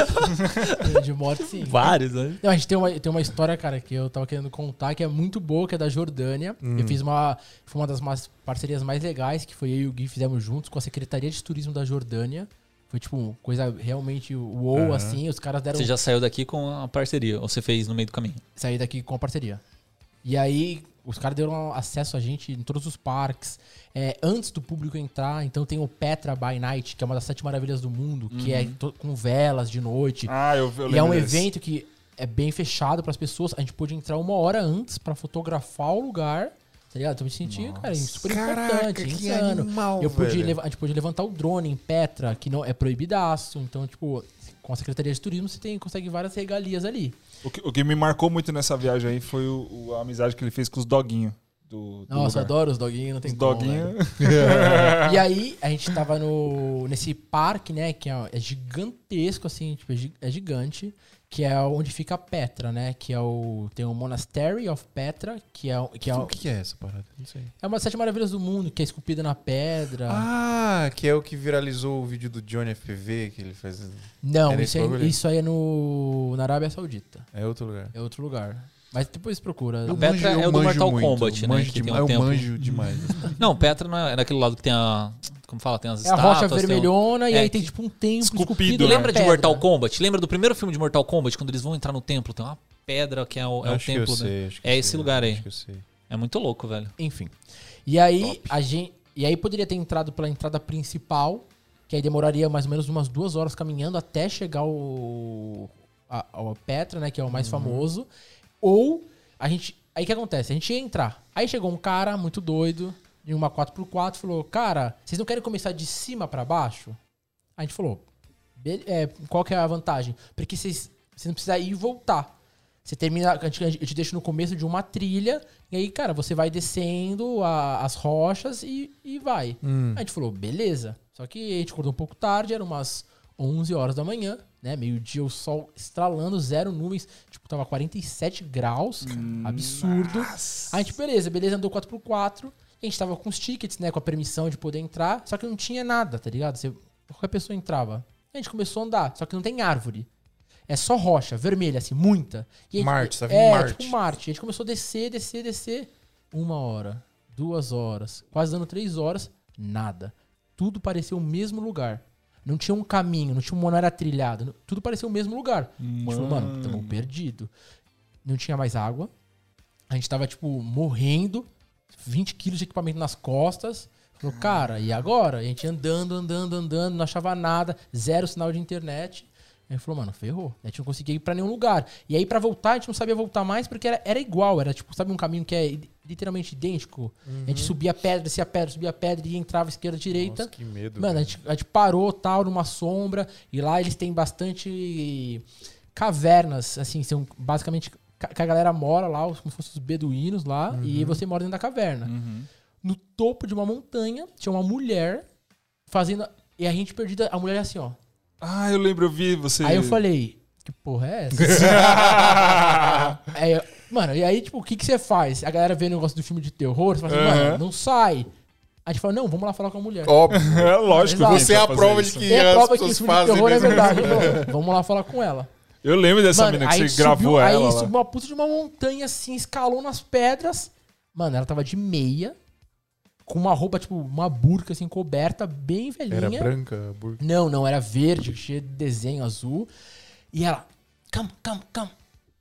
C: de morte, sim.
D: Vários, né?
C: Não, a gente tem uma, tem uma história, cara, que eu tava querendo contar, que é muito boa, que é da Jordânia. Eu fiz uma. Foi uma das mais- parcerias mais legais, que foi eu e o Gui fizemos juntos com a Secretaria de Turismo da Jordânia. Foi tipo coisa realmente uou, assim. Os caras deram
D: Você já saiu daqui com a parceria, ou você fez no meio do caminho.
C: sair daqui com a parceria. E aí, os caras deram acesso a gente em todos os parques, é, antes do público entrar. Então tem o Petra by Night, que é uma das sete maravilhas do mundo, que
D: Uhum.
C: é to- com velas de noite.
B: Ah, eu, eu
C: e é um
B: lembro desse.
C: evento que é bem fechado para as pessoas. A gente pôde entrar uma hora antes para fotografar o lugar. Tá ligado? Então eu me senti, cara, super importante, insano. Eu pude leva- a gente pôde levantar o drone em Petra, que não é proibidaço. Então, tipo, com a Secretaria de Turismo você tem, consegue várias regalias ali.
B: O que, o que me marcou muito nessa viagem aí foi o- o- a amizade que ele fez com os doguinhos. Do, do
C: Nossa,
B: lugar.
C: adoro os doguinhos, não tem
B: Os
C: como. velho.
B: doguinhos.
C: E aí, a gente tava no, nesse parque, né? Que é, é gigantesco, assim, tipo, é gi- é gigante. Que é onde fica a Petra, né? Que é o. Tem o Monastery of Petra, que é, o- que é, o-
A: O que que é essa parada? Não sei.
C: é uma das sete maravilhas do mundo, que é esculpida na pedra.
A: Ah, que é o que viralizou o vídeo do Johnny FPV que ele fez.
C: não,
A: era
C: isso,
A: esse bagulho
C: aí,
A: aí?
C: isso aí é no, na Arábia Saudita.
A: É outro lugar.
C: É outro lugar. Mas depois procura.
A: Eu
D: Petra
A: manjo-
D: é
A: eu
D: o do
A: manjo
D: Mortal
A: muito,
D: Kombat,
A: eu
D: né,
A: manjo
D: que tem um
A: demais, eu
D: tempo.
A: manjo demais.
D: Não, Petra não é, é naquele lado que tem a. Como fala? Tem as
C: É a
D: estátuas.
C: rocha
D: tem o-
C: vermelhona e
D: é,
C: aí tem
D: que-
C: tipo um templo
B: esculpido,
C: esculpido.
B: né?
C: na
D: Lembra de
C: pedra.
D: Mortal Kombat? Lembra do primeiro filme de Mortal Kombat, quando eles vão entrar no templo? Tem uma pedra que é o, é o
A: Acho que eu
D: templo. né?
A: sei, acho que
D: É
A: eu
D: esse
A: sei,
D: lugar aí.
A: Acho que eu sei.
D: É muito louco, velho.
C: Enfim. E aí, a gente. E aí poderia ter entrado pela entrada principal, que aí demoraria mais ou menos umas duas horas caminhando até chegar o. A, a Petra, né? Que é o mais famoso. Ou a gente. Aí o que acontece? A gente ia entrar. Aí chegou um cara muito doido, em uma 4x4, falou: Cara, vocês não querem começar de cima pra baixo? A gente falou: "Be- é, Qual que é a vantagem? Porque vocês, vocês não precisam ir e voltar. Você termina, eu te- eu te deixo no começo de uma trilha, e aí, cara, você vai descendo a- as rochas e, e vai. A gente falou, beleza. Só que a gente acordou um pouco tarde, era umas 11 horas da manhã, né? Meio-dia, o sol estralando, zero nuvens. Tipo, tava 47 graus, absurdo. A gente, beleza, beleza, andou 4x4. A gente tava com os tickets, né? Com a permissão de poder entrar, só que não tinha nada, tá ligado? Você- qualquer pessoa entrava. A gente começou a andar, só que não tem árvore. É só rocha, vermelha, assim, muita. E a gente-
A: Marte, tá vindo
C: é,
A: Marte.
C: tipo Marte. A gente começou a descer, descer, descer. Uma hora, duas horas, quase dando três horas, nada. Tudo parecia o mesmo lugar. Não tinha um caminho, não tinha uma área trilhada. não- Tudo parecia o mesmo lugar. Mano. Tipo, mano, estamos perdido. Não tinha mais água. A gente tava, tipo, morrendo. 20 quilos de equipamento nas costas. Falou, cara, e agora? E a gente andando, andando, andando, não achava nada, zero sinal de internet. Aí falou, mano, ferrou. A gente não conseguia ir pra nenhum lugar. E aí, pra voltar, a gente não sabia voltar mais porque era, era igual. Era tipo, sabe, um caminho que é i- literalmente idêntico? A gente subia a pedra, descia a pedra, subia a pedra e entrava esquerda, direita.
A: Nossa, que medo.
C: Mano, a
A: velho.
C: gente, a gente parou, tal, numa sombra, e lá eles têm bastante cavernas, assim, são basicamente ca- que a galera mora lá, os- como se fossem os beduínos lá, e você mora dentro da caverna. No topo de uma montanha, tinha uma mulher fazendo. E a gente perdida, a mulher assim, ó.
B: Ah, eu lembro, eu vi você.
C: Aí eu falei, que porra é essa? Aí eu- mano, e aí, tipo, o que, que você faz? A galera vê o negócio do filme de terror, você fala assim,
B: Aham.
C: mano, não sai. A gente fala, não, vamos lá falar com a mulher.
A: Óbvio.
B: É lógico.
C: Exato.
B: que
A: Você é a
B: vai fazer
A: prova de
B: isso.
A: que
C: É a
A: as
C: prova que
A: pessoas
C: isso de
A: fazem
C: terror é
A: mesmo.
C: verdade. Falou, Vamos lá falar com ela.
B: Eu lembro dessa
C: Mano,
B: mina
C: aí
B: que você
C: subiu-
B: gravou
C: aí
B: ela. lá.
C: subiu uma puta de uma montanha assim, escalou nas pedras. Mano, ela tava de meia, com uma roupa, tipo, uma burca assim, coberta, bem
A: Era
C: velhinha.
A: branca, a burca.
C: Não, não, era verde, cheia de desenho azul. E ela, come, come, come.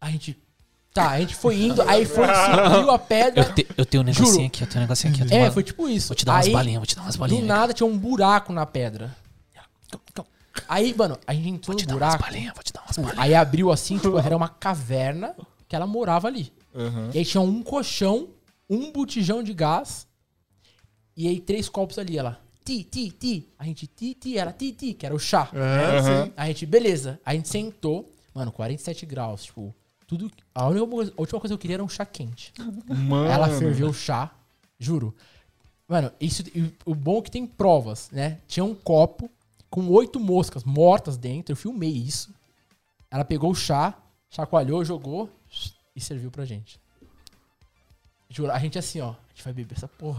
C: A gente, tá, a gente foi indo, aí foi, subiu a pedra.
D: Eu, te- eu tenho um negocinho aqui, eu tenho um negocinho aqui. Eu tenho
C: É,
D: uma-
C: foi tipo isso.
D: Vou te dar umas
C: Aí,
D: balinhas, vou te dar umas
C: Do
D: balinhas.
C: nada tinha um buraco na pedra. Aí, mano, a gente entrou
D: Vou te
C: no
D: dar umas
C: buraco.
D: balinhas, vou te dar umas balinhas.
C: Aí abriu assim, tipo, era uma caverna que ela morava ali. E aí tinha um colchão, um botijão de gás e aí três copos ali, ela. ti, ti, ti. A gente ti, ti, era ti, ti, que era o chá.
A: Aham.
C: A gente, beleza. A gente sentou, mano, 47 graus, tipo, tudo. A, única, coisa- a última coisa que eu queria era um chá quente.
B: Mano.
C: Ela ferveu o chá, juro. Mano, isso, e o bom é que tem provas, né? Tinha um copo com oito moscas mortas dentro, eu filmei isso. Ela pegou o chá, chacoalhou, jogou e serviu pra gente. Juro, a gente assim, ó, a gente vai beber essa porra.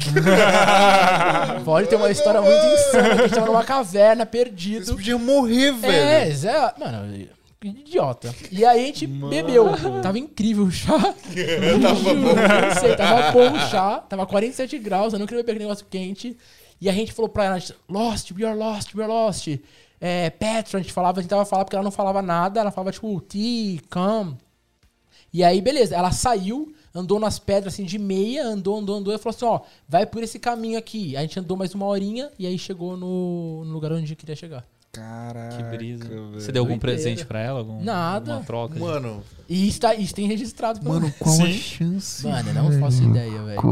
C: Pode ter uma história muito insana, que a gente tava numa caverna, perdido.
A: Vocês podiam morrer,
C: É,
A: velho.
C: Zé, mano, idiota. E aí a gente bebeu. Tava incrível o chá. tava bom. Não sei, tava bom o chá. Tava 47 graus, eu não queria beber aquele negócio quente. E a gente falou pra ela, a gente, lost, we are lost, we are lost. É, Petra, a gente falava, a gente tava falando porque ela não falava nada. Ela falava, tipo, tea, come. E aí, beleza, ela saiu, andou nas pedras assim de meia, andou, andou, andou, e falou assim: ó, vai por esse caminho aqui. A gente andou mais uma horinha e aí chegou no, no lugar onde a gente queria chegar.
B: Caraca.
D: Que brisa. Você
B: velho.
D: deu algum
C: Doideira.
D: presente pra ela? Algum,
C: Nada.
D: Uma troca?
A: Mano,
C: E isso, tá, isso tem registrado. pelo menos.
A: qual
B: Sim.
A: chance?
C: Mano, eu não faço ideia, velho.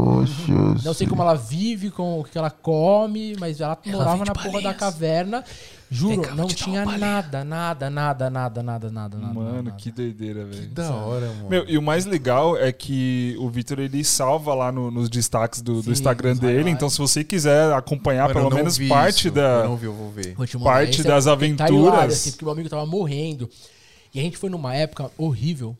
C: Não sei como ela vive, com o que ela come, mas ela, morava
D: vende
C: na porra da
D: balinhas.
C: caverna. Juro,
D: Vem cá, eu
C: não
D: vou te dar
C: tinha
D: uma
C: nada, nada, nada, nada, nada, nada, nada. nada,
B: Mano,
C: nada.
B: que doideira, velho.
A: Da hora, mano.
B: Meu, e o mais legal é que o Vitor ele salva lá no- nos destaques do, do
C: Sim,
B: Instagram
C: nos
B: dele.
C: highlights.
B: Então, se você quiser acompanhar
A: Mano, eu
B: Ah, pelo
A: não
B: menos
A: vi
B: parte
A: isso.
B: da.
A: Eu não vi, eu vou ver.
C: Vou te mandar.
B: Parte
C: Esse
B: das
C: é
B: aventuras.
C: hilário, assim, porque meu amigo tava morrendo. E a gente foi numa época horrível,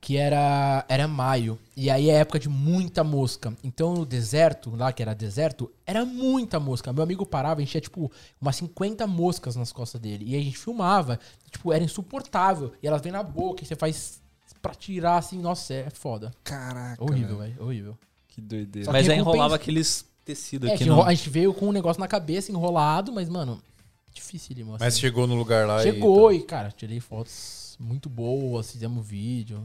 C: que era, era maio. E aí é época de muita mosca. Então no deserto, lá que era deserto, era muita mosca. Meu amigo parava, a gente tinha tipo umas 50 moscas nas costas dele. E a gente filmava. Tipo, era insuportável. E elas vêm na boca e você faz pra tirar assim. Nossa, é foda.
B: Caraca.
C: Horrível, velho. Horrível.
B: Que doideira.
C: Só
D: Mas
C: que
D: aí enrolava
C: recompensa.
D: aqueles tecidos
C: É,
D: aqui
C: que
D: no...
C: enro- a gente veio com um negócio na cabeça, enrolado, mas, mano, difícil de mostrar.
A: Mas chegou no lugar lá e... tá.
C: Chegou e, cara, tirei fotos muito boas, fizemos vídeo.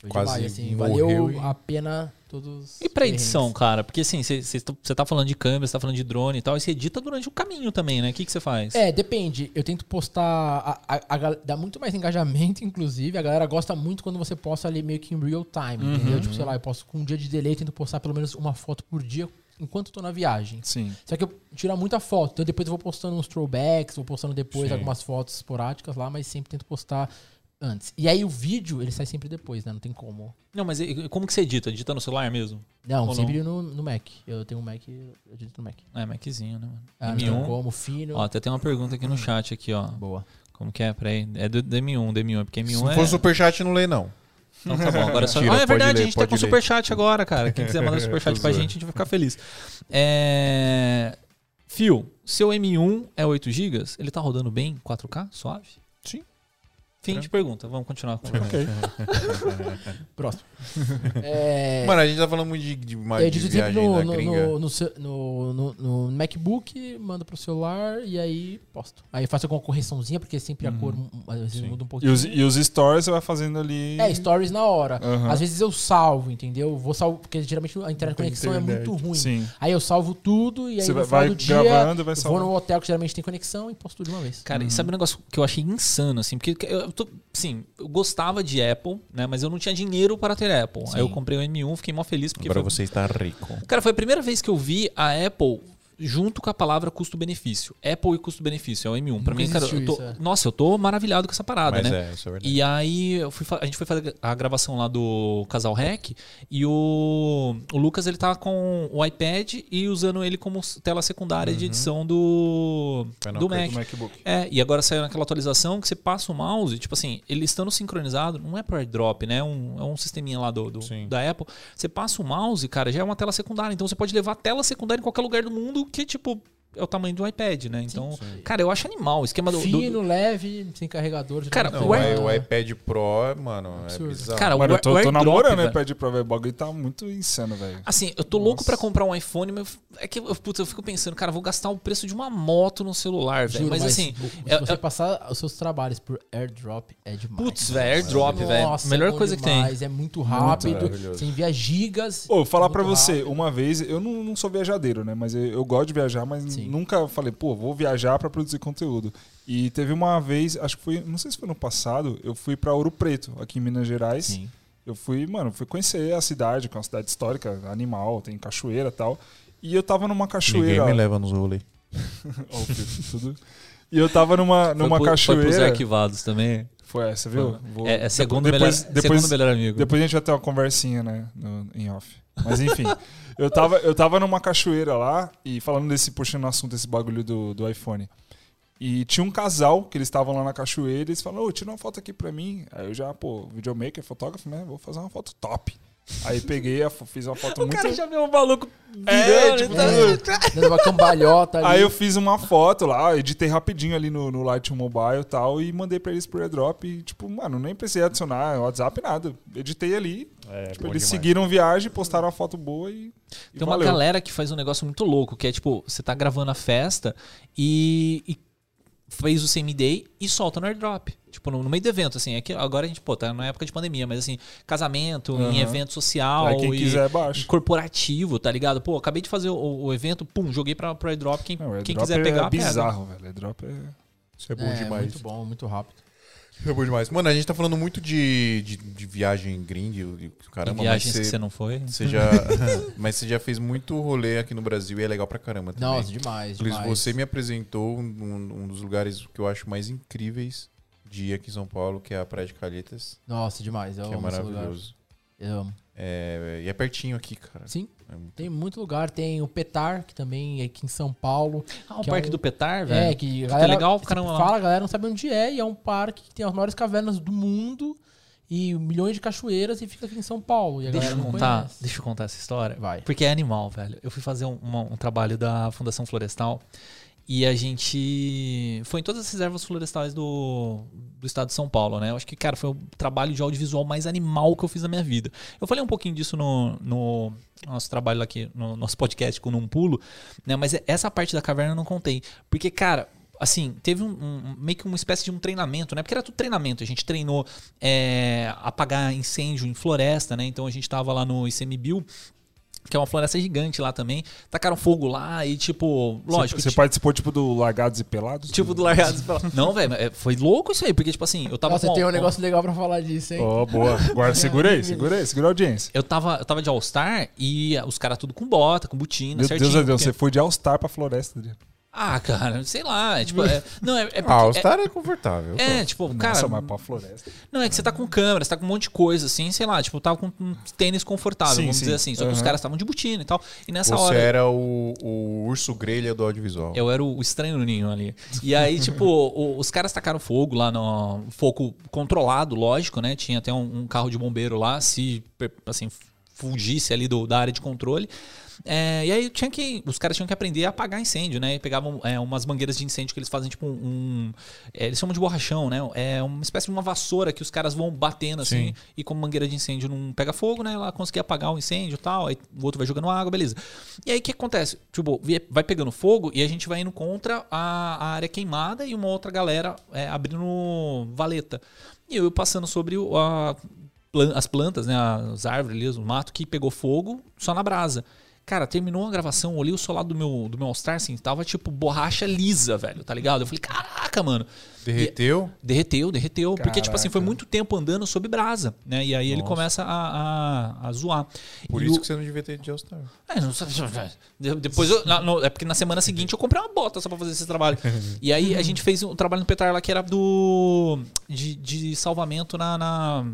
C: Foi
A: Quase
C: demais, assim,
A: morreu
C: valeu
A: e-
C: a pena todos.
D: E pra edição, cara? Porque assim, você tá falando de câmera, você tá falando de drone e tal, e você edita durante o caminho também, né? O que você faz?
C: É, depende. Eu tento postar. A, a- a gal- dá muito mais engajamento, inclusive. A galera gosta muito quando você posta ali meio que em real time,
D: Uhum.
C: entendeu? Tipo, sei lá, eu posto com um dia de delay, tento postar pelo menos uma foto por dia enquanto eu tô na viagem.
B: Sim.
C: Só que eu tiro muita foto, então depois eu vou postando uns throwbacks, vou postando depois
A: Sim.
C: algumas fotos esporádicas lá, mas sempre tento postar antes. E aí o vídeo, ele sai sempre depois, né? Não tem como.
D: Não, mas e- e como que você edita? Edita no celular mesmo?
C: Não,
D: Ou
C: sempre No, no Mac. Eu tenho um Mac, eu edito no Mac.
D: É, Maczinho, né, mano?
C: Ah, não tem
D: M1.
C: como, fino.
D: Ó, até tem uma pergunta aqui no chat aqui, ó.
C: Boa.
D: Como que é? Peraí. É do do M1, do M1, porque M1
A: Se não
D: é.
A: for superchat, não lê, não.
D: Não, tá bom. Agora é só.
A: Mentira,
D: ah, é
A: pode
D: verdade,
A: ler,
D: a gente tá
A: pode
D: com
A: ler.
D: superchat agora, cara. Quem quiser mandar um superchat pra gente, a gente vai ficar feliz. É. Fio, seu M1 é 8 GB? Ele tá rodando bem? 4K? Suave?
B: Sim.
D: Fim de pergunta. Vamos continuar com o
B: Ok.
C: Próximo. É,
A: Mano, a gente tá falando muito de, de, uma-
C: eu
A: de
C: edito sempre
A: viagem
C: no,
A: da
C: no,
A: gringa.
C: no, no ce- no- no- no MacBook, mando pro celular e aí posto. Aí eu faço alguma correçãozinha, porque sempre a cor mu- às vezes muda um
B: Uhum. E
C: pouquinho.
B: os, e os stories você vai fazendo ali.
C: É, stories na hora.
B: Aham.
C: Às vezes eu salvo, entendeu? Vou salvo, porque geralmente a interconexão é
A: internet.
C: muito ruim.
B: Sim.
C: Aí eu salvo tudo e aí
B: Você vai,
C: no final
B: vai
C: do dia
B: gravando, vai
C: eu vou
B: salvando.
C: num hotel que geralmente tem conexão e posto tudo de uma vez.
D: Cara, e sabe um negócio que eu achei insano, assim? Porque eu, tô, sim, eu gostava de Apple, né? Mas eu não tinha dinheiro para ter Apple. Aí eu comprei o M1, fiquei mó feliz porque
A: Agora
D: foi-
A: você está rico.
D: Cara, foi a primeira vez que eu vi a Apple junto com a palavra custo-benefício. Apple e custo-benefício, é o M1.
C: Nunca
D: Pra mim, cara, eu
C: existiu
D: tô,
C: isso, é.
D: nossa, eu tô maravilhado com essa parada,
A: Mas
D: né?
A: é, isso é verdade.
D: E aí, eu fui fa- a gente foi fazer a gravação lá do Casal Rec e o, o Lucas ele tá com o iPad e usando ele como s- tela secundária
A: Uhum.
D: de edição do,
A: Final
D: do
A: Cut
D: Mac.
B: Do MacBook.
D: É, e agora saiu naquela atualização que você passa o mouse, tipo assim, ele estando sincronizado, não é pro airdrop, né? É um, é um sisteminha lá do, do-
A: Sim.
D: da Apple. Você passa o mouse, cara, já é uma tela secundária. Então você pode levar a tela secundária em qualquer lugar do mundo que, tipo, é o tamanho do iPad, né? Então, cara, eu acho animal o esquema do. do-
C: Fino, leve, sem carregador. tá
D: Cara,
A: Não,
D: o
A: o,
D: Air-
A: i- o iPad Pro, mano, é
C: Absurdo.
A: bizarro.
D: Cara,
B: Mano,
D: o, é
B: eu tô,
D: o
B: tô
D: airdrop,
B: namorando né? o
D: velho.
B: iPad Pro, velho. O bagulho tá muito insano, velho.
D: Assim, eu tô louco pra comprar um iPhone, mas é que eu- putz, eu fico pensando, cara, eu vou gastar o preço de uma moto no celular, velho.
C: Juro,
D: Mas, assim,
C: o- se
D: é-
C: você
D: é-
C: passar os seus trabalhos por airdrop, é demais.
D: putz, velho, airdrop, velho.
C: Nossa, é
D: Melhor
C: bom
D: coisa que tem.
C: demais, É muito rápido.
A: maravilhoso.
C: você envia gigas. é
B: Ô, falar
C: muito
B: pra você,
C: rápido.
B: uma vez, eu não, não sou viajadeiro, né? Mas eu, eu gosto de viajar, mas
C: Sim.
B: nunca falei, pô, vou viajar pra produzir conteúdo. E teve uma vez, acho que foi, não sei se foi no passado, eu fui pra Ouro Preto, aqui em Minas Gerais.
C: Sim.
B: Eu fui, mano, fui conhecer a cidade, que é uma cidade histórica, animal, tem cachoeira e tal. E eu tava numa
A: Ninguém
B: cachoeira.
A: me leva nos rolê.
B: Óbvio, tudo. E eu tava numa, numa
D: foi pro- Foi pros
B: cachoeira.
D: arquivados também.
B: Foi essa, viu? Vou-
D: É, é segundo,
B: depois-
D: melhor,
B: depois-
D: segundo melhor amigo.
B: Depois a gente vai ter uma conversinha, né? no- em off. Mas enfim, eu tava, eu tava numa cachoeira lá e falando desse, puxando o assunto, esse bagulho do, do iPhone. E tinha um casal que eles estavam lá na cachoeira e eles falaram, ô, tira uma foto aqui pra mim. Aí eu já, pô, videomaker, fotógrafo, né? Vou fazer uma foto top. Aí peguei, a fo- fiz uma foto
D: o
B: muito.
D: cara já viu o maluco
B: É,
D: virando.
B: tipo,
D: tá-
C: É, Dando uma cambalhota ali.
B: Aí eu fiz uma foto lá, editei rapidinho ali no, no Lightroom Mobile e tal, e mandei pra eles por airdrop. E, tipo, mano, nem precisei adicionar WhatsApp, nada. Editei ali.
A: É,
B: tipo, eles seguiram viagem, postaram uma foto boa e. e
D: Tem uma
B: valeu.
D: galera que faz um negócio muito louco, que é tipo, você tá gravando a festa e, e fez o same-day e solta no airdrop. Tipo, no, no meio do evento, assim. É que agora a gente, pô, tá na época de pandemia, mas assim, casamento, em
B: Aham.
D: evento social.
B: Aí quem
D: e-
B: quiser, baixa.
D: corporativo, tá ligado? Pô, acabei de fazer o, o evento, pum, joguei pra, pro airdrop. Quem,
B: Não, airdrop
D: quem quiser
B: é
D: pegar, pega.
B: bizarro, velho. Airdrop é.
A: Isso é bom
C: É,
A: demais.
C: muito bom, muito rápido.
A: É bom demais. Mano, a gente tá falando muito de, de, de viagem gringa e o
D: Tem
A: caramba, mas
D: viagens
A: você,
D: que você não foi.
A: você já, mas você já fez muito rolê aqui no Brasil e é legal pra caramba também.
C: Nossa, demais,
A: Luiz,
C: demais.
A: você me apresentou um, um- um dos lugares que eu acho mais incríveis de ir aqui em São Paulo, que é a Praia de Calhetas,
C: Nossa, demais. Eu
A: que é
C: amo esse lugar.
A: maravilhoso.
C: Eu amo.
A: É, e é pertinho aqui, cara.
C: Sim,
A: É muito-
C: tem muito lugar. Tem o Petar, que também é aqui em São Paulo.
D: Ah, o
C: que é
D: Parque
C: um-
D: do Petar, velho.
C: É, que a
D: é legal,
C: sempre
D: caramba.
C: Fala, a galera não sabe onde é. E é um parque que tem as maiores cavernas do mundo e milhões de cachoeiras e fica aqui em São Paulo. E a
D: Deixa
C: galera
D: eu
C: não
D: contar,
C: conhece.
D: deixa eu contar essa história.
C: Vai.
D: Porque é animal, velho. Eu fui fazer um, uma- um trabalho da Fundação Florestal e a gente foi em todas as reservas florestais do, do estado de São Paulo, né? Eu acho que, cara, foi o trabalho de audiovisual mais animal que eu fiz na minha vida. Eu falei um pouquinho disso no, no nosso trabalho aqui, no nosso podcast com Num Pulo, né? Mas essa parte da caverna eu não contei. Porque, cara, assim, teve um, um- meio que uma espécie de um treinamento, né? Porque era tudo treinamento. A gente treinou é, apagar incêndio em floresta, né? Então a gente tava lá no ICMBio, que é uma floresta gigante lá também. Tacaram fogo lá e, tipo, lógico.
B: Você, você
D: ti-
B: participou, tipo, do Largados e Pelados?
D: Tipo, do largado. você fala, Não, velho, é, foi louco isso aí, porque, tipo assim, eu tava.
C: Nossa,
D: com-
C: tem um
D: com-
C: negócio legal pra falar disso, hein?
B: Ó, boa. Agora segura aí, segura aí, segura a audiência.
D: Eu tava, eu tava de All-Star e os caras tudo com bota, com botina,
B: Meu
D: certinho.
B: Deus, Adriano,
D: porque-
B: você foi de All-Star pra floresta, né? Adriano.
D: Ah, cara, sei lá. É, tipo, é- não, é, é porque.
A: Ah, o Star é, confortável.
D: é, é, tipo, cara.
B: Nossa, mas pra floresta.
D: Não, é que você tá com câmera, você tá com um monte de coisa, assim, sei lá, tipo, eu tava com um tênis confortável,
B: Sim,
D: vamos
B: sim.
D: dizer assim. Só que os
B: Aham.
D: caras estavam de botina e tal. E nessa
A: Você
D: hora.
A: era o, o urso grelha do audiovisual.
D: Eu era o estranho no ninho ali. E aí, tipo, o- os caras tacaram fogo lá no. Fogo controlado, lógico, né? Tinha até um, um carro de bombeiro lá, se per- assim, fugisse ali do- da área de controle. É, e aí tinha que. Os caras tinham que aprender a apagar incêndio, né? E pegavam é, umas mangueiras de incêndio que eles fazem, tipo, um. é, eles chamam de borrachão, né? É uma espécie de uma vassoura que os caras vão batendo assim,
A: Sim.
D: e como mangueira de incêndio não pega fogo, né? Ela conseguia apagar o incêndio e tal, aí o outro vai jogando água, beleza. E aí o que acontece? Tipo, vi- vai pegando fogo e a gente vai indo contra a, a área queimada e uma outra galera é, abrindo valeta. E eu passando sobre o- a plan- as plantas, né? As árvores ali, o mato que pegou fogo só na brasa. Cara, terminou a gravação, olhei o solar do meu, do meu All-Star, assim, tava tipo borracha lisa, velho, tá ligado? Eu falei, caraca, mano.
A: Derreteu?
D: Derreteu, derreteu. Porque, tipo assim,
B: Caraca.
D: foi muito tempo andando sob brasa, né? E aí ele começa a, a, a zoar.
A: Por
D: E
A: isso
D: o-
A: que você não devia ter de All Star.
D: É, não sabe- De- Depois eu- na- no- é porque na semana seguinte eu comprei uma bota só pra fazer esse trabalho. E aí a gente fez um trabalho no Petar lá que era do. de, de salvamento na, na-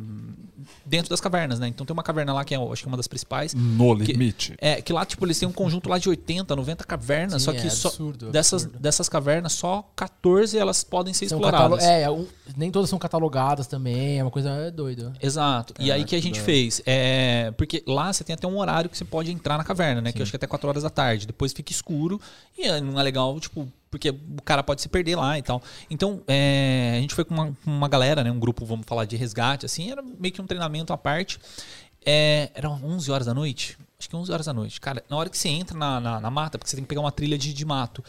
D: dentro das cavernas, né? Então tem uma caverna lá que é, acho que é uma das principais.
B: No
D: Que-
B: limite.
D: É, que lá, tipo, eles têm um conjunto lá de 80, 90 cavernas,
C: Sim,
D: só que
C: é
D: só-
C: absurdo,
D: dessas,
C: absurdo.
D: dessas cavernas, só 14 elas podem ser
C: São
D: exploradas.
C: catalo- é, um- nem todas são catalogadas também, é uma coisa é doida.
D: Exato. e aí que a gente fez? É, porque lá você tem até um horário que você pode entrar na caverna, né? Que eu acho que é até 4 horas da tarde. Depois fica escuro e é, não é legal, tipo, porque o cara pode se perder lá e tal. Então, é, a gente foi com uma, com uma galera, né? Um grupo, vamos falar, de resgate, assim. Era meio que um treinamento à parte. É, eram 11 horas da noite? Acho que 11 horas da noite. Cara, na hora que você entra na, na- na mata, porque você tem que pegar uma trilha de, de mato.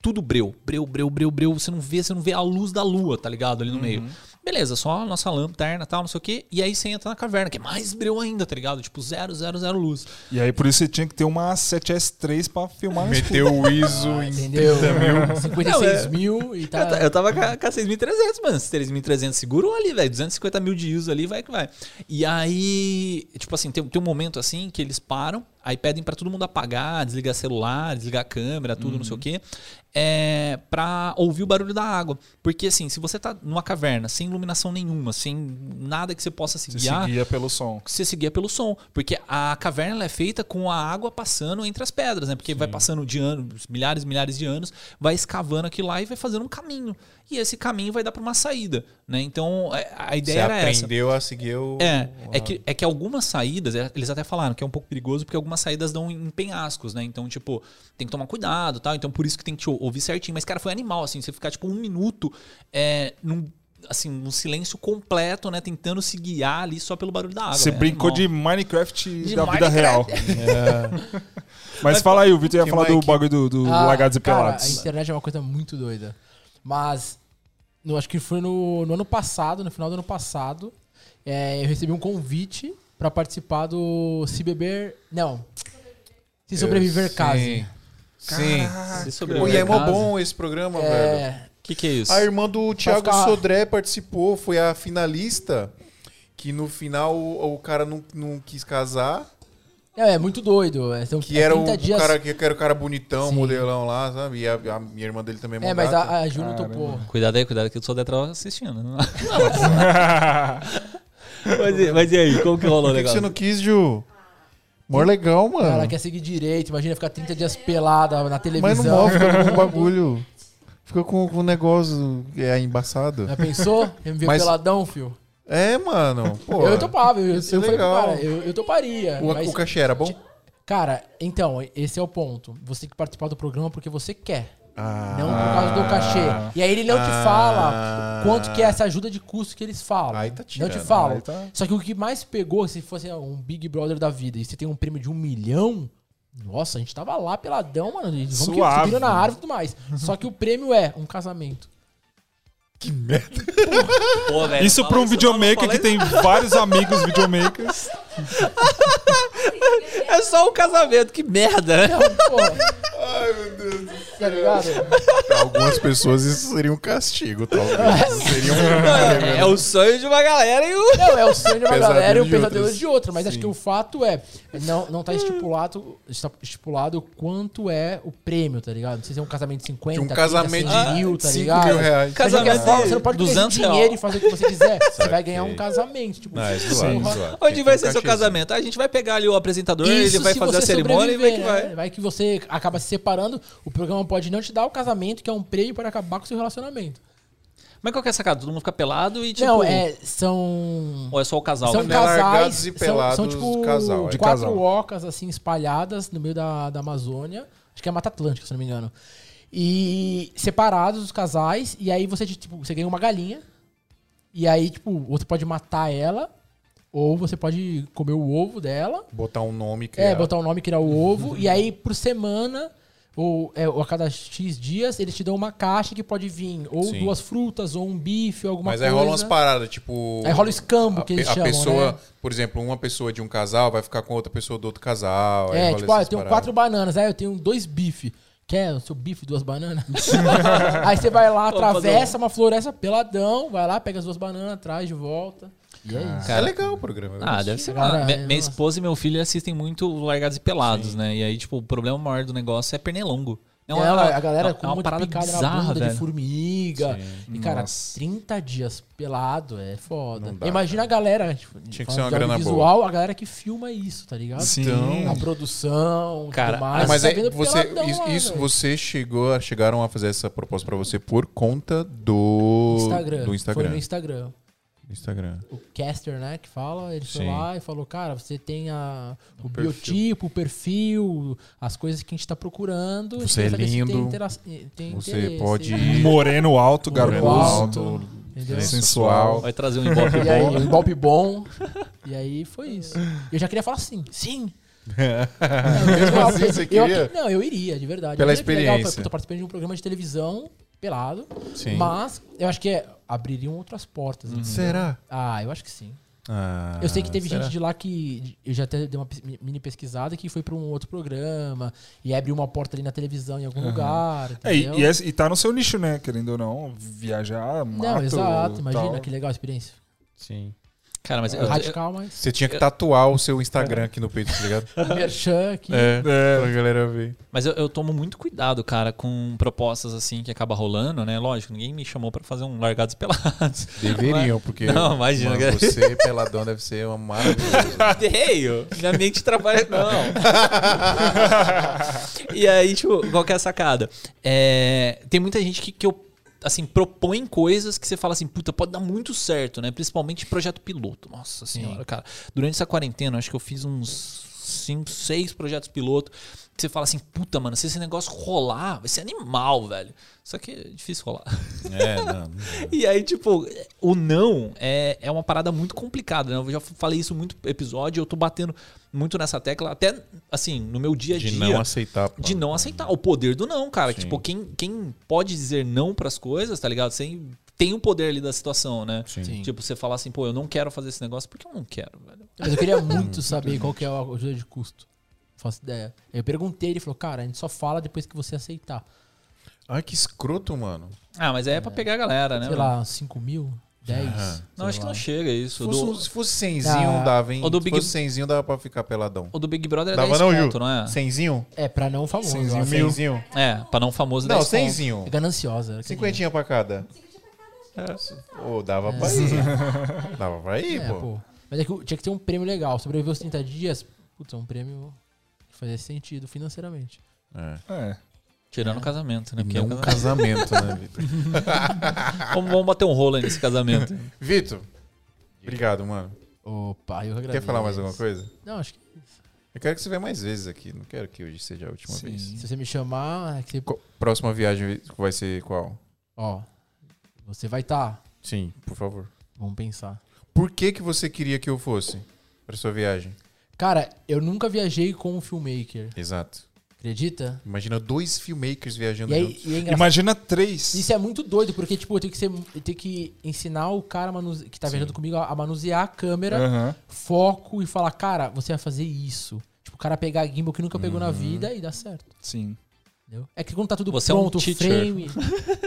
D: Tudo breu, breu, breu, breu, breu. Você não vê, você não vê a luz da lua, tá ligado? Ali no meio. Beleza, só a nossa lanterna e tal, não sei o quê. E aí você entra na caverna, que é mais breu ainda, tá ligado? Tipo, zero, zero, zero luz.
B: E aí, por isso, você tinha que ter uma 7S3 pra filmar no escuro.
A: Meteu o ISO em
C: Entendeu? 56
D: Não, é-
C: mil e tá.
D: Eu, ta- eu tava com a, com a 6.300, mano. Esses 3.300 segurou ali, velho. 250 mil de uso ali, vai que vai. E aí, tipo assim, tem, tem um momento assim que eles param, aí Aí pedem pra todo mundo apagar, desligar celular, desligar câmera, tudo, não sei o quê. É, pra ouvir o barulho da água. Porque, assim, se você tá numa caverna, sem iluminação nenhuma, sem nada que você possa se
B: Você
D: guiar,
B: seguia pelo som.
D: que você seguia pelo som. Porque a caverna ela é feita com a água passando entre as pedras, né? Porque vai passando de anos, milhares e milhares de anos, vai escavando aquilo lá e vai fazendo um caminho. E esse caminho vai dar para uma saída, né? Então, é, a ideia
A: Você
D: era essa.
A: aprendeu a seguir o.
D: É, é que, é que algumas saídas, é, eles até falaram que é um pouco perigoso, porque algumas saídas dão em penhascos, né? Então, tipo, tem que tomar cuidado tal. Então, por isso que tem que te ou- ouvir certinho. Mas, cara, foi animal, assim, você ficar, tipo, um minuto é, num, assim, num silêncio completo, né? Tentando se guiar ali só pelo barulho da água.
B: Você
D: né?
B: brincou
D: Animal.
B: de Minecraft
D: De
B: da vida
D: Minecraft.
B: real.
C: É.
B: É. Mas, fala aí, o Vitor ia
A: Que
B: falar do
A: Mike?
B: bagulho do, do
C: Ah,
B: Lagados e
C: cara,
B: Pelados.
C: A internet é uma coisa muito doida. Mas, no, acho que foi no, no ano passado, no final do ano passado, é, eu recebi um convite pra participar do Se Beber. Não. Se Sobreviver
A: Sim.
C: Case.
A: Sim.
D: Se
A: Pô,
D: sobreviver
A: e é mó
D: casa.
A: bom esse programa, velho.
C: É,
D: Que que é isso?
A: A irmã do Thiago
C: ficar-
A: Sodré participou, foi a finalista. Que no final o, o cara não, não quis casar.
C: é, é muito doido. é, são-
A: Que
C: é
A: era o,
C: 30
A: o
C: dias.
A: cara que que era o cara bonitão,
C: Sim.
A: modelão lá, sabe? E a, a minha irmã dele também é
C: é, mas
A: gata.
C: a, a Ju não
A: é
C: topou.
D: Cuidado aí, cuidado que eu sou detrás assistindo. mas, e- mas e aí, como que rolou o
A: Por que, que você
D: negócio?
A: não quis, Ju? Mó legal, mano.
C: Ela quer seguir direito, imagina ficar 30 dias pelada na
A: Mas
C: televisão.
A: não move, fica com o bagulho. Fica com com o negócio é embaçado.
C: Já pensou? MV
A: Mas-
C: peladão, fio.
A: É, mano. Pô,
C: eu topava, eu, eu
A: isso é
C: falei pro
A: legal.
C: cara, eu, eu toparia.
A: o,
C: mas-
A: o cachê era bom?
C: Cara, então, esse é o ponto. Você tem que participar do programa porque você quer.
A: Ah.
C: Não por causa do cachê. E aí ele não
A: Ah.
C: te fala quanto que é essa ajuda de custo que eles falam.
A: Aí tá tirando,
C: não te falam.
B: aí tá-
C: Só que o que mais pegou, se fosse um Big Brother da vida e você tem um prêmio de um milhão, nossa, a gente tava lá peladão, mano. e Vamos
B: Suave.
C: que subiram na árvore e tudo mais. Só que o prêmio é um casamento.
D: Pô, velho,
B: Isso
D: É, fala
B: pra um
D: não, não
B: videomaker
D: fala
B: que
D: isso.
B: tem vários amigos videomakers.
D: É só um casamento, que merda, né?
C: Então, pô,
A: Ai, meu Deus do céu.
C: tá ligado?
A: Pra algumas pessoas isso seria um castigo, talvez. seria um...
D: É o sonho de uma galera e o.
C: Não, é o sonho de uma
A: Pesadelo
C: galera e o
A: de
C: pesadelo
A: outras.
C: de outra. Mas acho que o fato é, não, não tá estipulado, está estipulado quanto é o prêmio, tá ligado? Não sei se é um casamento de 50,
A: De um
C: 30,
A: casamento
C: 100
D: Ah,
A: de
C: mil, tá
A: 5
C: ligado?
A: mil reais.
C: Você não, quer,
D: Casamento
C: você não pode
D: 200
C: 200
D: real.
C: dinheiro e fazer o que você quiser. Você vai ganhar um
A: Saquei.
C: casamento. Tipo,
A: Não, é
C: porra.
A: zoado, zoado.
D: Onde
A: Tem que ter
D: vai ser
A: um
D: seu
A: cachezinho.
D: casamento? A gente vai pegar ali o apresentador,
C: Isso
D: ele vai
C: se
D: fazer a
C: você
D: cerimônia e vai que
C: sobreviver, né?
D: vai.
C: Vai que você acaba se separando, o programa pode não te dar o casamento, que é um prêmio para acabar com o seu relacionamento.
D: Mas qual que é a sacada? Todo mundo fica pelado e tipo.
C: não, é, um são...
D: Ou é só o casal?
C: São
D: né?
A: Panela
C: casais,
A: largados e
C: são-
A: pelados
C: são, tipo
A: do casal, é.
C: de
A: De
C: quatro
B: casal.
C: ocas assim espalhadas no meio da, da Amazônia, acho que é Mata Atlântica, se não me engano. E separados os casais e aí você tipo, você ganha uma galinha e aí tipo, você pode matar ela ou você pode comer o ovo dela.
A: Botar um nome que
C: É, botar o nome que era o ovo e aí por semana ou, é, ou a cada X dias eles te dão uma caixa que pode vir ou
A: Sim.
C: duas frutas ou um bife ou alguma
A: Mas aí
C: coisa.
A: rola umas paradas, tipo...
C: Aí rola o escambo
A: a,
C: que
A: pe-
C: eles
A: a
C: chamam,
A: pessoa,
C: né?
A: por exemplo, uma pessoa de um casal vai ficar com outra pessoa do outro casal. aí
C: É,
A: rola
C: tipo, ah, eu
A: essas
C: tenho
A: paradas.
C: quatro bananas, aí eu tenho dois bife. Quer o seu bife, duas bananas? aí você vai lá,
D: Vamos fazer um.
C: atravessa uma floresta peladão, vai lá, pega as duas bananas, traz de volta. E é isso.
A: É legal o programa.
D: Ah, deve ser.
C: Cara,
D: nada. Minha,
C: eu-
D: minha esposa e meu filho assistem muito Largados e Pelados, né? E aí, tipo, o problema maior do negócio é pernilongo. É uma-
C: Ela-
D: é
C: a galera
D: uma-
C: com
D: é
C: um
D: uma
C: monte de
D: parada
C: picada na
D: bizarra,
C: bunda de
D: velho.
C: formiga. E, cara,
B: Nossa.
C: 30 dias pelado é foda.
A: Não dá,
C: Imagina a galera, tipo,
A: Tinha que
C: falando
A: ser uma
C: de
A: grana
C: audiovisual, a galera que filma isso, tá ligado?
B: Sim.
C: A produção,
D: Cara,
C: tudo
A: Ah,
C: mais.
A: mas
C: tá
A: é,
C: vendo
A: você,
C: peladão
A: isso,
C: lá,
A: isso-
C: né, velho.
A: você chegou, a- chegaram a fazer essa proposta pra você por conta do
C: Instagram.
A: do
C: Foi
A: Instagram.
C: no Instagram.
A: Instagram.
C: o caster, né, que fala, ele foi
A: Sim.
C: lá e falou, cara, você tem a, o,
A: perfil.
C: biotipo, o perfil, as coisas que a gente tá procurando.
A: Você
C: a gente quer
A: é
C: saber se
A: lindo,
C: intera- eh, tem
A: Você
C: interesse, né?
A: pode
B: Moreno alto, garboso.
C: alto, entendeu?
A: né,
B: sensual.
D: Vai trazer um embope
C: E aí,
D: bom.
C: um golpe bom. E aí foi isso. Eu já queria falar sim, sim. Não, eu-
A: Mesmo assim,
C: eu-
A: você
C: eu-
A: queria?
C: não, eu iria, de verdade.
A: Pela
C: Eu iria, que legal,
A: experiência.
C: puta, eu participei de um programa de televisão pelado.
A: Sim. Uhum.
C: Mas eu acho que é, abririam outras portas. entendeu?
A: Será?
C: Ah, eu acho que sim.
A: Ah,
C: Eu sei que teve
A: será?
C: gente de lá que. Eu já até dei uma pes- mini pesquisada que foi pra um outro programa e abriu uma porta ali na televisão em algum lugar.
B: É, e,
C: entendeu?
B: e é- e tá no seu nicho, né? Querendo ou não, viajar, mato,
C: Não, exato. Imagina
B: tal.
C: que legal a experiência.
A: Sim.
D: Cara, mas É, eu,
C: Radical, mas.
A: Você tinha que tatuar o seu Instagram aqui no peito, tá ligado?
C: Merchan aqui.
A: É, é. pra galera ver.
D: mas eu, eu tomo muito cuidado, cara, com propostas assim que acaba rolando, né? Lógico, ninguém me chamou pra fazer um largados e pelados.
A: Deveriam, porque.
D: Não, imagina,
A: Mano,
D: cara.
A: Você, peladão, deve ser uma maravilha.
D: Odeio. Minha mente trabalha. Não. e aí, tipo, qual que é a sacada? É, tem muita gente que, que eu. Assim, propõe coisas que você fala assim, puta, pode dar muito certo, né? Principalmente projeto piloto. Nossa senhora, cara. Durante essa quarentena, acho que eu fiz uns 5, 6 projetos piloto. que Você fala assim, puta, mano, se esse negócio rolar, vai ser animal, velho. Só que é difícil rolar.
A: É, não.
D: E aí, tipo, o não é, é uma parada muito complicada, né? Eu já falei isso em muito episódio, eu tô batendo muito nessa tecla, até, assim, no meu dia a dia.
A: De não aceitar.
D: de
A: pô.
D: não aceitar. O poder do não, cara.
A: Sim.
D: Tipo, quem, quem pode dizer não pras coisas, tá ligado? Você tem o poder ali da situação, né?
A: Sim.
D: Tipo, você fala assim, pô, eu não quero fazer esse negócio, porque eu não quero, velho.
C: Mas eu queria muito saber qual que é a ajuda de custo. Não faço ideia. Eu perguntei, ele falou, cara, a gente só fala depois que você aceitar.
A: Ai, que escroto, mano.
D: Ah, mas aí é pra pegar a galera, né?
C: sei
D: mano?
C: lá, 5 mil? 10?
D: Não, acho que não chega isso.
A: Se
D: O
A: fosse,
D: do,
A: um- se fosse cenzinho,
C: Tá.
A: dava, hein?
D: Ou do
A: se
D: Big-
A: fosse cenzinho, dava pra ficar peladão.
D: o do Big Brother é
A: Dava
D: 10
A: não,
D: conto,
A: Ju?
D: não é?
A: Cenzinho?
C: É, pra não famoso.
A: Cenzinho, mil.
C: ó, cem-
A: Cenzinho.
D: É, pra não famoso
A: Não,
D: 10 conto.
A: cenzinho.
C: É gananciosa. Cinquenta
A: Cinquentinha pra cada. Ô, dava
D: É.
A: pra ir. dava pra ir,
C: É,
A: pô.
C: pô. Mas é que tinha que ter um prêmio legal. Sobreviver os 30 dias, putz, é um prêmio que fazia sentido financeiramente.
A: É.
B: É.
D: Tirando o casamento, né? Porque
A: Não
D: o
A: um
D: casamento-
A: casamento, né, Vitor?
D: Vamos, vamos bater um rolo aí nesse casamento.
A: Vitor, obrigado, mano.
C: Opa, eu agradeço.
A: Quer falar mais alguma coisa?
C: Não, acho que
A: Eu quero que você venha mais vezes aqui. Não quero que hoje seja a última vez.
C: se você me chamar, é que você...
A: Co- Próxima viagem vai ser qual?
C: Ó, você vai estar.
A: Sim, por favor.
C: Vamos pensar.
A: Por que, que você queria que eu fosse pra sua viagem?
C: Cara, eu nunca viajei com um filmmaker.
A: Exato.
C: Acredita?
A: Imagina dois filmmakers viajando
C: E aí,
A: juntos.
C: e é engraçado.
B: Imagina três.
C: Isso é muito dois doido, porque, tipo, eu tenho que, ser, eu tenho que ensinar o cara manuse- que tá viajando comigo a a manusear a câmera,
B: Aham.
C: foco e falar, cara, você vai fazer isso. Tipo, o cara pegar a gimbal que nunca
A: Uhum.
C: pegou na vida e dá certo.
B: Sim.
C: Entendeu? É que quando tá tudo
D: Você é um
C: pronto, o
D: teacher.
C: frame.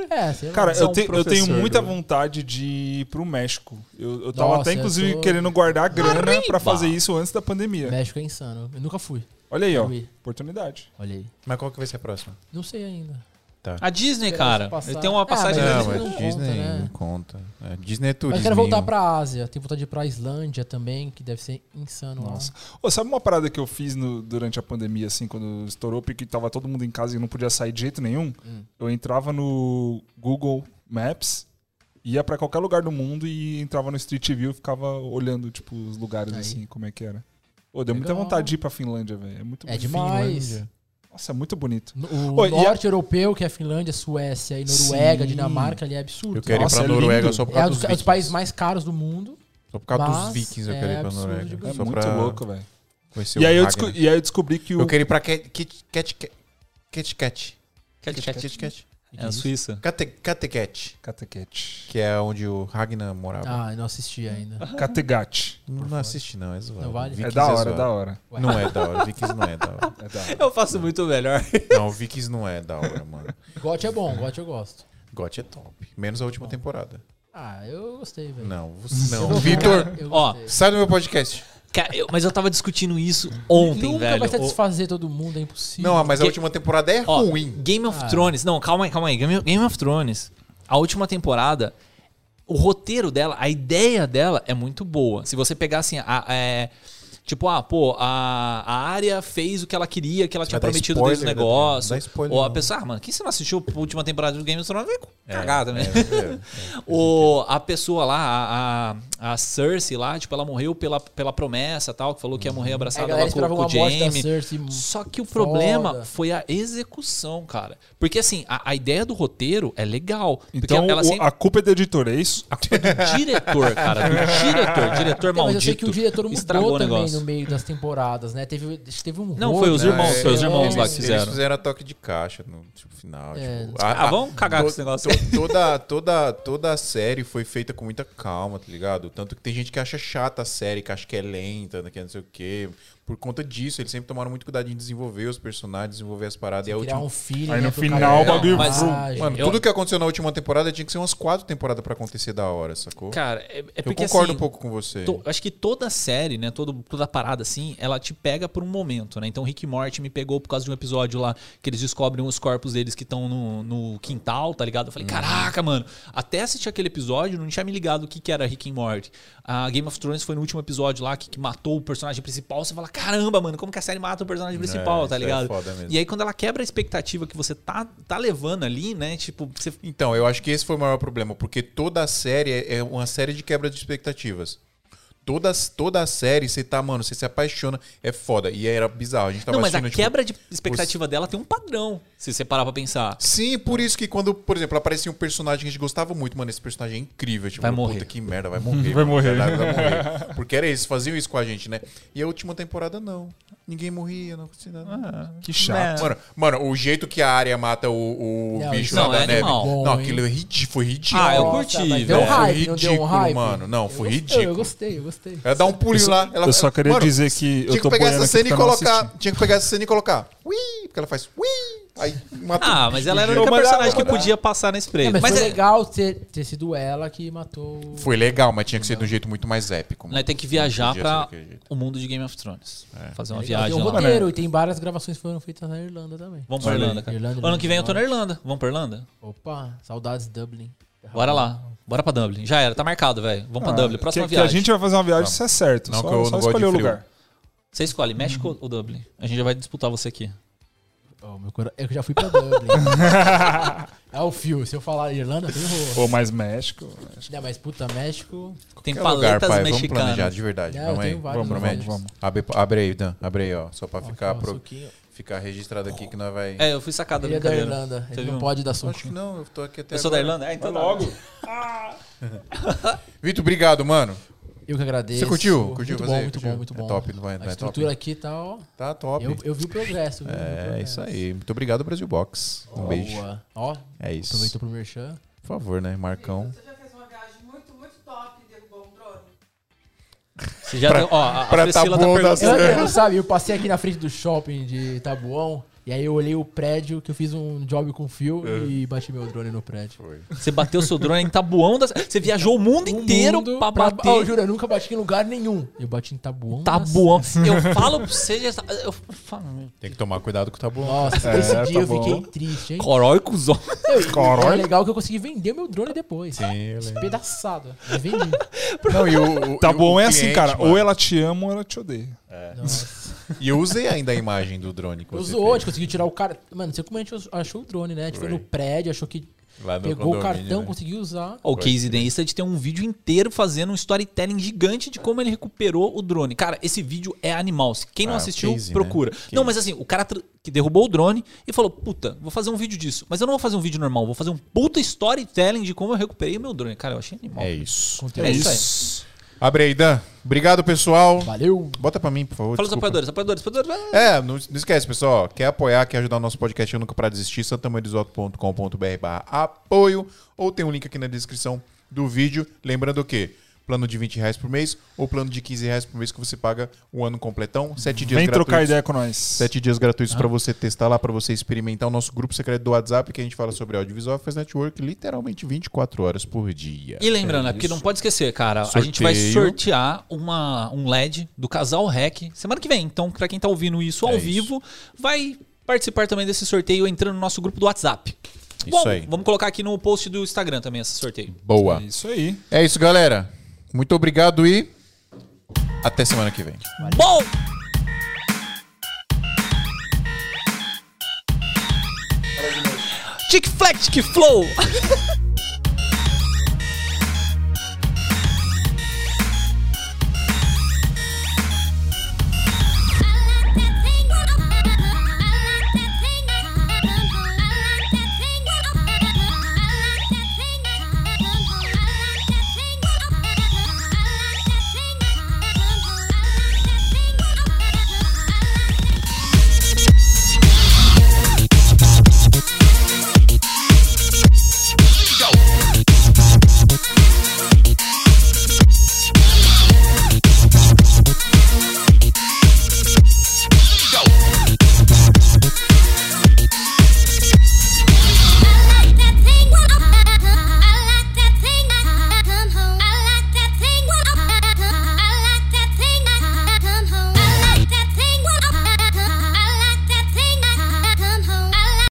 C: É, sei lá.
B: Cara,
D: Você é
B: eu,
D: um
B: te- eu tenho
D: professor,
B: muita
D: né?
B: vontade de ir pro México. Eu, eu tava
C: Nossa,
B: até,
C: eu
B: inclusive,
C: tô-
B: querendo guardar grana pra
D: Arriba!
B: fazer isso antes da pandemia.
C: México é insano. Eu nunca fui.
B: Olha aí, ó.
C: Fui.
B: Oportunidade.
C: Olha aí.
A: Mas qual que vai ser a próxima?
C: Não sei ainda.
D: A Disney,
C: Esperar
D: cara.
C: isso passar.
D: Ele tem uma
C: Ah,
D: passagem.
C: mas-
D: Ah,
C: Não, mas não Disney conta, né? não
A: conta. Disney é turismo.
C: Mas quero voltar pra Ásia. Tenho vontade de ir pra Islândia também, que deve ser insano
B: Nossa.
C: lá.
B: Ô, sabe uma parada que eu fiz no- durante a pandemia, assim, quando estourou, porque tava todo mundo em casa e não podia sair de jeito nenhum?
C: Hum.
B: Eu entrava no Google Maps, ia pra qualquer lugar do mundo e entrava no Street View e ficava olhando, tipo, os lugares,
C: Aí.
B: assim, como é que era. Ô, deu muita
C: Legal.
B: vontade de ir pra Finlândia, velho. É muito
C: É
B: bonito.
C: demais.
A: Finlândia.
B: Nossa, é muito bonito.
C: No- O
B: Oi, e a-
C: norte europeu, que é a Finlândia, Suécia e Noruega,
B: Sim.
C: Dinamarca, ali é absurdo.
A: Eu quero
B: Nossa,
A: ir
B: é
A: pra Noruega
B: lindo.
A: só por
C: É
A: causa
C: um
A: dos
C: dos, é um dos
A: vikings.
C: países mais caros do mundo.
A: Só por causa
C: Mas
A: dos vikings eu
C: é
A: quero ir pra
C: absurdo
A: Noruega.
C: de
B: É
A: só
B: muito
A: pra
B: louco, velho.
A: conhecer
B: E
A: o
B: aí, eu
A: Ragnar.
B: descu- e aí eu descobri que o.
A: né? Eu quero ir pra Cat Cat Cat Cat Cat Cat Cat Cat
D: É a Suíça.
A: Cate- Catequete,
B: Catequete.
A: que é onde o Ragnar morava.
C: Ah, eu não assisti ainda.
B: Categate.
A: Não assisti não, é zoado.
C: Não vale?
B: É
A: Vikings
B: da hora, é
A: zoado.
B: da hora.
C: Ué.
A: Não é da hora, Vikings não é da hora.
B: É da hora.
D: Eu faço muito melhor.
A: Não, o Vikings não é da hora, mano.
C: Got é bom, Got eu gosto.
A: GOT é top. Menos a última temporada.
C: Ah, eu gostei, velho.
A: Não, você não. Vitor,
C: Eu
D: Ó,
C: gostei.
A: sai do meu podcast.
D: Cara, eu- mas eu tava discutindo isso ontem,
C: Nunca
D: velho.
C: vai satisfazer todo mundo, é impossível.
A: Não, mas a
D: Que-
A: última temporada é
D: Ó,
A: ruim. é.
D: Game of
C: Ah.
D: Thrones. Não, calma aí, calma aí. Game, Game of Thrones, a última temporada, o roteiro dela, a ideia dela é muito boa. Se você pegar assim, a- é, tipo, ah, pô, a, a área fez o que ela queria, que ela tinha
A: vai dar
D: prometido
A: spoiler,
D: desde o
A: né?
D: negócio.
A: Não dá spoiler,
D: Ou a
A: não.
D: pessoa, ah, mano, quem você não assistiu a última temporada do Game of Thrones vai cagar também.
A: É,
D: O, a pessoa lá, a, a, a Cersei lá, tipo, ela morreu pela, pela promessa tal, que falou que ia morrer
C: É, a
D: abraçada
C: galera
D: lá com,
C: esperava
D: com
C: uma
D: o
C: morte da
D: Jaime.
C: Cersei.
D: Só que o
C: Foda.
D: problema foi a execução, cara. Porque assim, a, a ideia do roteiro é legal. Porque
B: Então,
D: ela
B: o-
D: sempre
B: a culpa é do editor, é isso?
D: do diretor, cara. Do diretor, diretor
C: Não, mas
D: maldito.
C: eu sei que o diretor mudou
D: estragou o
C: também no
D: negócio.
C: meio das temporadas, né? Teve, acho que teve um
D: Não,
C: rolo,
D: foi os
C: né?
D: irmãos,
A: é,
D: foi os irmãos
A: eles-
D: lá que
A: Eles
D: fizeram.
A: fizeram a toque de caixa no tipo, final.
C: É.
A: tipo, a-
D: Ah,
A: a-
D: vamos cagar
A: to-
D: com esse negócio.
A: to- Toda, toda, toda a série foi feita com muita calma, tá ligado? Tanto que tem gente que acha chata a série, que acha que é lenta, né, que não sei o quê. por conta disso, eles sempre tomaram muito cuidado em desenvolver os personagens, desenvolver as paradas. E a
C: Criar
A: última...
C: um filho.
B: Aí
C: né,
B: no
C: do
B: final
C: cara,
B: o bagulho
C: da
D: mas-
C: imagem.
A: Mano,
D: É, Eu-
A: tudo que aconteceu na última temporada tinha que ser umas quatro temporadas pra acontecer da hora, sacou?
D: Cara, é, é
A: eu
D: porque
A: concordo
D: assim,
A: um pouco com você.
D: To- acho que toda série, né? Todo, toda parada, assim, ela te pega por um momento, né? Então Rick e Morty me pegou por causa de um episódio lá que eles descobrem os corpos deles que estão no, no quintal, tá ligado? Eu
A: Uhum.
D: falei, caraca, mano, até assistir aquele episódio, não tinha me ligado o que, que era Rick e Morty. A Game of Thrones foi no último episódio lá que, que matou o personagem principal. Você fala, caramba, mano, como que a série mata o personagem principal,
A: É, isso
D: tá
A: é
D: ligado?
A: foda mesmo.
D: E aí, quando ela quebra a expectativa que você tá, tá levando ali, né? Tipo, você.
A: Então, eu acho que esse foi o maior problema, porque toda a série é- é uma série de quebra de expectativas. Todas, toda a série, você tá, mano, você se apaixona, é foda. E era bizarro. A gente tava
D: Não, mas a
A: assistindo, tipo,
D: quebra de expectativa dela tem um padrão, se você parar pra pensar.
A: Sim, por isso que quando, por exemplo, aparecia um personagem que a gente gostava muito, mano, esse personagem é incrível. Tipo,
D: Vai
A: puta
D: morrer.
A: que merda, vai morrer.
B: Vai morrer.
A: Caralho, vai morrer. Porque era isso, faziam isso com a gente, né? E a última temporada, não. Ninguém morria, não acontecia nada.
D: Ah.
B: Que chato.
A: Mano, mano, o jeito que a área mata o, o
C: Não,
A: bicho
C: isso
A: lá
D: não,
A: da
D: é
A: neve.
D: animal.
A: não,
C: Bom, hein?
A: aquilo é ridi- foi ridículo.
D: Ah, eu
A: Nossa,
D: curti,
C: mas
A: velho.
C: Deu hype,
A: Foi
C: não deu um
A: ridículo,
C: hype.
A: mano. Não, foi
C: Eu gostei,
A: ridículo.
C: Eu gostei, eu gostei.
D: É,
A: Ela dá um pulinho lá. Ela,
B: eu só queria
A: Mano,
B: dizer que eu
A: Tinha
B: tô
A: que pegar
B: boiando
A: essa
B: aqui
A: cena e
B: porque eu não
A: colocar.
B: assisti.
A: Tinha que pegar essa cena e colocar. Ui! Porque ela faz. Ui! Aí mata
D: Ah,
A: o
D: mas
A: bicho,
D: ela era a
A: gente.
D: única
B: Mas dá,
D: personagem que
B: dá.
D: podia passar nesse prêmio.
C: É, mas,
D: mas
C: foi
D: é,
C: legal ter, ter sido ela que matou. o-
A: Foi legal, mas tinha que ser de um jeito muito mais épico. mano.
D: nós tem que viajar
A: Podia ser É.
D: pra
A: daquele jeito.
D: o mundo de Game of Thrones. Fazer uma
C: Tem
D: viagem
C: um
D: lá.
C: roteiro e tem várias gravações que foram feitas na Irlanda também.
D: Vamos pra
B: Olha aí.
D: Irlanda, cara.
C: Irlanda,
D: ano que vem eu tô na
C: Irlanda.
D: Irlanda. Vamos pra Irlanda?
C: Opa, saudades Dublin.
D: Bora lá. Bora pra Dublin. Já era, tá marcado, velho. Vamos pra
B: Ah,
D: Dublin. Próxima
B: que, que
D: viagem.
B: a gente vai fazer uma viagem, isso é certo.
A: Não,
B: só
A: que eu não
B: só
A: gosto de
B: escolher o
A: frio.
B: lugar.
D: Você escolhe México ou Dublin? A gente já vai disputar você aqui.
C: Oh, meu cora- Eu já fui pra Dublin. é o fio. Se eu falar Irlanda, tem
B: Ou mais México. México.
C: Não, mas puta, México.
D: Tem
A: Qualquer lugar,
D: paletas
A: pai, Vamos planejar,
D: mexicanas.
A: de verdade.
C: Não, eu
A: vamos aí.
C: tenho vários
A: vamos, promete.
B: nomes. Vamos,
A: Abre, abre aí, Dan. Abre aí, ó. Só pra ficar,
C: ó,
A: pro-
C: um
A: Tá
C: suquinho.
A: ficar registrado aqui que nós vai.
D: É, eu fui sacada
C: Ele é da Irlanda. Ele não pode dar
A: Acho que
C: suco.
A: não, eu tô aqui até.
D: Eu sou da
A: agora.
D: Irlanda? É, então.
B: Vai
D: dá.
B: logo.
A: Vitor, obrigado, mano.
C: Eu que agradeço.
A: Você curtiu? Curtiu
C: muito
A: fazer?
C: bom, muito
A: Curtiu?
C: bom, muito
A: É
C: bom.
A: top, não vai- não
C: A
A: é top?
C: estrutura aqui tá, ó.
A: Tá top.
C: Eu, eu vi o progresso. viu? Eu vi o
A: É,
C: progresso.
A: isso aí. Muito obrigado, Brasil Box. Um
C: Boa.
A: beijo.
C: Ó,
A: É isso.
C: aproveitou pro Merchan.
A: Por favor, né, Marcão?
E: Você já fez uma viagem muito, muito top e derrubou um drone?
D: Você já deu- ó, a a
A: pra
D: Priscila tá
A: Taboão da
D: perguntando.
C: Eu, eu não sabia, eu passei aqui na frente do shopping de Tabuão. E aí eu olhei o prédio que eu fiz um job com fio
A: É.
C: e bati meu drone no prédio.
D: Você bateu seu drone em Tabuão. Da... Você viajou o mundo inteiro
C: Um mundo
D: pra bater.
C: Ah, eu juro, eu nunca bati em lugar nenhum. Eu bati em Tabuão.
D: Tabuão. Eu falo pra você, já sa- eu falo, meu,
A: Tem que tomar cuidado com o tabu.
C: Nossa,
B: É,
C: esse dia eu
A: tá
B: Taboão.
C: fiquei triste, hein?
D: Corói cuzão.
C: É
B: Caralho.
C: legal que eu consegui vender meu drone depois.
A: eu lembro.
C: Despedaçado. Mas vendi.
A: Não, e o, o-
B: Tá
A: e o
B: bom, é assim,
A: cliente,
B: cara.
A: mano.
B: Ou ela te ama ou ela te odeia.
A: É.
C: Nossa.
A: E eu usei ainda a imagem do drone que
C: Eu
A: você
C: zoou, a
A: fez.
C: gente conseguiu tirar o cara. Mano, não sei como a gente achou o drone, né? A gente foi no
A: Foi.
C: prédio, achou que
A: Lá no
C: pegou o
A: condomínio,
C: cartão,
A: né?
C: conseguiu usar.
D: O Casey Neistat tem um vídeo inteiro fazendo um storytelling gigante de como ele recuperou o drone. Cara, esse vídeo é animal. Se- Quem não
A: Ah, o
D: assistiu,
A: Casey, né?
D: procura. Não, mas assim, o cara tr- que derrubou o drone e falou: Puta, vou fazer um vídeo disso. Mas eu não vou fazer um vídeo normal, vou fazer um puta storytelling de como eu recuperei o meu drone. Cara, eu achei animal.
A: É isso.
C: Conteúdo.
D: É isso aí.
A: Abre aí, Dan. Obrigado, pessoal.
C: Valeu.
A: Bota pra mim, por favor.
D: Fala os
A: desculpa.
D: apoiadores, apoiadores, apoiadores.
A: É, não, não esquece, pessoal. Quer apoiar, quer ajudar o nosso podcast Eu Nunca Pra Desistir, santamandesoto.com.br barra apoio, ou tem um link aqui na descrição do vídeo. Lembrando que plano de 20 reais por mês ou plano de 15 reais por mês que você paga o ano completão, sete dias
B: Vem
A: gratuitos.
B: trocar ideia com nós.
A: Sete dias gratuitos pra você testar lá, pra você experimentar o nosso grupo secreto do WhatsApp, que a gente fala sobre audiovisual e faz network literalmente 24 horas por dia.
D: E lembrando, né, porque não pode esquecer, cara, a gente
A: É Sorteio.
D: vai sortear uma, um LED do Casal Rec semana que vem. Então, pra quem tá ouvindo isso ao
A: É isso.
D: vivo, vai participar também desse sorteio entrando no nosso grupo do WhatsApp.
A: Isso
D: Bom,
A: aí.
D: vamos colocar aqui no post do Instagram também esse sorteio.
A: Boa.
B: É Isso aí.
A: É isso, galera. Muito obrigado e até semana que vem.
D: Bom! Tic Flex, Tic Flow!